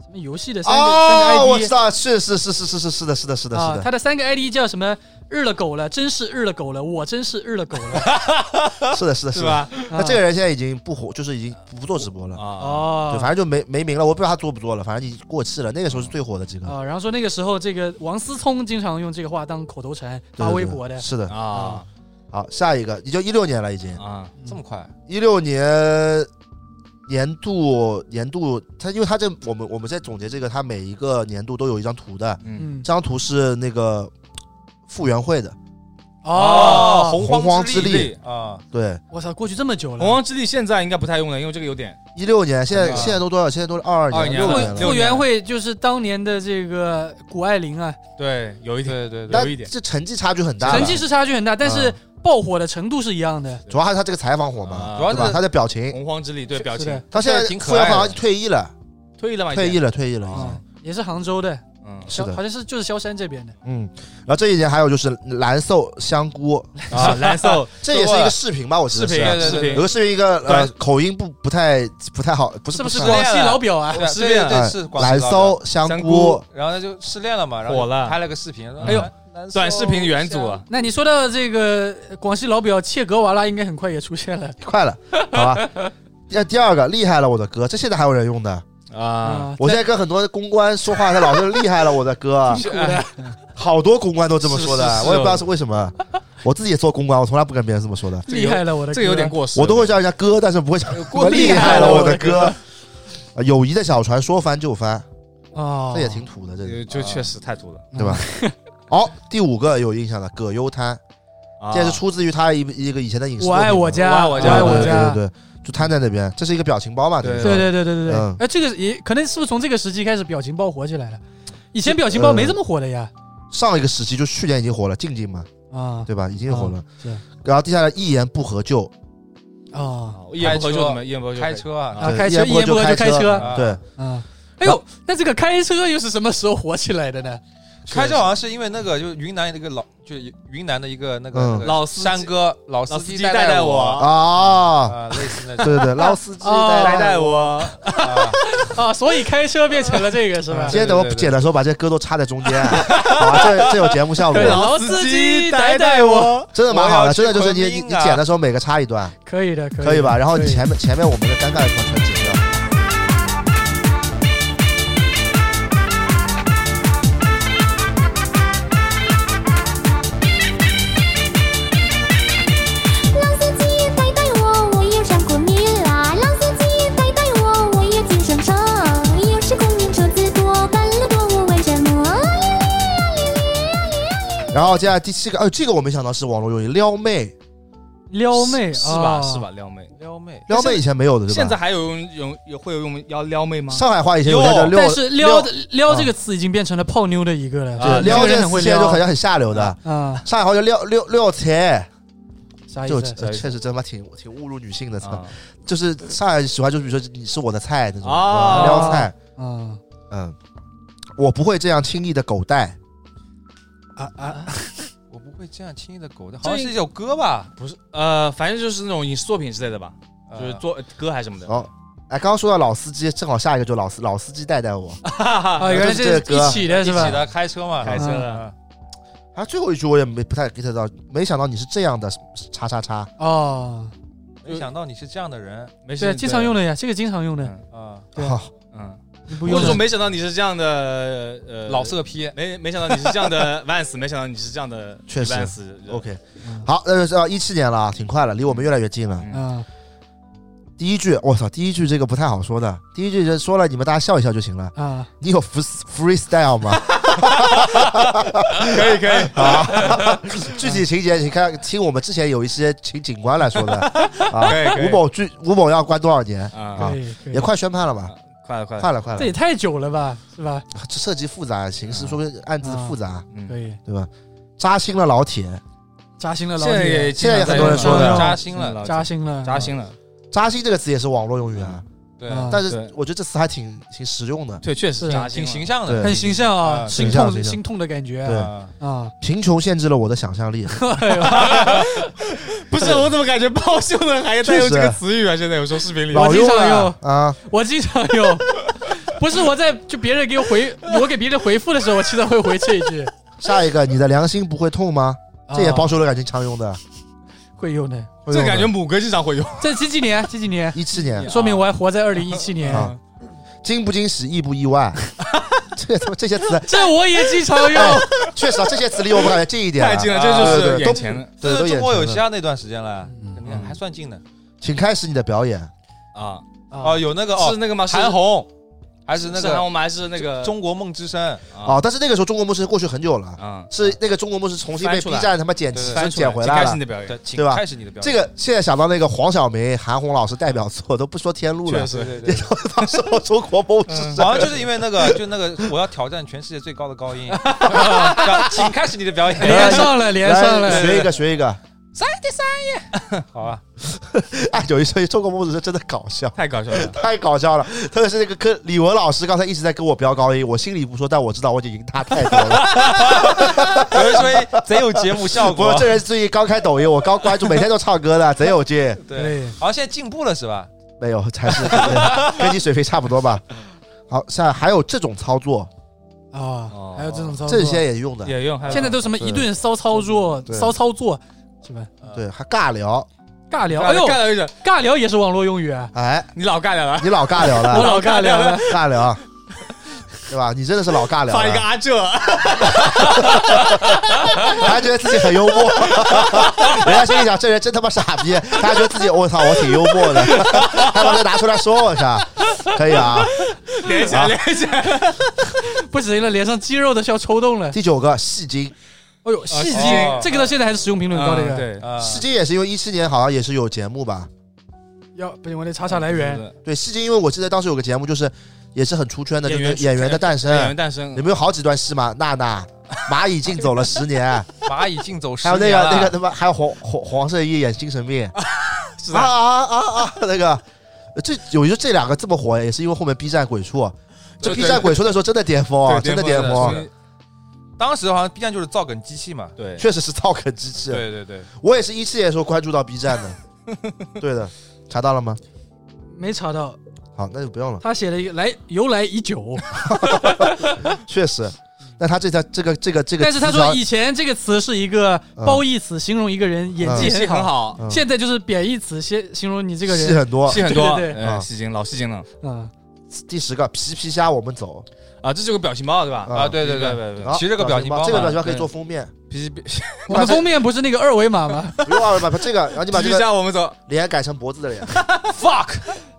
D: 什么游戏的三个、三
C: 哦，
D: 个
C: 我
D: ID
C: 知道，是是是是是是是的，是的，是的，
D: 啊，
C: 是
D: 他的三个 ID 叫什么？日了狗了，真是日了狗了，我真是日了狗了。
C: 的，是的，是的，
E: 是
C: 是的。
E: 吧？
C: *laughs* 那这个人现在已经不火，就是已经不做直播了。
E: 啊，
D: 哦
C: 对，，反正就没没名了，我不知道他做不做了，反正已经过气了。那个时候是最火的几个，
D: 啊，然后说那个时候这个王思聪经常用这个话当口头禅
C: 对
D: 发
C: 对
D: 微
C: 对
D: 博的。
C: 是的，
E: 啊
C: 好，下一个，也就一六年了，已经
E: 啊！
B: 这么快，
C: 一六年年度年度，他因为他这我们我们在总结这个，他每一个年度都有一张图的，
E: 嗯，
D: 嗯
C: 这张图是那个傅园慧的，
E: 啊
D: 哦，
B: 哦
C: 洪荒之力
E: 力
B: 啊，
C: 对，
D: 我操，过去这么久
E: 洪
D: 了。
E: 荒之力现在应该不太用了，因为这个有点
C: 一六年，现在
E: 啊
C: 现在都多少？现在都是二
E: 22
C: 二年
E: 年
C: 六
E: 了
C: 年
E: 六
C: 了
E: 年。
D: 傅园慧就是当年的这个谷爱凌啊，
E: 对，有一点
B: 对对对，
C: 嗯但
E: 有一点
C: 这成绩差距很大了，
D: 成绩是差距很大，但是爆火的程度是一样的。
C: 主要还是他这个采访火嘛，
E: 啊
B: 主要
C: 对吧？
B: 是
C: 他的表情，
E: 洪荒之力对表
D: 是的
E: 情
C: 他现在
B: 挺
C: 傅
B: 可
C: 园
B: 爱
C: 慧好像
B: 的，
C: 退役了，
E: 退役了嘛？
C: 退役
E: 了
C: 了，退役了，
E: 啊
D: 嗯，也是杭州的，
E: 嗯，
C: 是的
D: 好像是就是萧山这边的，
C: 嗯，然后这一年还有就是蓝瘦香菇，
E: *laughs* 啊，蓝色
C: 这也是一个视频吧？我记得
E: *laughs* 视频，
C: 是
B: 对
E: 视
B: 对
E: 频
C: 有个视频，一个呃口音不不太不太好，不是
D: 是不是
C: 太
B: 广
C: 好
D: 广西老表啊？
B: 对
E: 失恋了
B: 对
C: 哎
B: 对是广西
C: 蓝
B: 老
C: 瘦
E: 香
C: 香
E: 菇
C: 菇，
B: 然后他就失恋了嘛，然后
E: 火了
B: 拍了个视频，
C: 哎呦，
B: 难受
E: 短视频元祖啊，
D: 那你说到这个呃广西老表切格瓦拉，应该很快也出现了
C: 快了，好吧。 *laughs* 要第二个厉害了，我的哥，这现在还有人用的。
E: 啊，
D: 啊！
C: 我现在跟很多公关说话，他老是厉害了，我的哥，好多公关都这么说的
E: 是是，是
C: 我也不知道是为什么。我自己也做公关，我从来不跟别人这么说的，
E: 这个有
D: 厉害了我的哥，
E: 这个有点过时，
C: 我都会叫人家哥，但是不会叫
D: 过
C: 厉
D: 厉害
C: 了，
D: 了
C: 我
D: 我
C: 的
D: 的
C: 哥。啊友谊的小船说翻就翻，
D: 哦，嗯
C: 这也挺土的，这
E: 就就确实太土了。
C: 对吧？ *laughs* 好，第五个有印象的葛优瘫，
E: 啊
C: 这也是出自于他一一个以前的影视
D: 我
C: 作品
D: 爱
C: 嘛
D: 我家，
E: 我爱我
C: 对
E: 家
D: 我爱我
C: 对
D: 家，
C: 对对，对就瘫在那边，这是一个表情包嘛？
E: 对
C: 等于说
D: 对对对对对对
C: 嗯
D: 哎，这个也可能是不是从这个时期开始表情包火起来了？以前表情包没这么火的呀。
C: 上一个时期就去年已经火了，静静嘛，
D: 啊，
C: 对吧？已经火了。
D: 是
C: 然后接下来一言不合就
D: 啊
E: 啊一言不合就怎么一言不合就
B: 开车啊，
D: 啊，
C: 对
D: 开
C: 一
D: 车
C: 言
D: 一
C: 不合
D: 言不合就
C: 开
D: 开
C: 车
D: 车
B: 啊
C: 对，
D: 啊。哎呦，那这个开车又是什么时候火起来的呢？
B: 开车好像是因为那个就是云南的一个老，就是云南的一个那个
C: 嗯
B: 那个
E: 老司机
B: 山哥老
E: 老
B: 司
E: 司
B: 机
E: 机
B: 带
E: 带带
B: 我
E: 我，
C: 啊，
B: 啊，类似那
C: 对
B: 种
C: 对
D: *laughs*
C: 对，老司机
D: 哦
C: 带
E: 带带我，
B: 啊，
D: 啊，所以开车变成了这个是吧
C: 今？天怎么不剪的时候把这歌都插在中
D: *laughs*
C: 间？好吧，这这有节目效果
D: 对，，
E: 啊
D: 老司机带带我，
C: 真的蛮好
B: 我
C: 的，
B: 要
C: 真的
B: 去
C: 就是你
B: 昆
C: 你
B: 明
C: 你
B: 啊
C: 剪的时候每个插一段，
D: 可以的，可以
C: 可以吧？然后你
D: 可以
C: 前面前面我们的尴尬的地方全剪掉。
G: 老司机带带我，我要上昆明啦！老司机带带我，我要进商场。要是昆明车子多，干了多，我为什么？
C: 然后接下来第七个，哎，这个我没想到是网络用语撩妹，
D: 撩妹
E: 是吧？
D: 啊
E: 是吧？撩妹，
B: 撩妹，
C: 撩妹以前没有的是吧？
E: 现在还有用用有会有用要撩妹吗？
C: 上海话以前有叫撩，
D: 但是撩
C: 对
D: 撩这个词已经变成了泡妞的一个了，
E: 啊
D: 这
C: 呃撩
D: 个
C: 这
D: 人
C: 个
D: 很
C: 词
D: 会
C: 现在就好
D: 撩
C: 像很下流的。
D: 啊，哎
C: 上海话叫撩撩撩财，
D: 啥意
C: 就
D: 思？啊
C: 呃确实真妈挺挺侮辱女性的，操
E: 啊
C: 就是上海喜欢就是比如说你是我的菜那种
E: 啊
C: 撩菜，
D: 啊
C: 嗯，我不会这样轻易的狗带，
D: 啊啊！
B: 我不会这样轻易的狗的，好像是一首歌吧，
E: 不是，呃，反正就是那种影视作品之类的吧，
B: 啊
E: 就是做呃歌还是什么的。
C: 哦，哎，刚刚说到老司机，正好下一个就老司老司机带带我。
D: 啊，原来
C: 就是这
D: 是
C: 个歌
D: 一起的
B: 一
D: 是
B: 起
D: 吧？
B: 的开车嘛，
E: 开车的
B: 啊
C: 啊，最后一句我也没不太 get 到，没想到你是这样的叉叉叉，
D: 哦，
B: 没想到你是这样的人
E: 没事
D: 对，，经常用
E: 的。
D: 的呀，这个经常用的，
B: 啊，
D: 对
C: 好
E: 嗯，
D: 你不
E: 或
D: 用
E: 者说没想到你是这样的，呃，
B: 老色批，
E: 没没想到你是这样的 Vans，没想到你是这样的
C: 确实
E: Vans。
C: OK，
D: 嗯
C: 好，那就是一七年了，啊，挺快了，离我们越来越近了。
E: 嗯
D: 啊
C: 第一句，我操，第一句这个不太好说的，第一句就说了，你们大家笑一笑就行了。
D: 啊，
C: 你有 free freestyle 吗？
E: *laughs* 可以可以，
C: 啊，具体情节，你看，听我们之前有一些请警官来
E: *laughs*
C: 说的啊
E: 可以可，以
C: 吴某具吴某要关多少年
E: 啊，
C: 啊
D: 可？以，可以
C: 也快宣判了吧？
E: 快了快了，
C: 快了，快了
D: 这，也太久了吧，是吧？
C: 这涉及复杂形
E: 啊
C: 式，说不定案子复杂，
D: 可
E: 嗯，
D: 以，
C: 对吧？扎心了老铁，
D: 扎心了老
E: 现在
D: 铁，
E: 也
C: 现在也很多人
E: 经常
D: 说
E: 在
D: 的
E: 用
B: 扎心
E: 嗯
B: 了
D: 扎心了，
E: 扎心了，
C: 扎心这个词也是网络用语啊，
B: 对，
D: 啊
C: 但是
E: 嗯对
C: 我觉得这词还挺挺实用的。
E: 对，确实
D: 是
E: 扎心
B: 挺
E: 了
B: 形。象的，
C: 对
D: 很形象啊，
B: 啊
D: 心
C: 形象
D: 痛
C: 形象
D: 心痛的感觉
C: 对
B: 啊
D: 啊，
C: 贫穷限制了我的想象力，
E: 不是，我怎么感觉爆秀的还在用这个词语啊？现在 *laughs* 有时候视频里，
C: 老
D: 经
C: 用
D: 常
C: 了啊，
D: 我经常有， *laughs* 不是我在就别人给我回，我给别人回复的时候，我经常会回这一句，
C: 下一个，你的良心不会痛吗？ *laughs* 这也包
D: 啊
C: 修了感情常用的，
D: 会用的。
E: *laughs*
C: 会
E: 这
C: 用
E: 感觉
C: 的
E: 母哥经常会用。
D: 这几几年？啊几几年？
C: 一七年
E: 啊
D: 说明我还活在二零一七年。
C: 啊，惊不惊喜，意不意
E: *laughs*
C: 外？这他妈这些词，
D: 这我也经常用。
C: 确实啊，这些词离我们感觉近一点啊，
E: 太近了，
B: 啊
E: 这就
C: 对
E: 是
C: 对
E: 眼前的
C: 对，
B: 这
C: 都
B: 是
C: 眼
B: 中国有
C: 前
B: 嘻
C: 的
B: 哈那段时间了，
D: 嗯
B: 肯定还算近的
C: 请开始你的表演。
E: 啊，
B: 哦，有那个
E: 是
B: 哦，
E: 那个吗？是
B: 韩红还是那
E: 是韩
B: 个
E: 红吗？还是那个
B: 中国梦之声，啊
C: 哦，但是那个时候中国梦是过去很久了，
E: 啊？
C: 是那个中国梦是重新被
E: 翻出
C: B
E: 来
C: 站他妈剪
B: 对对
C: 辑剪回
E: 请
C: 来
E: 开始
C: 了
E: 你。的表演，
B: 对，请
C: 对吧
B: 开始你的表演。
C: 这个现在想到那个黄晓明、韩红老师代表作都不说天路了
E: 确，
B: 对
E: 实嗯
B: 对对
C: 也，说当时我中国梦是
B: 好像就是因为那个， *laughs* 就那个，我要挑战全世界最 *laughs* 高的高音，叫请开始你的表演。
D: 连上了，连上
C: 来
D: 了。
C: 学一个，学一个。
B: 好吧，
C: 哎，有一说一，中国模子是真的搞笑，
E: 太搞笑了。
C: 太搞笑了。 *laughs* 特别是那个跟李文老师刚才一直在跟我飙高音，我心里不说，但我知道我已经赢他太多了。
B: *laughs* 有人说贼有节目 *laughs* 效
C: 我
B: 果
C: 说。这人最近刚开抖音，我刚关注，每天都唱歌的，贼有
B: *laughs*
C: 劲。
B: 对，好像现在进步了是吧？
C: 没有，才是跟你水平差不多吧。好，下还有这种操作，
D: 啊，还有这种操作，
C: 哦这些也用的，
B: 也用，还有
D: 现在都什么一顿骚操作、
C: 对
D: 骚操作，是吧？
C: 对，还尬聊，
D: 尬聊，哎
E: 哎
D: 呦
E: 呦，，干了一整，
D: 尬聊也是网络用语啊，
C: 哎，
E: 你老干了了，
C: 你老尬
D: *laughs*
C: 聊
D: 我
C: 了，
D: 老尬聊了，
C: 尬
D: *laughs*
C: 聊，对啊吧？你真的是老尬聊
E: 发一个
C: 了，
E: 阿这，
C: 还觉得自己很幽默，人家心里想这人真他妈傻逼，他还觉得自己我操我挺幽默的， *laughs* 他把这拿出来说我啥？可以啊。
E: 连起来，连起来。
D: 不行了，脸上肌肉都需要抽动了。
C: 第九个戏精，
D: 哎呦，戏精
B: 哦，
D: 这个到现在还是使用频率很高的一
E: 嗯
D: 个。
E: 对，
B: 啊，
C: 戏精也是因为一七年好像也是有节目吧？
D: 要不行，我得查查来源。
C: 对，戏精因为我记得当时有个节目就是也是很出圈的，就
E: 演
C: 是
E: 员
C: 演员的诞生，
E: 演员诞生
C: 你，们有好几段戏吗？娜娜，蚂蚁竞走了 *laughs* 十年，
B: 蚂蚁竞走十啊
C: 还有那
B: 年
C: 个
B: 了
C: 那个他妈，还有黄黄黄圣依演精神 *laughs* 病，
E: 是
C: 啊
E: 的，
C: 啊啊啊！那个这有一说这两个这么火，也是因为后面 B 站鬼畜，啊这
E: 对
C: B 站鬼畜那时候真的巅峰啊，
E: 对
C: 真的巅
E: 峰
C: 峰，
E: 的
B: 当时好像 B 站就是造梗机器嘛。
E: 对
C: 确实是造梗机器。
B: 对对对，
C: 我也是一七年的时候关注到 B 站的，对的，查到了吗？
D: 没查到，
C: 好，那就不
D: *laughs*
C: 用了。
D: 他写了一个来由来已 *laughs* 久，
C: 确实，那他这条这个这个这个，
D: 但是他说以前这个词是一个褒义词，形容一个人演技
E: 演戏很
D: 好，
E: 好，
C: 嗯
D: 现在啊就是贬义词，先形容你这个
C: 戏
D: 人
C: 很多。
E: 戏很多，
D: 对对
C: 对
E: 嗯
C: 啊
E: 戏精老戏精了
D: 啊。
C: 第十个皮皮虾，我们走
E: 啊，这就是个表情包对吧？
B: 啊，对对对对
E: 对
B: 对
C: 好
B: 对，骑着个表情包
C: 这个表
B: 嘛，
C: 情包可以做封面。
E: 皮皮
D: 我们封面不是那个二维码吗？
C: *laughs* 不用二维码，把这个，然后你把
E: 皮
C: 这
E: 皮
B: *laughs*
C: 个
E: 虾我们走
C: 脸改成脖子的脸，
E: ，fuck，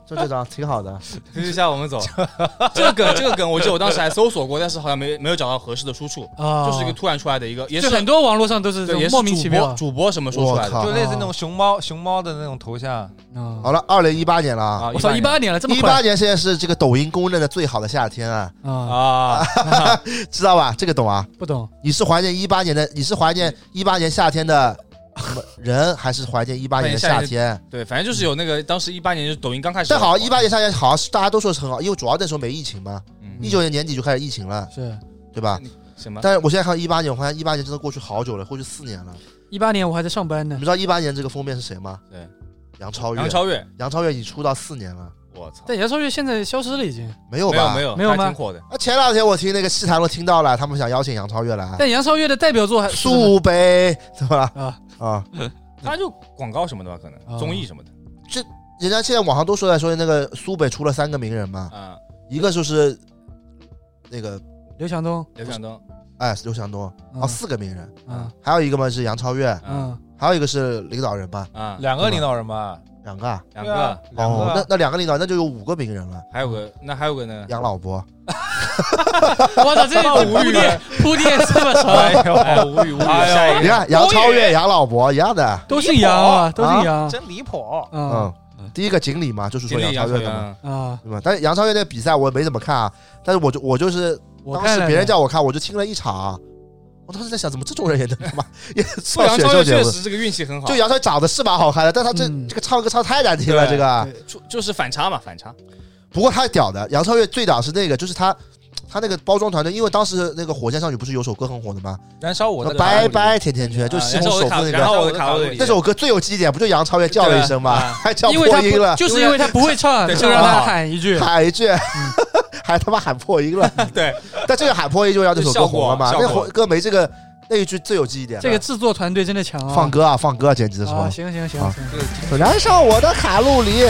C: 就这张挺好的。
E: 皮皮虾我们走。 *laughs* 这个梗这个梗，我记得我当时还搜索过，但是好像没没有找到合适的出处，
D: *laughs* 啊，
E: 就是一个突然出来的一个，也
D: 就是很多网络上都是这
E: 对，也
D: 种
E: 是
D: 莫名其
E: 主播
D: 妙。
E: 主播什么说出
C: 我
E: 来的
C: 靠
B: 就！类似那种熊猫熊猫的那种头像。
D: 啊
C: 好了，二零一八年了啊，
E: 啊？
D: 我操，一
E: 18
D: 八年了，这么
C: 一
D: 快
C: 八年现在是这个抖音公认的最好的夏天啊，
E: 年
D: 啊？
E: 啊，
C: 知道吧？这个懂啊？
D: 不懂，
C: 你是怀念一八年的，你是怀念一八年夏天的什么人，还是怀念一
E: *laughs*
C: 八年的夏天？
E: 对，反正哎就是有那个当时一八年就是抖音刚开始，
C: 但好像一八年夏天好像是大家都说是很好，因为主要那时候没疫情嘛，
E: 嗯
C: 一九年年底就开始疫情了，
D: 是
C: 对吧？
E: 什么
C: 但是我现在看一八年，我发现一八年真的过去好久了，过去四年了。
D: 一八年我还在上班
C: 你们
D: 呢。
C: 知道一八年这个封面是谁吗？
E: 对，
C: 杨哦超越。
E: 杨超越，
C: 杨超越已经出道四年了，
E: 我操，
D: 但杨超越现在消失了已经，
C: 没有
E: 没有
C: 吧？
E: 没。有
D: 没有
E: 还
D: 吗
E: 挺火的，
C: 啊，前两天我听那个西坛路听到了，他们想邀请杨超越来。
D: 但杨超越的代表作还
C: 苏北怎么了？
D: 啊
C: 啊，
E: 他就广告什么的吧，可
D: 啊
C: 哦
E: 能综艺什么的
C: 人家现在网上都说在说那个苏北出了三个名人嘛，
E: 啊，
C: 一个就是那个
D: 刘强啊东
E: 刘强东
C: 哎刘强东，
D: 嗯
C: 哦四个名人，
D: 啊
C: 还有一个嘛是杨超越，
E: 啊
D: 啊
C: 还有一个是领导人吧，
E: 啊，
B: 两个领导人吧，
C: 两个啊。
E: 两
B: 对啊
E: 个，
B: 两
C: 哦，那
B: 个。
C: 那两个领导那就有五个名人了，
E: 还有个那还有个呢，
C: 杨老伯，
D: 我 *laughs* 操，这个
E: 无
D: 铺
E: 语
D: 垫
E: 了
D: 铺垫这么
E: 哎
D: 长，
E: 呦，哎无语无语，下一
C: 你
E: 个
C: 看杨超越、杨老伯一样的，
D: *laughs* 都姓杨啊，都姓杨
B: 真离谱！
D: 啊
C: 嗯，第一个锦鲤嘛，就是说
E: 经
C: 杨
E: 理杨
C: 超
E: 超
C: 越
E: 越
C: 的嘛，
E: 啊，
D: 啊！
C: 对吧？但是杨超越那个比赛我也没怎么看啊，但是我就我就是
D: 我
C: 当
D: 看
C: 时
D: 了
C: 别人叫我看，我就听了一场。啊我当时在想，怎么这种人也能他妈 *laughs* 也
E: 不
C: 上
E: 杨
C: 选
E: 超
C: 秀
E: 越
C: 节
E: 确
C: 目？
E: 实这个运气很好，
C: 就杨超越长得是蛮好看的，但他这、
D: 嗯
C: 这个唱歌唱太难听了，
E: 对
C: 这个。啊
E: 就就是反差嘛，反差，
C: 不过他屌的，杨超越最屌是那个，就是他他那个包装团队，因为当时那个火箭少女不是有首歌很火的吗？
B: 燃烧我的
C: 拜
B: 卡路里，
C: 拜甜甜圈，就
E: 啊
C: 西
E: 燃
C: 红
E: 烧我的
C: 柿首
E: 卡
C: 富那
E: 燃烧
C: 个。
E: 我的卡路里
C: 那首歌最有记忆点，不就杨超越叫了一声吗？
E: 对啊
C: *laughs* 还叫
D: 因为他
C: 破音了
D: 不，
C: *laughs*
D: 就是因为他不会唱，
E: 对
D: 就让他喊一句。
C: 喊一句， *laughs* 还他妈喊破音了。
E: 对，
C: 但这个喊破音就让这首歌红了嘛？
E: 效
C: 那
E: 果效
C: 火
E: 果
C: 歌没这个那一句最有记 *laughs* 忆点了。
D: 这个制作团队真的强啊！
C: 放歌啊，放歌啊，剪辑的时候
D: 啊，。行行行
C: 好
D: 行，
C: 燃烧我的卡路里。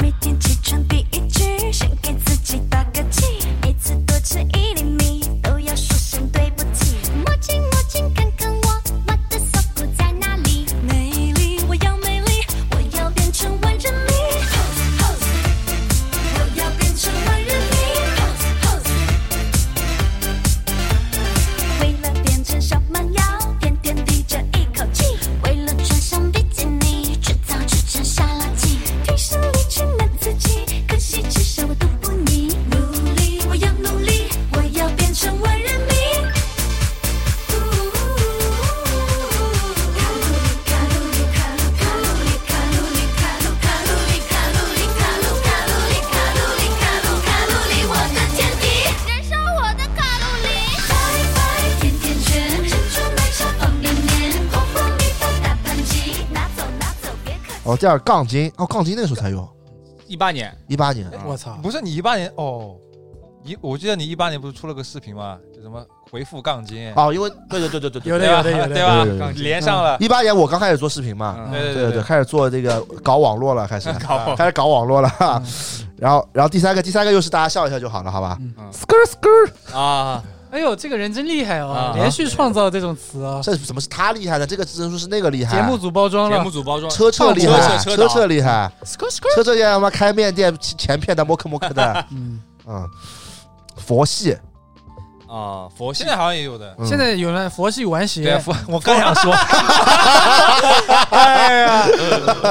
G: 每天起床第一句，先给自己打个气，每次多吃一厘米，都要说声对不起。墨镜墨镜，看看我，我的锁骨在哪里？美丽，我要美丽，我要变成万人迷。Pose pose，我要变成万人迷。Pose pose。为了变成小蛮腰，天天提着一口气；为了穿上比基尼，吃草吃成沙拉酱。提升力去难自己，可惜只
C: 后第二杠精，哦，杠精那个时候才用，
E: 一八年，
C: 一八年啊，
D: 我操！
B: 不是你一八年哦，一我记得你一八年不是出了个视频吗？就什么回复杠精，
C: 哦，因为对对对对对对，
D: 有的
B: 吧
D: 有的有的，
B: 对吧
C: 有的有的？
B: 连上了，
C: 一八年我刚开始做视频嘛，
E: 嗯
B: 对
C: 对
B: 对
C: 对，，开始做这个搞网络了，开始
E: 搞我
C: 开始 *laughs* 搞网络嗯了，哈然后然后第三个第三个又是大家笑一下就好了，好吧
D: 嗯
C: ？skr skr，
E: 啊！
D: 哎呦，这个人真厉害哦
E: 啊，
D: 连续创造这种词哦。
C: 这怎么是他厉害呢？这个真说是那个厉害，
D: 节目组包
B: 啊
D: 装
E: 节
D: 了
E: 目，组包装，
C: 车澈厉害，
E: 车
C: 车
E: 车车
C: 澈
D: *laughs*
C: 厉害，车澈也他妈开面店前片的摸克摸克
D: *laughs*
C: 的，
D: 嗯，
C: 嗯，佛系，
E: 啊，佛系
B: 现在好像也有的。
C: 嗯
D: 现在有了佛系玩
B: 对啊，
D: 鞋，
B: 我我刚想说， *laughs* 哎
E: *laughs*
B: 呀，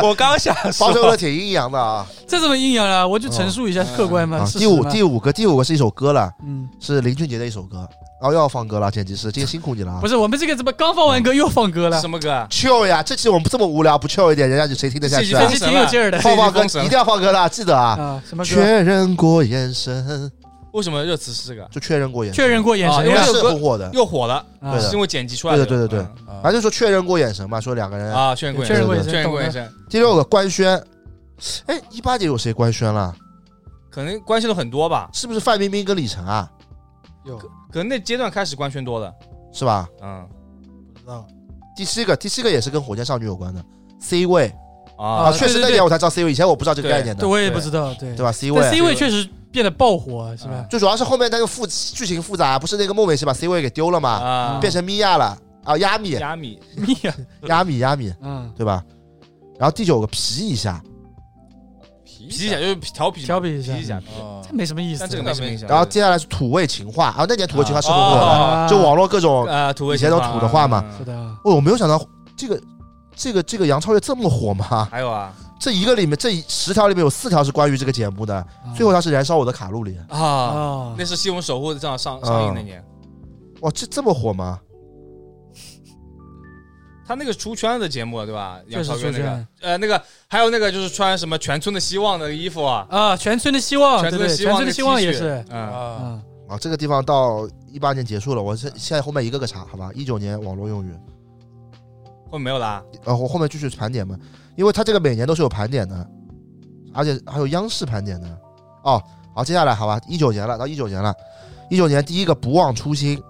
B: 我刚想
C: 包装
B: 说
C: 的，挺阴阳
D: *laughs*
C: 的啊。
D: 这怎么阴阳了？我就陈述一下客观嘛，
C: 啊
D: 事
C: 第
D: 实
C: 五
D: 嘛
C: 第五个第五个是一首歌了，
D: 嗯，
C: 是林俊杰的一首歌，然后又要放歌了，剪辑师，今天辛苦你了啊
D: 不。是我们这个怎么刚放完歌又放歌了？
E: 什么歌啊？
C: chill 呀，这期我们这么无聊，不 chill 一点，人家就谁听得下去
D: 这
C: 啊
E: 这？
D: 期挺有劲儿的
C: 放放歌，
E: 封
C: 一
E: 神了
C: 定要放歌的，记得啊。
D: 啊！什么歌？
C: 确认过眼神，
E: 为什么热词是这个？
C: 就确认过眼神，
D: 确认过眼
E: 啊
D: 神
E: 因为
D: 呀
E: 这？个
C: 是
E: 歌
C: 很火的。
E: 又火了，
D: 啊
C: 对的
E: 是因为剪辑出来的。
C: 对的对的
E: 嗯
C: 反正就说确认过眼神嘛，说两个人。
E: 啊，确认过眼
D: 确认过眼
E: 神
D: 神
E: 确认
D: 懂
E: 过
D: 的
E: 眼神，
C: 第六个官宣，哎，一八年有谁官宣了？
E: 可能官宣了很多吧？
C: 是不是范冰冰跟李晨啊？
E: 可能那阶段开始官宣多了。
C: 是吧？
E: 嗯
C: 第七个，第七个也是跟火箭少女有关的 C 位
E: 啊
C: 啊，
D: 啊
C: 确实
D: 对对
C: 那年我才知道 C 位，以前我不知道这个概念的
D: 对，，我也不知道，对
C: 对吧？C
D: 但
C: 位
D: C 位确实变得爆火，是吧？
C: 就主要是后面那个复剧情复杂，不是那个孟美岐把 C 位给丢了嘛，
E: 啊，
C: 变成米娅了啊，亚米
E: 加米
D: 密呀，
C: 亚米亚米，
D: 嗯，
C: 对吧？然后第九个皮一下，
E: 皮一下就是调皮嗯
D: 调皮一下
E: 皮一下，
B: 哦
D: 这没什么意思
E: 但这。个没什么影响。
C: 然后接下来是土味情话啊，那年土味情话是很火
E: 啊
C: 的，
D: 啊
C: 就网络各种，
E: 啊，土味嗯
C: 以前都土的话嘛
D: 是。的啊，
C: 哦，我没有想到这个这个这个杨超越这么火吗？
E: 还有啊
C: 这一个里面这一十条里面有四条是关于这个节目的，最后一条是燃烧我的卡路里，
E: 啊，
D: 啊
E: 那，是《西虹守护》正好上上映那年，
C: 哇，这这么火吗？
E: 他那个出圈的节目了对吧？杨
D: 确实
E: 超越那
D: 出
E: 个
D: 圈
E: 呃那个还有那个就是穿什么全村的希望的衣服啊，
D: 啊，全村的希望，
E: 全
D: 对对，全
E: 希望
D: 村的
E: 那个
D: 希望
E: T
D: 也
E: 恤
D: 是，
E: 嗯
B: 啊，
D: 嗯，
C: 啊，这个地方到一八年结束了，我现现在后面一个个查，好吧？一九年网络用语，
E: 会没有啦。
C: 呃，我后面继续盘点嘛，因为它这个每年都是有盘点的，而且还有央视盘点的。哦，好，接下来好吧，一九年了，到一九年了，一九年第一个不忘初心，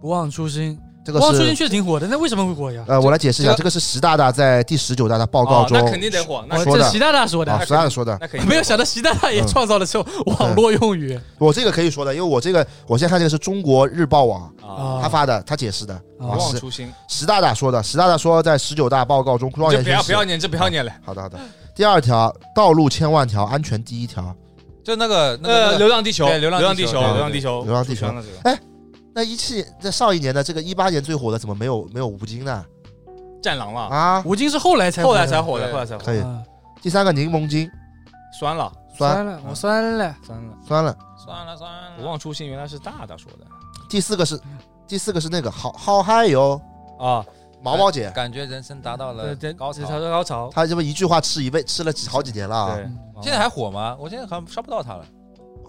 D: 不忘初心，
C: 这
D: 不
C: 个
D: 忘初心
C: 是
D: 确实挺火的，那为什么会火呀？
C: 呃，我来解释一下，
E: 这
C: 这个是习大大在第十九大的报告中
E: 哦，那肯定得火，那
D: 哦，
C: 说
D: 这
C: 的
D: 是习大大说的
C: 啊，，习大大说的，
E: 那肯
D: *laughs*
E: 定
D: 没有想到习大大也
C: 嗯
D: 创造了这种网络用语
C: 我这个可以说的，因为我这个我现在看这个是中国日报网
E: 到啊，
D: 啊
C: 他。发的，他解释的，
D: 啊
E: 不
C: 啊，
E: 忘
C: 习
E: 初心，
C: 习大大说的，习大大说在十九大报告中，庄
E: 这
C: 严
E: 不
C: 宣
E: 要不要
C: 誓。
E: 念，这不要念了。
C: 好的好的，第二条，道路千万条，安全第一条。
B: 就那个那
E: 呃，
B: 个
E: 流浪地球，
B: 对
E: 流
B: 流浪
E: 浪
B: 地
E: 地
B: 球
E: 球，
B: 对
E: 流
B: 对
E: 浪地球，
C: 流浪地球
E: 出圈了这个
C: 那一七在上一年的这个一八年最火的怎么没有没有吴京呢？
E: 战狼了，
C: 啊，
D: 吴京是后来才
E: 后来才火
B: 对
E: 的，后来才火
C: 可，以。
D: 啊
C: 第三个柠檬精
E: 酸了，
C: 哎酸
D: 了，我酸了，
E: 酸了。
C: 酸了。
B: 算了算了
E: 不忘初心原来是大大说的
C: 第四个是第四个是那个好好嗨哟，
E: 啊，
C: 毛毛姐，
B: 感觉人生达到了高潮。
E: 到高潮，嗯
C: 她这么一句话吃一辈吃了几好几年了啊，
E: 对，
B: 现在还火吗？我现在好像刷不到他了。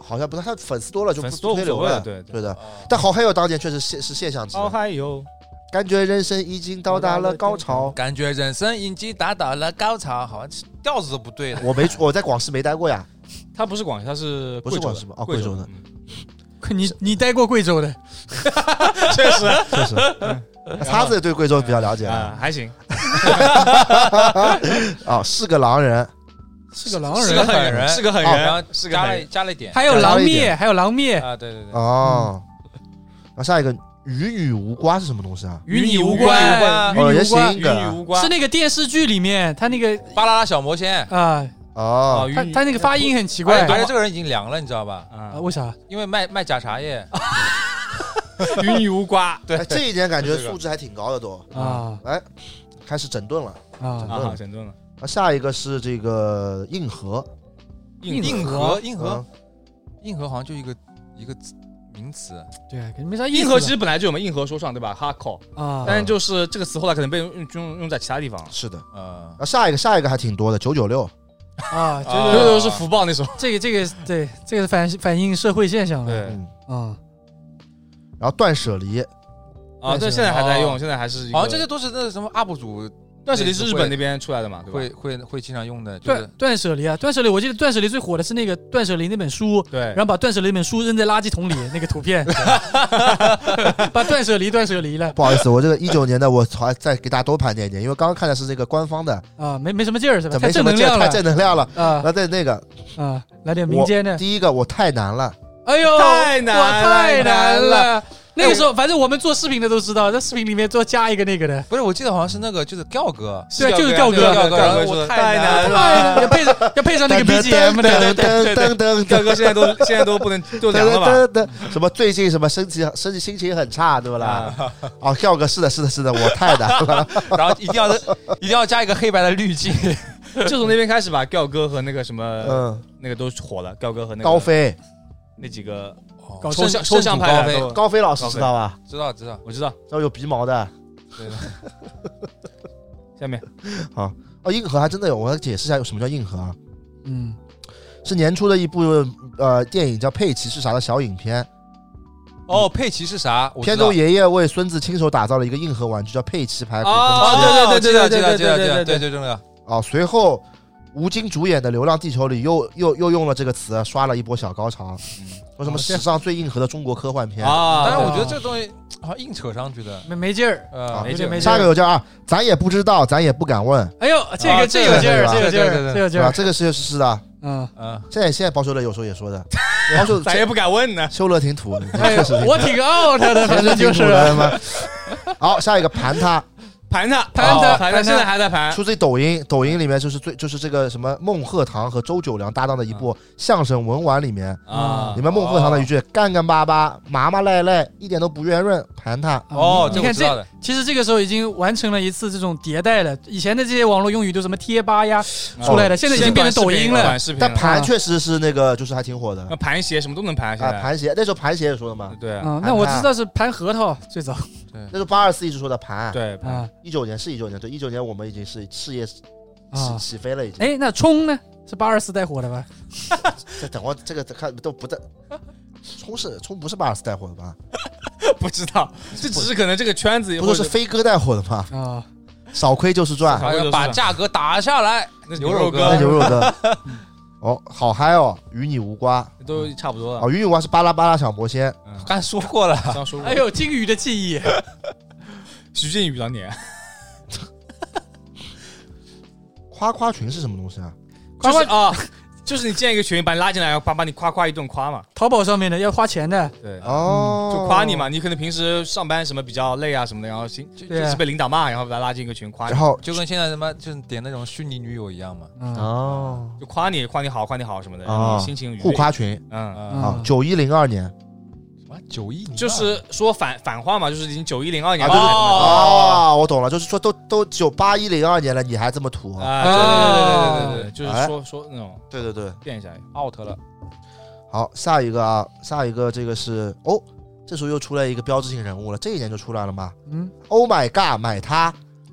C: 好像不是她粉丝多了就不
E: 粉丝多无
C: 不推流
E: 所谓
C: 了，
E: 了对对
C: 对的。但好嗨哟当年确实现是现象级的，
E: 哦嗨哟，
C: 感觉人生已经到达了高潮。
B: 感觉人生已经达到了高潮，好像调子都不对了。
C: 我没我在广市没待过呀，
E: 他不是广西，他是
C: 不
E: 贵
C: 是
E: 州
C: 广西
E: 的
C: 吗哦
E: 贵
C: 贵州的，
E: 嗯 *laughs*
D: 你你待过贵州的，
E: 确实
C: 确 *laughs* 实。叉子也对贵州比较了解
E: 啊，
C: 啊，
E: 还行，
C: *laughs* 啊是个狼人，
D: 是个狼
E: 是
D: 人
E: 个，狠人，
B: 哦
E: 是个狠
B: 然后
E: 人，是个
B: 加
E: 狠
B: 了
E: 人
B: 加了一点
D: 还有
C: 加
D: 狼
C: 了一点
D: 灭，还有狼灭，
B: 啊，对对对，
C: 哦，然后下一个与女无瓜是什么东西啊？
D: 与你无
B: 无关
D: 关，与
C: 哦，
D: 你
C: 也
D: 无
C: 是
D: 关
C: 一，
E: 与
C: 个
E: 你
C: 啊
E: 无关
D: 是那个电视剧里面他那个
B: 巴啦啦小魔仙，
D: 啊，
E: 啊，
C: 哦，
E: 与
D: 他
E: 你
D: 他那个发音很奇
B: 而
D: 怪
B: 且而且这个人已经凉了，你知道吧？
D: 啊，，
E: 啊
D: 为啥？
B: 因为卖卖假茶叶，
E: 与你无瓜
B: 对
C: 哎，这一点感觉
B: 这个
C: 素质还挺高的都，
D: 啊
C: 哎，开始整顿了。
D: 啊，
E: 啊，整顿了，
C: 那下一个是这个硬核，嗯
E: 硬
B: 硬
D: 核
B: 核硬核硬核好像就一个一个词名词，
D: 对，感觉没啥意思
E: 硬
D: 了。
E: 核其实本来就有嘛，硬核说唱对吧？Hardcore，
D: 啊，
E: 但是就是这个词后来可能被用用用在其他地方了。
C: 是的。
B: 呃
C: 然，后下一个下一个还挺多的，九九六
D: 啊，
E: 九
D: 就
E: 九
D: 是
E: 六是福报那首，
D: 这个这个对，这个反反映社会现象了。
E: 对
D: 啊，
C: 嗯然后断舍离， *laughs*
E: 啊，对，现在还在用，现在还是一个
B: 好像这些都是那个什么 UP 主
E: 断舍离是日本那边出来的嘛，对吧？
B: 会会会经常用的，就
D: 断
B: 是
D: 断舍离啊，断舍离，我记得断舍离最火的是那个断舍离那本书，
E: 对
D: 然后把断舍离那本书扔在垃圾桶里那个图片， *laughs* 把断舍离断舍离了
C: 不好意思，我这个一九年的我还再给大家多盘点一点，因为刚刚看的是那个官方
D: *laughs*
C: 的，
D: 啊，没没什么劲儿是吧？
C: 没
D: 太
C: 什
D: 正
C: 么
D: 能
C: 劲儿，
D: 量
C: 太
D: 了
C: 正能量了。
D: 啊
C: 那在那个
D: 啊，来点民
C: 我
D: 间的，
C: 第一个我太难了，
D: 哎呦，
E: 太难
D: 哇
E: 了
D: 太
E: 难
D: 难了。那
E: 哎
D: 个时候，反正我们做视频的都知道，在视频里面都要加一个那个的，
B: 不是？我记得好像是那个就是吊哥，
D: 对啊，就是
E: 吊
D: 吊哥
E: 哥吊，
B: 吊
E: 哥
B: 哥，
E: 吊
B: 然
E: 哥
B: 后
E: 说
B: 我
E: 太难
B: 难
E: 了
D: 哎要配上要配上
C: *laughs*
D: 那个 BGM 的，
C: 噔噔噔噔
E: 大
C: 噔
E: 哥现在都现在都不能就凉了吧？
C: 噔噔噔，什么最近什么身体身体心情很差，对不啦？
D: 啊
C: *laughs* 哦，跳个是的，是的，是的，我太难
D: *laughs*
C: 了。
B: 然后一定要一定要加一个黑白的滤镜，
E: 就 *laughs* 从那边开始
C: 呃
E: 吧，吊哥和那个什么
C: 嗯，
E: 那个都火了，吊哥和那个
C: 高飞，
E: 那几个
D: 搞
E: 抽
D: 抽
E: 象
D: 象
E: 抽象派的都，
C: 高飞老师
E: 高飞
C: 知道吧？哦
B: 知道知道，
E: 我知道。
C: 知道有鼻毛的。
B: 对的，
E: 下
C: *laughs*
E: 面
C: 哦，硬核还真的有，我要解释一下什么叫硬核啊？
D: 嗯，
C: 是年初的一部呃电影叫《佩奇是啥》的小影片，
B: 哦，佩奇是啥？我知
C: 片
B: 道
C: 中爷爷为孙子亲手打造了一个硬核玩具，叫佩奇排骨
E: 哦
C: 公
B: 哦，对对对对对
E: 对
B: 对对
E: 对对对对
B: 对对，就这个。
C: 鸡啊。随后，吴京主演的《流浪地球》里又又又用了这个词，刷了一波小高潮，说什么史上最硬核的中国科幻片。
E: 啊，
B: 但是我
E: 对
B: 觉得这个东西好像硬扯上去的，
D: 没没劲儿，
C: 啊
B: 呃，
E: 没
D: 有
E: 劲
D: 点
E: 儿
D: 没劲
C: 下一个
D: 儿。
C: 有叫啊，咱也不知道，咱也不敢问，
D: 哎呦，这
B: 啊
D: 个
B: 这
D: 这
B: 个
D: 有劲儿，
C: 这
D: 这
B: 个
D: 有劲
B: 对对对
D: 儿，这有
C: 对啊
D: 劲
C: 吧？
D: 儿。
C: 这个是是是的，
D: 嗯，
B: 嗯，
C: 现在现在包修乐有时候也说的，包修
E: 咱也不敢问呢。
C: 修乐挺土的，
D: 哎
C: 确实挺
D: 我挺 out
C: *laughs*
D: 的，反正就
C: 挺土
D: 是
C: 的他妈。 *laughs* 好，下一个盘他，
E: 盘他
D: 盘他
E: 哦盘
D: 盘
E: 他，
D: 他
E: 现在还在
B: 哎
E: 盘。
C: 出自于抖音，抖音里面就是最就是这个什么孟鹤堂和周九良搭档的一部相声文玩里面，
E: 啊
C: 里面孟鹤堂的一句“干干巴巴，麻麻赖赖，一点都不圆润”，盘他。
D: 嗯
B: 哦，
D: 你
B: 这我
D: 看
B: 知道
D: 这，
B: 的，
D: 其实这个时候已经完成了一次这种迭代了。以前的这些网络用语都什么贴吧呀
B: 哦
D: 出来的，现在已经变成抖音了。
E: 短视频了
C: 但盘确实是那个，就是还挺火的
E: 那盘鞋什么都能啊盘，现
C: 啊。
E: 在
C: 盘鞋那时候盘鞋也说的嘛，
E: 对
D: 嗯，那我知道是盘核桃最早
C: 那时候八二四一直说的盘。，
E: 对
D: 啊
C: 一九年是一九年，对，一九年我们已经是事业起
D: 啊。
C: 起飞了，已经。
D: 哎，那冲呢？是八二四带火的吧？
C: 这等会儿这个看都不带，冲是冲不是八二四带火的吧？
E: 不知道，这只是可能这个圈子
C: 不是
E: 或者
C: 是飞哥带火的吗？
D: 啊，
C: 少亏就是赚，
B: 还要哎把价格打下来，
E: 那
B: 牛
E: 牛肉
B: 肉
E: 哥
C: 那
B: 哥
C: 牛肉
E: *laughs*
C: 哥。哦，好嗨哦！与你无瓜
E: 都差不多了。
C: 哦，与你无瓜是巴拉巴拉小魔仙，
E: 嗯
B: 刚才说过了，
E: 刚说过，
D: 哎，呦，金鱼的记忆，
E: 徐靖宇当年
C: 夸夸群是什么东西啊？
E: *laughs* 就
D: 夸
E: 是
D: 夸
E: 啊，就是你建一个群，把你拉进来，然后把把你夸夸一顿夸嘛，
D: 淘宝上面的要花钱的，
E: 对，
C: 哦，
E: 嗯就夸你。嘛。你可能平时上班什么比较累啊什么的，然后心就
D: 对啊
E: 就是被领导骂，然后把他拉进一个群夸你
C: 然，后
B: 就跟现在他妈就是点那种虚拟女友一样嘛，
D: 嗯
C: 哦，
E: 就夸你夸你好夸你好什么的，
C: 哦
E: 让你心情愉悦
C: 互夸，群
E: 嗯。
B: 啊，
C: 啊
D: 嗯，
C: 九一零二年
B: 什么九一，啊
E: 就是说反反话嘛，就是已经九一零二年了
C: 啊，对对
E: 哦，
C: 哦，我懂了，就是说都都九八一零二年了，你还这么土？
E: 啊，
D: 哦
E: 对对对对对对对，
C: 哎
E: 就是说说那种
C: 对对对，
E: 变一下，
B: out 了，
C: 好，下一个啊，下一个这个是哦，这时候又出来一个标志性人物了，这一年就出来了吗
D: 嗯，
C: ？Oh my god，买它！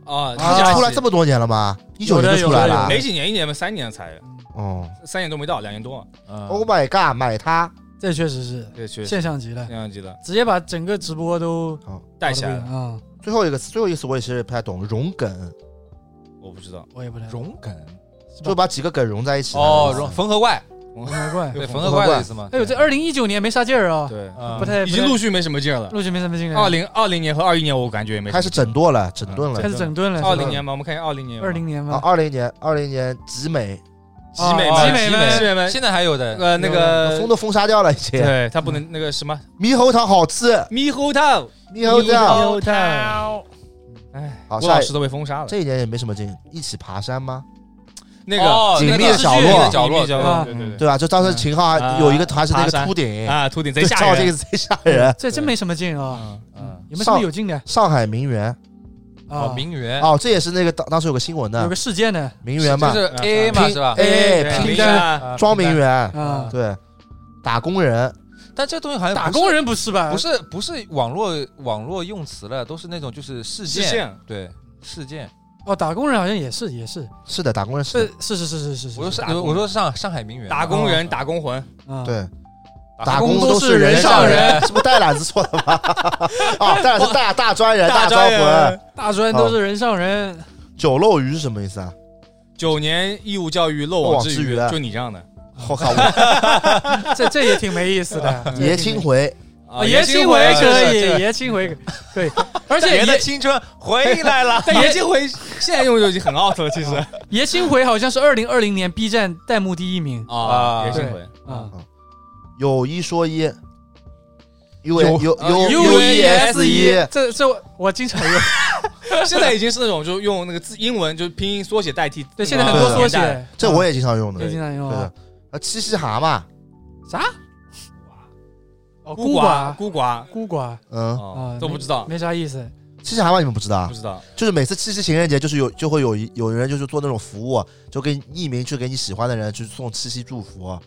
E: 啊，
C: 他
E: 加
C: 就
E: 起
C: 出来这么多年了吗？一九
D: 有的
C: 年就出来
D: 有的
C: 了
D: 有
E: 没。几年，一年吧，三年才，
C: 哦
E: 三年都没到，两年多，
C: ，Oh
B: 嗯，
C: my god，买它！
D: 这确实是
E: 对，确实
D: 现象级了
E: 这，样记得
D: 直接把整个直播都
E: 带起来了，
D: 啊！
C: 最后一个最后一个词我也其实不太懂，融梗
E: 我不知道，
D: 我也不太懂，
B: 融梗
C: 就把几个梗融在一起的
B: 哦，
C: 意思
B: 融缝合怪，
D: 难怪。
B: 对，
E: 缝
B: 缝
E: 合
B: 合
C: 怪
B: 怪的意思嘛，
D: 哎呦，这二零一九年没啥劲儿啊，
E: 对，
B: 嗯
D: 不太
E: 已经陆续没什么劲儿了。
D: 陆续没什么进展。
E: 二零二零年和二一年我感觉也没什
C: 开
E: 么
C: 始
E: 劲
C: 整顿了，整顿了
D: 开。始整顿了，
E: 二零年嘛，我们看一下二零年吧，
D: 二零年
C: 啊
D: 吧，，
C: 二零年，二零年集美，
E: 集
D: 啊
E: 美
D: 集
E: 嘛
D: 美们
E: 集美们
B: 现在还有的，
E: 呃那
C: 封
E: 个
C: 都封杀掉了，已经。
E: 对他不能那个什么
C: 猕猴桃好吃，
E: 猕猴桃，
C: 猕猴
E: 猕
C: 桃。
E: 猴桃，
C: 好，
E: 吴
C: 下
E: 老
C: 一
E: 师都被封杀了。
C: 这一年也没什么劲，一起爬山吗？
E: 那个
B: 哦
C: 紧
B: 那
C: 密
B: 个
C: 的角落
B: 紧密的角
E: 落，
B: 落，
D: 啊
E: 对对对
C: 对吧？就当时秦昊还
E: 啊
C: 有一个还是那
E: 爬
C: 个
E: 山
C: 秃顶，
E: 啊，秃顶贼
C: 对，
E: 吓
C: 照这
E: 人
C: 个，贼吓人。
D: 这真没什么劲啊。
E: 嗯嗯，
D: 有没有什么有劲的
C: 上海名媛
B: 哦
D: 啊，？
B: 名媛，
C: 哦，这也是那个当当时有个新闻
D: 有
C: 的
D: 个事件呢
C: 名媛嘛
B: 就，是 A A 嘛，是吧？
C: 哎
E: 啊对
C: 拼
E: 明白啊
B: 啊
C: 装名，媛，
E: 嗯
D: 啊，
C: 对，打工人，
B: 但这东西好像
D: 打
B: 不是
D: 工人不是吧？
B: 不，是不是网络网络用词了，都是那种就是事
E: 视
B: 件，
E: 线
B: 对事件。
D: 哦，打工人好像也是也是，
C: 是的，打工人是
D: 是是
C: 的
D: 是是是是是，
B: 我说
E: 打工
B: 上我说上上海名媛嘛，
E: 打工人
D: 哦
E: 打工魂，
D: 啊，
C: 对，
B: 打
C: 工
D: 工
C: 都
D: 都
C: 是
D: 是
C: 人
D: 人
C: 上
D: 上
C: 人
D: 人，
C: 是不是带懒子错了 *laughs* 吧？哦，带懒是大大专人，大
E: 专
C: 招魂，
E: 人
D: 大专都是人上人，
C: 酒漏鱼是什么意思啊？
E: 九年义务教育漏网之
C: 漏网之鱼
E: 鱼
C: 了，
E: 就你这样的
C: 我靠，我 *laughs*
D: 这这也挺没意思的。 *laughs* 这也
C: 爷
D: 挺
C: 青
D: 没
C: 回，
E: 啊
D: 爷青回
E: 是
D: 可以
E: 是，是
D: 爷青回可以，而且
B: 爷的
D: 爷
B: 青春回来了。
E: 但爷青 *laughs* 回现在用就已经很 out 了，其实
D: 爷青回好像是二零二零年 B 站弹幕第一名
B: 啊
E: 爷青回
D: 啊。
C: 有一说一，U A
B: 有
C: U
E: 啊
C: U
E: U
C: E
E: E
C: S 一，
D: 这这我我经常用，
E: 现在已经是那种就用那个字英文就拼音缩写代替，
D: 对，现在很多
C: 啊
D: 缩
E: 年代
D: 写，
C: 这我也经常用的。
D: 也经
C: 对
D: 常用啊
C: 的。，啊，七嘻蛤蟆，
D: 啥？哦，
E: 孤
D: 孤寡，
E: 孤寡
D: 孤寡
C: 嗯，
E: 哦
D: 啊，
E: 都
D: 没
E: 不知道，
D: 没啥意思。
C: 七嘻蛤蟆你们不知道啊
E: 不？知道
C: 就是每次七夕情人节，就是有就会有一有人就是做那种服务，啊就给你匿名去给你喜欢的人去送七夕祝福，啊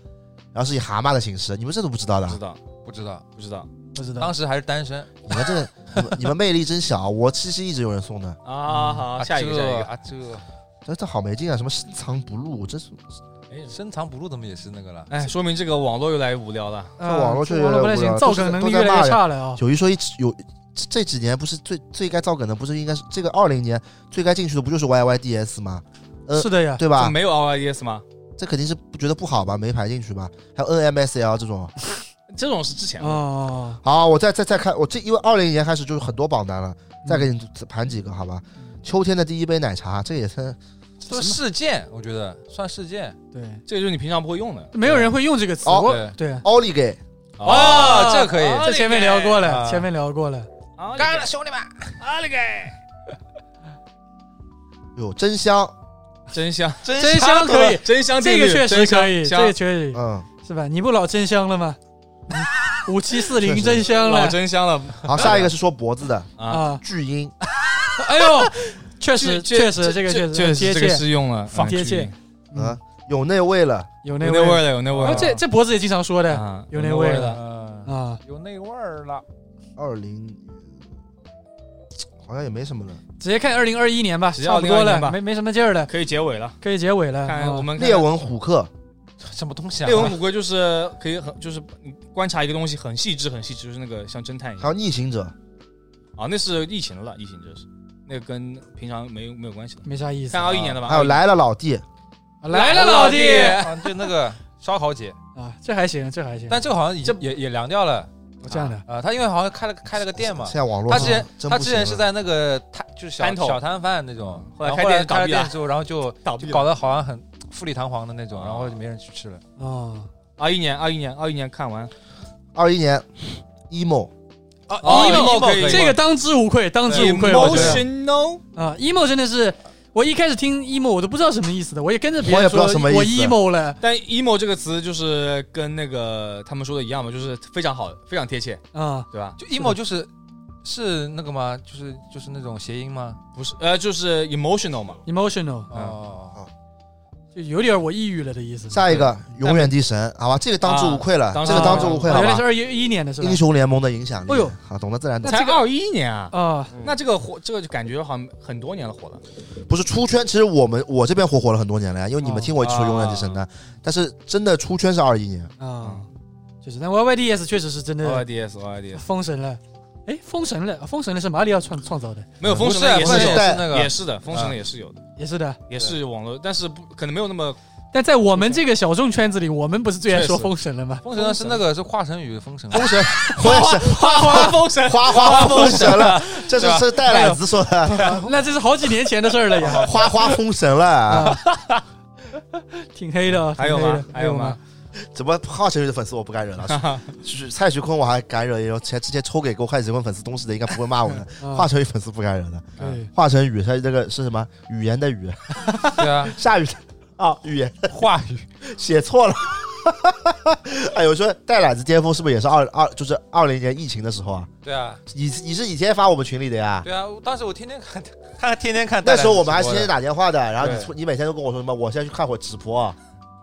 C: 然后是以蛤蟆的形式，你们这都不知道的啊
E: 不，知道
B: 不知道，
E: 不知道
D: 不知道啊
B: 当时还是单身
C: 你们这你们你们魅力真小，我七夕一直有人送的，
E: 啊。好，下一个
B: 啊
E: 下一
B: 这
E: 个，
B: 啊这，
C: 这这好没劲啊，什么深藏不露，这是
B: 深藏不露怎么也是那个了？
E: 哎，说明这个网络越来越无聊了。
D: 啊
C: 网络确实
D: 网络不太
C: 有
D: 行，
C: 点
D: 造梗能力
C: 都
D: 越
C: 在骂人
D: 来越差了啊。
C: 有一说一，有这这几年不是最最该造梗的，不是应该是这个二零年最该进去的不就是 Y Y D S 吗？呃
D: 是的呀，
C: 对
E: 这
C: 吧？
E: 没有 R I S 吗？
C: 这肯定是觉得不好吧，没排进去吧？还有 N M S L 这种，
E: 这种是之前的
D: 哦，
C: 好，我再再再看，我这因为二零年开始就是很多榜单了，再给你盘几个好吧？秋天的第一杯奶茶，这也算
B: 这是事件，我觉得算事件
D: 嗯对，
E: 这个就是你平常不会用的
D: 没有人会用这个词。
C: 哦
D: 我
B: 对
D: 对啊，
C: 奥利给，
B: 哦，这可以。
E: 啊
D: 这前面聊过了，
B: 啊
D: 前面聊过了。
E: 啊
B: 干了，兄弟们！
E: 阿里给，
C: 哟，真香，
E: 真香，
D: 真香可以，
E: 真
B: 啊
E: 香
D: 这
E: 定
D: 个
E: 律，
D: 确实
E: 真香
D: 可以，这
E: 香
D: 个确实
C: 嗯，
D: 是吧？你不老真香了吗？五七四零真香
E: 老
D: 了
E: 真香了
C: 好，下一个是说脖子的
E: 啊！
D: 啊！
C: 巨婴，
D: 哎呦，确实
E: 这
D: 确实这个确
E: 这
D: 实
E: 这
D: 很
E: 这
D: 贴
E: 这个
D: 切，
E: 是用了，
D: 放
E: 嗯
D: 贴切
E: 注意
C: 嗯，有内味了，
D: 有那
E: 有那味儿。了，有那味儿
D: 啊，
E: 了，
D: 这这脖子也经常说的
E: 啊
D: 有那味儿了
B: 嗯，
D: 啊。
B: 有那味儿了。
C: 二零好像也没什么了，
D: 直接看二零二一年吧，
E: 直接
D: 差不多
E: 2021年
D: 了，
E: 吧
D: 没没什么劲儿了，
E: 可以结尾了。
D: 可以结尾了。
E: 看
D: 啊
E: 我们看
C: 列文虎克，
B: 什么东西啊？
E: 猎文虎龟就是可以很就是你观察一个东西很细致很细致，就是那个像侦探一
C: 还
E: 样
C: 有逆行者，
E: 啊，那是疫情了，疫情这是那个跟平常没有没有关系的。
D: 没啥意思啊
E: 看。二一年的吧，
C: 还有
E: 21
C: 来了老弟，
D: 来了老弟
B: 啊，就那个烧烤姐，
D: 啊，这还行，这还行。
B: 但这个好像已经也也凉掉了。
D: 这样的，
B: 啊，他因为好像开了开了个店嘛
C: 现，在网络
B: 他
C: 上
B: 之前
C: 真
B: 他
C: 不
B: 之
C: 行
B: 前是
C: 了
B: 在那个摊就是小
E: 摊头
B: 小摊贩那种，
E: 后来
B: 然后
E: 开
B: 后
E: 店
B: 来
E: 倒闭
B: 开了店
E: 了
B: 之后，然后就
E: 倒闭
B: 就
E: 了
B: 搞得好像很富丽堂皇的那种，
E: 啊
B: 然后就没人去吃了。
D: 哦，
E: 二一年二一年二一年看完
C: 二一年 emo，
B: 啊
E: 哦
B: emo
E: emo
B: 可
E: 可以
D: 这个当之无愧，当之无愧。我觉
E: emotional
D: 得啊，emo 真的是，我一开始听 emo 我都不知道什么意思的，我也跟着别
C: 我也
D: 人
C: 不知道
D: 说
C: 什么意思
D: 我 emo 了
E: 但 emo 这个词就是跟那个他们说的一样嘛，就是非常好，非常贴切，
D: 啊，
E: 对吧？
B: 就 emo 就是是那个吗？就是就是那种谐音吗？
E: 不是，呃，就是 emotional 嘛，
D: emotional
E: 嗯
B: 哦，
D: 就有点我抑郁了的意思。
C: 下一个永远帝神，好吧，这个当之无愧了，
E: 当
C: 这个当之
E: 之
C: 无
E: 无
C: 愧，
D: 啊
C: 好
D: 原来
C: 吧
D: 是，二一一年的是吧
C: 英？雄联盟的影响力，
D: 哎呦
C: 好，懂得自然懂。
E: 才二一年啊，
D: 啊，
E: 那这个火，这个就感觉好像很多年了火了，
C: 不是出圈，其实我们我这边火火了很多年了呀，因为你们听我一直说
E: 哦
C: 永远之神的，但是真的出圈是二一年，
D: 啊，就是那 YYDS 确实是真的
E: YDS YDS
D: 封神了。哎，封神了，封神了是马里奥创创造的，
E: 没有封神
B: 不
E: 的
B: 是
E: 也是
B: 封神
E: 有
B: 也是
C: 的
B: 那
E: 的，也
B: 个啊
E: 是的，封神的也是有的，
D: 也是的。
E: 也是网络，但是不可能没有那么
D: 但在我们这个小众圈子里，我们不是最爱说
E: 确实
D: 封神了吗？
B: 封神呢是那个是华晨宇的封神，
C: 封神，我也是
E: 花花封神，
C: 哗哗哗封神了，这是是带奶子说的，
D: *laughs* 那这是好几年前的事儿了
C: *laughs*
D: 呀，
C: 哗哗封神了，
D: 挺黑的。哦
E: 还有
D: 挺黑
E: 吗
D: 的？
E: 还有吗？？
C: 怎么华晨宇的粉丝我不敢惹
B: *laughs*
C: 了，就是蔡徐坤我还敢惹，有前之前抽给过蔡徐坤粉丝东西的应该不会骂我
B: *laughs*
C: 的，
B: 嗯
D: 啊
C: 华晨宇粉丝不敢惹的，
D: 对，
C: 华晨宇他这个是什么语言的语，
B: 对啊，
C: *laughs* 下雨的啊语言
B: 话语
C: 写错了。 *laughs* 哎，我说带奶子巅峰是不是也是二二就是二零年疫情的时候啊？
B: *laughs* 对啊
C: 你你是以前发我们群里的呀？
B: 对啊，我当时我天天 *laughs* 看，他天天看，
C: 那时候我们还天
B: 天
C: 天打电话的，然后
B: 对
C: 你出你每天都跟我说什么，我现在去看会儿直播啊，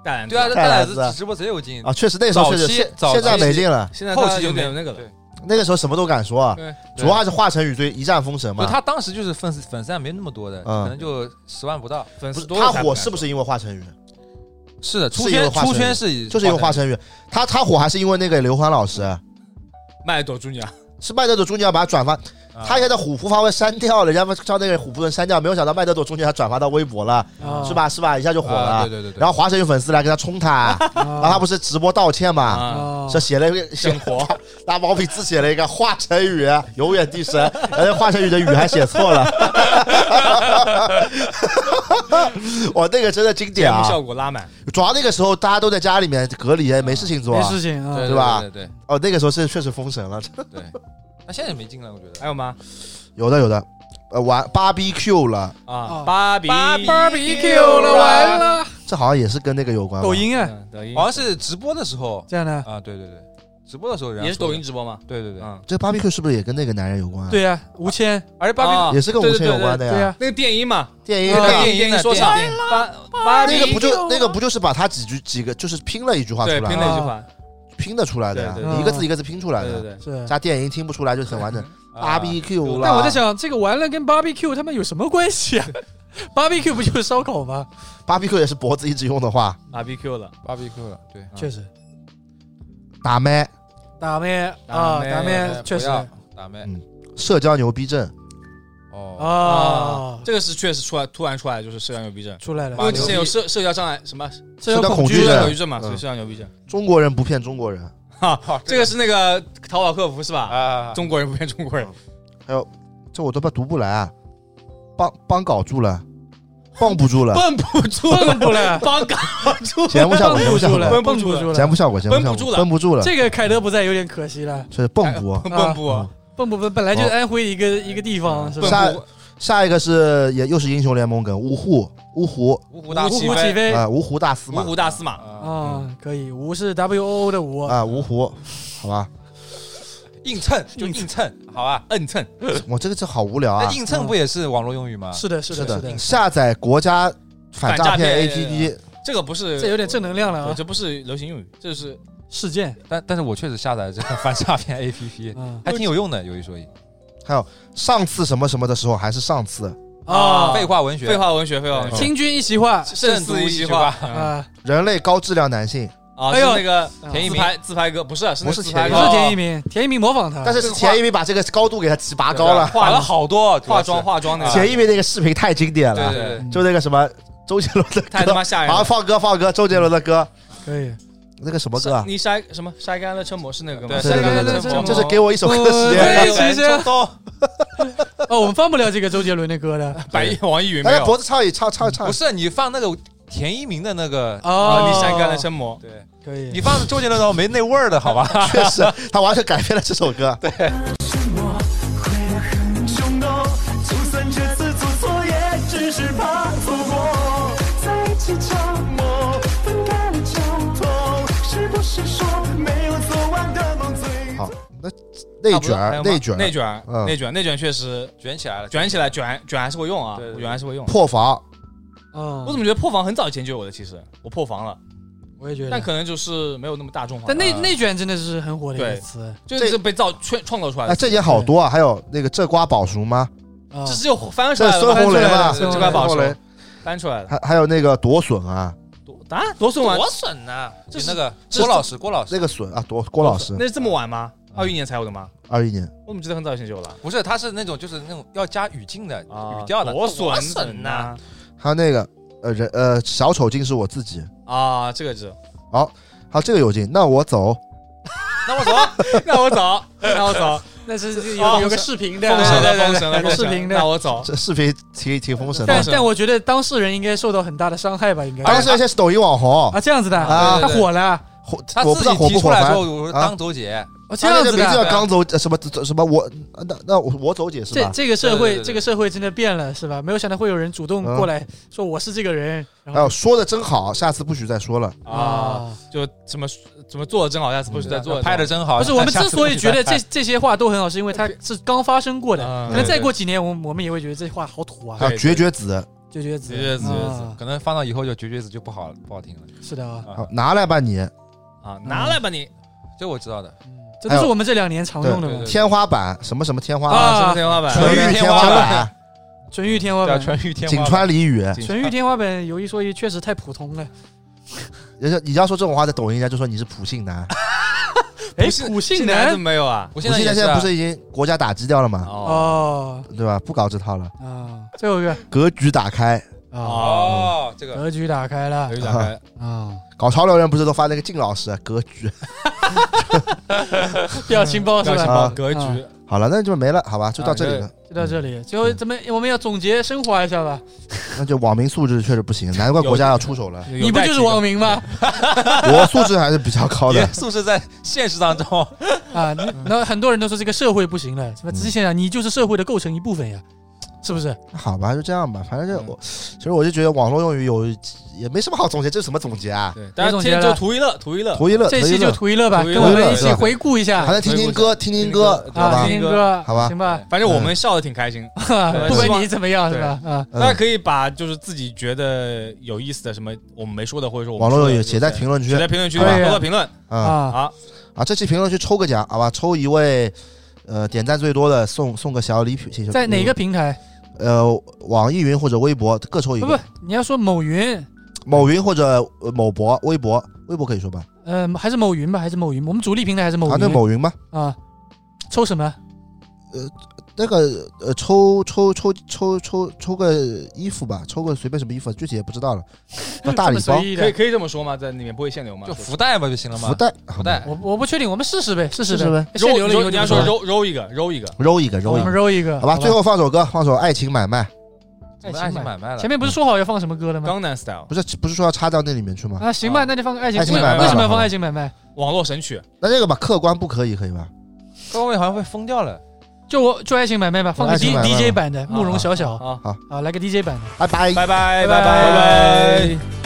E: 大胆
B: 对啊，
E: 子
B: 这
C: 带
B: 带
C: 来
B: 来
C: 子
B: 子直播贼有劲
C: 啊，确实那时候确实
B: 早期
C: 现
B: 嗯早期
C: 现在没劲了，
E: 现在
B: 后
E: 后
B: 期
E: 期
B: 就
E: 有
B: 没
E: 点那个了
B: 对，
C: 那个时候什么都敢说，啊
E: 对，
B: 对
C: 主要还是华晨宇追一战封神
B: 不
C: 嘛。
B: 是他当时就是粉丝粉丝还没那么多的，
C: 嗯
B: 可能就十万不到。
E: 粉
C: 不
E: 丝
C: 是
E: 多
C: 他
E: 了才敢
C: 火是不是因为华晨宇？
B: 是的，出
C: 是因为
B: 圈
C: 华晨
B: 出
C: 宇
B: 圈是
C: 就是因为华晨宇，他他火还是因为那个刘欢老师？
E: 说麦朵朱尼啊？
C: 是麦德朵中间把它转发，他应该在虎扑发文删掉了，人家照那个虎扑人删掉，没有想到麦德朵中间还转发到微博了，
D: 啊
C: 是？吧？是吧？一下就火
B: 啊
C: 了。
B: 对对对对
C: 然后华晨有粉丝来跟他冲他，然后他
D: 啊
C: 不是直播道歉嘛？
E: 啊，
C: 这写了一个
E: 生活，
C: *laughs* 拿毛笔字写了一个华晨宇永远第神，而且华晨宇的宇还写错了， *laughs* 哇，那个真的经
E: 节
C: 典
E: 目
C: 啊！
E: 效果拉满，
C: 主要那个时候大家都在家里面隔离，没事情做
D: 没
C: 啊。
D: 事情啊
B: 对
C: 对吧
B: 对对对
C: 哦，那个时候是确实封神了， *laughs*
B: 对对。那现在也没进来，我觉得。
E: 还有吗？
C: 有的有的，呃，玩 BBQ 了，
E: 啊
D: 啊，
E: 芭比
D: ，barbecue 了，完了，
C: 这好像也是跟那个有关吧。
D: 抖音啊，
E: 嗯抖音
B: 好像是直播的时候
D: 这样的，
C: 哦
B: 啊，对对对，啊直播的时候人家
E: 也是抖音
B: 说
E: 直播吗？
B: 的，对对对，
E: 嗯，
C: 这 BBQ 是不是也跟那个男人有关？，啊
D: 对呀，吴谦，
B: 而且芭比
E: 啊
C: 也是跟
E: 对
C: 吴
E: 对
C: 倩
E: 对
C: 有关的
E: 对
D: 对啊
C: 呀。
D: 呀，
E: 那个电音嘛，
C: 电音
E: 那
C: 啊
E: 个
B: 嗯
E: 电
B: 电音
E: 音说
B: 的
E: 唱，
B: 电
D: 哎
E: 芭芭比
C: 那个不就那个不就是把他几句几个就是拼了一句话出
E: 对
C: 来，
E: 拼
C: 拼
E: 了一句话，
C: 的出来的呀
E: 对
D: 对，对
C: 一个字一个字拼出来
E: 对对
C: 的，
E: 对，
D: 是。
C: 加电音听不出来就很完整。
B: 啊
C: BBQ 啦，
D: 但我在想，这个完了跟 barbecue 他们有什么关
C: *laughs*
D: 系啊？barbecue 不就是烧烤吗？
C: ，BBQ 也是脖子一直用的话，
E: 芭比 Q 了，
B: 芭比 Q 了，对，
C: 啊
D: 确实，
C: 打麦，
D: 打咩
E: 打
D: 啊，
E: 咩
D: 打咩
B: 哎
D: 确实
B: 不要打麦
C: 嗯社交牛逼症，
B: 哦，
D: 啊，
E: 这个是确实出来突然出来就是社交牛逼症，
D: 出来了
E: 因，为之前有社社交障碍什么
D: 社
C: 交
D: 交
C: 恐
D: 惧
C: 惧
E: 社交
C: 症
D: 症
E: 牛逼症嘛，
C: 嗯
E: 所以社交牛逼症。
C: 中国人不骗中国人，
E: *laughs* 哈，这个是那个淘宝客服是吧？
B: 啊，
E: 中国人不骗中国人，
C: 还有这我都不读不来啊，帮帮搞住了，帮不住了，
E: 绷不住了，
D: 蹦不了，
E: 帮搞住
C: *laughs* 节目效果，节
D: 蹦
C: 目
D: 不
C: 效
D: 住了，
C: 果，
E: 绷不
D: 蹦
E: 住了
D: 住
C: 节
D: 了。
C: 目效果，节目效
E: 绷不住
C: 果，
E: 了哎
C: 绷不住了，
D: 这个凯德不在有点可惜了，
C: 确实蹦不。
E: 蹦不
C: 嗯
D: 蹦不蹦本来就是安徽一个一个地方，是吧？
C: 下下一个是也又是英雄联盟梗，五虎五虎
B: 芜湖大
D: 芜
B: 西
D: 湖起
B: 飞
D: 飞
C: 啊，五虎大司
E: 芜
C: 马
E: 湖大司马，
B: 啊，
D: 啊，
E: 嗯
D: 可以，吴是 W O O 的吴，
C: 啊，五虎，好吧，
B: 硬蹭就硬蹭，好吧。
E: 摁蹭
C: 我这个这好无聊啊
B: 那。硬哎蹭不也是网络用语吗？
D: 是的，是
C: 是
D: 的，是的，
C: 下载国家反
E: 反诈
C: 诈骗
E: 骗
C: APP，
E: 这个不是
D: 这有点正能量了
E: 对
D: 啊！
E: 这不是流行用语，这是
D: 事件
B: 但但是我确实下载了这个反诈骗 APP，
E: 嗯
D: 啊
B: 还挺有用的，有一说一。
C: 还有上次什么什么的时候还是上次，
E: 啊
B: 废话文学，
E: 废话文学，废话文学，
D: 清军一席话
E: 胜似一席话啊，
D: 啊，
C: 人类高质量男性，
E: 啊
D: 哎呦
E: 是那个
B: 田一
E: 自
B: 鸣
E: 拍自拍哥不是是那
C: 不
E: 个
C: 是
E: 自拍
D: 不
E: 哥
D: 是
C: 田
D: 田一鸣，田一鸣模仿他，
C: 但是是前一名把这个高度给他提拔高了。
E: *laughs*
B: 画了好多
E: 化妆，化妆那个，
C: 前一名那个视频太经典
B: 主要
C: 了
B: 是，对对
C: 就那个什么周杰伦的
E: 太他
C: 歌，
E: 妈吓人
C: 好
E: 了。
C: 放歌放歌，周杰伦的歌，
D: 可以。
C: 那个什么歌啊？
E: 你筛什么筛干了车模是那个吗？
B: 对
C: 对对对对
E: 了车模
C: 就是给我一首歌的时间。 *laughs*
D: 对
E: 有人
D: 其实
E: 中东
D: 哦，我们放不了这个周杰伦的歌
E: *laughs*
D: 的
E: 白衣网易云没
C: 来，
E: 有
C: 脖子唱一唱唱一
B: 对，
C: 唱
B: 不，是你放那个田一鸣的那个，
D: 哦
E: 啊，你筛干了车模，
B: 对
D: 可以，
B: 你放周杰伦的话没那味儿的好吧？
C: 确实，他完全改变了这
E: *laughs*
C: 首歌。
F: 冲动，就算这次做错，也只是怕错过。在一起折磨，分开了就痛，是不是说没有做完的梦最
C: 好，那内卷
E: 还
C: 儿
E: 有吗
C: 内卷
E: 内
C: 儿
E: 卷儿
C: 嗯
E: 内卷内卷确实
B: 卷起来了，
E: 卷起来卷卷还是会用啊
B: 对对，对
E: 卷还是会用。
C: 破防，
D: 嗯，
E: 我怎么觉得破防很早以前就有的，其实我破防了，
D: 我也觉得，
E: 但可能就是没有那么大众化。
D: 但内
E: 啊
D: 内卷真的是很火的一个
E: 对
D: 词，
E: 就是被造创创造出来
C: 哎，
E: 的，
C: 这也好多啊。还有那个这瓜保熟吗？
D: 啊
E: 这，是又翻出
C: 这
E: 来
C: 孙
E: 了
C: 红雷吧？
D: 对对对
E: 这
D: 孙
E: 块
D: 红
E: 宝
C: 孙红雷
E: 石翻出来了。
C: 还还有那个夺笋啊，
E: 多啊，多送完
B: 多损呐！
E: 这
B: 就是那个
E: 这是
B: 郭老师，郭老师
C: 那个笋啊，夺郭老师，
E: 那是这么晚吗？二一年才有的吗？
C: 二一年
E: 我怎么记得很早以前就有了？
B: 不是，他是那种就是那种要加语境的
E: 啊
B: 语调的，
E: 多
B: 多
E: 损啊
B: 损啊呐！
E: 呐！
C: 还有那个呃人呃小丑竟是我自己，
E: 啊，这个是，
C: 好这个有劲，那我走，
E: 那我走，那我走，那我走，
D: *laughs* 那是
E: 哦
D: 有有个视频的，
E: 封神
D: 对啊
E: 了，
D: 对
E: 封神了，
D: 有个
E: 封
D: 视
E: 神了
D: 频的
E: 那。我走。
C: 这视频挺挺封神
D: 但
C: 的
E: 封。神
D: 但我觉得当事人应该受到很大的伤害吧，应该
C: 当时那些是抖音网红，
D: 啊这样子的，
C: 啊
D: 他火了，
C: 火
B: 他
C: 我不
B: 自
C: 知道
B: 己
C: 火
B: 提
C: 不
B: 出
C: 火，
B: 来
C: 反
B: 说，
C: 正
B: 我说
C: 啊
B: 当走姐，
D: 哦这
C: 他那
D: 样
C: 个
D: 子
C: 名字叫
D: 的，
C: 刚走呃什么什么我那那我我走姐是
D: 这
C: 吧？
D: 这个社
B: 对对对
D: 会
B: 对
D: 这个社会真的变了是吧？没有想到会有人主动
C: 嗯哦
D: 过来说我是这个人，然
C: 还有
D: 后
C: 哎说的真好，下次不许再说了。
E: 啊，，就怎么怎么做的真好，下次不许再做
B: 拍的真好。
D: 啊不是我们之所以觉得这
B: 啊下次
D: 这些话都很好，是因为它是刚发生过的，
E: 嗯
D: 可能再
B: 对对
D: 过几年，我们我们也会觉得这话好土啊，
C: 还有
E: 对
C: 绝绝子，
D: 绝绝子，
E: 绝绝子
D: 啊
E: 绝绝子
B: 可能放到以后就绝绝子就不好不好听了。
D: 是的啊，
C: 好
B: 啊，
C: 拿来吧你，
E: 啊，拿来吧你
B: 嗯这我知道的。
D: 嗯这都是我们这两年常用的
B: 还有
D: 嘛
B: 对，
C: 天花板什么什么天花板，
D: 啊
E: 什哎么天花板？
C: 纯
B: 纯
C: 欲
B: 欲
C: 天
B: 天
C: 花
B: 花
C: 板，
D: 纯欲天花板，
B: 欲天
C: 井川里雨。
D: 纯欲天花板有一说一，确实太普通了，
C: 人家你要说这种话在抖音，人家就说你是普信男。
D: 哎
E: 不，信
D: 苦
E: 信
D: 性男
E: 怎么没有啊？
B: 我
C: 我
B: 现在
C: 现
B: 也
C: 在
B: 是
C: 现
B: 啊
C: 在不是已经国家打击掉了嘛，
E: 哦
D: 哦
C: 对吧？不搞这套了，
D: 啊，最后一个
C: 格局打开。
D: 啊，
B: 哦，这个
D: 格局打开了
E: 有点开，
D: 啊，
C: 搞潮流人不是都发那个靳老师啊格局？
D: *laughs* 表情包是
E: 表情
D: 吧？
E: 包
C: 啊
E: 格局
D: 啊
C: 好了，那就没了，好吧，就到这里了。
D: 就到这里，最后咱们我们要总结升华一下吧。
C: 那就网民素质确实不行，难怪国家要出
E: *laughs*
C: 手了。
E: 有
D: 你不就是网民吗？
C: 我素质还是比较高
B: 严，
C: 的
B: 素是在现实当中，
D: 啊，你那很多人都说这个社会不行了，什么
C: 嗯
D: 仔细想想，啊你就是社会的构成一部分呀，是不是？
C: 好吧，就这样吧。反正就我，其实我就觉得网络用语有也没什么好总结，这是什么总结啊？
E: 对，大家
D: 总
E: 听
D: 结了
E: 就图一乐，图一乐，
C: 图一乐，
D: 这期
C: 图一
D: 就
C: 乐
D: 图一乐吧，
E: 图一
D: 跟
E: 乐
D: 我们一
C: 对
D: 起
C: 对
D: 回顾一下
C: 还能听听歌，听听歌，
E: 对
C: 好
D: 啊，
C: 吧
D: 听？听歌，
C: 好吧
D: 行吧，
E: 啊反正我们笑的挺开心。
D: *laughs* 不管你怎么样是吧？啊，
C: 嗯
E: 大家可以把就是自己觉得有意思的什么我们没说的，或者说我们
C: 网络
E: 说
C: 用
E: 的
C: 语写在评论区
E: 写在评论区，
D: 可以啊
E: 多多评论
C: 啊
D: 啊，
E: 啊！
C: 啊！这期评论区抽个奖，好吧？抽一位，呃，点赞最多的送送个小礼品。
D: 在哪个？平台？
C: 呃，网易云或者微博各抽一
D: 不
C: 个
D: 不。，你要说某云，
C: 某云或者呃某博、微博，微博可以说吧？
D: 呃，还是某云吧，还是某云？我们主力平台还是某
C: 啊，对，
D: 云
C: 某云吧。
D: 啊？抽什么？
C: 那个呃，抽抽抽抽抽抽个衣服吧，抽个随便什么衣服，具体也不知
D: *laughs*
C: 道了。 *laughs* 那大
D: 这
C: 礼
D: 么
C: 包
D: 随、意
E: 可以
D: 的，
E: 可以这么说吗？在里面不会限流吗？
B: 啊就福袋吧就行了嘛。
C: 福，袋、
B: 福袋，
D: 我我不确定，我们试试呗，试试
C: 试试
D: 呗
C: 呗。
D: 哎
E: 揉
D: 先留了一个
E: 人
D: 就
E: 家
D: 不
E: 说
D: 说了，
E: 揉揉一个，揉一个，
C: 揉一个，揉
D: 我
C: 一
D: 们
C: 个，
D: 揉一个，
C: 好吧？最后放首歌，放首《爱情买卖》，
B: 我们爱情买卖了。
D: 前面不是说好要放什么歌的
C: 嗯
E: 《
D: 吗？
E: 江南 Style
C: 不》是不是说要插到那里面去吗？
D: 啊，行吧，那就放个爱情
C: 爱情
E: 买卖
D: 为什么要
C: 好
D: 放
C: 吧
D: 爱情买卖？
E: 网络神曲，
C: 那这个吧，客观不可以，可以吧？
B: 各位好像会疯掉了。
D: 就我就爱情买卖吧，放个
C: 爱情
D: D
C: 买卖
D: D J
C: 吧
D: 版的慕容小小
E: 啊，
D: 啊，来个 DJ 版的，
C: 拜拜。
E: 拜
D: 拜
E: 拜拜拜。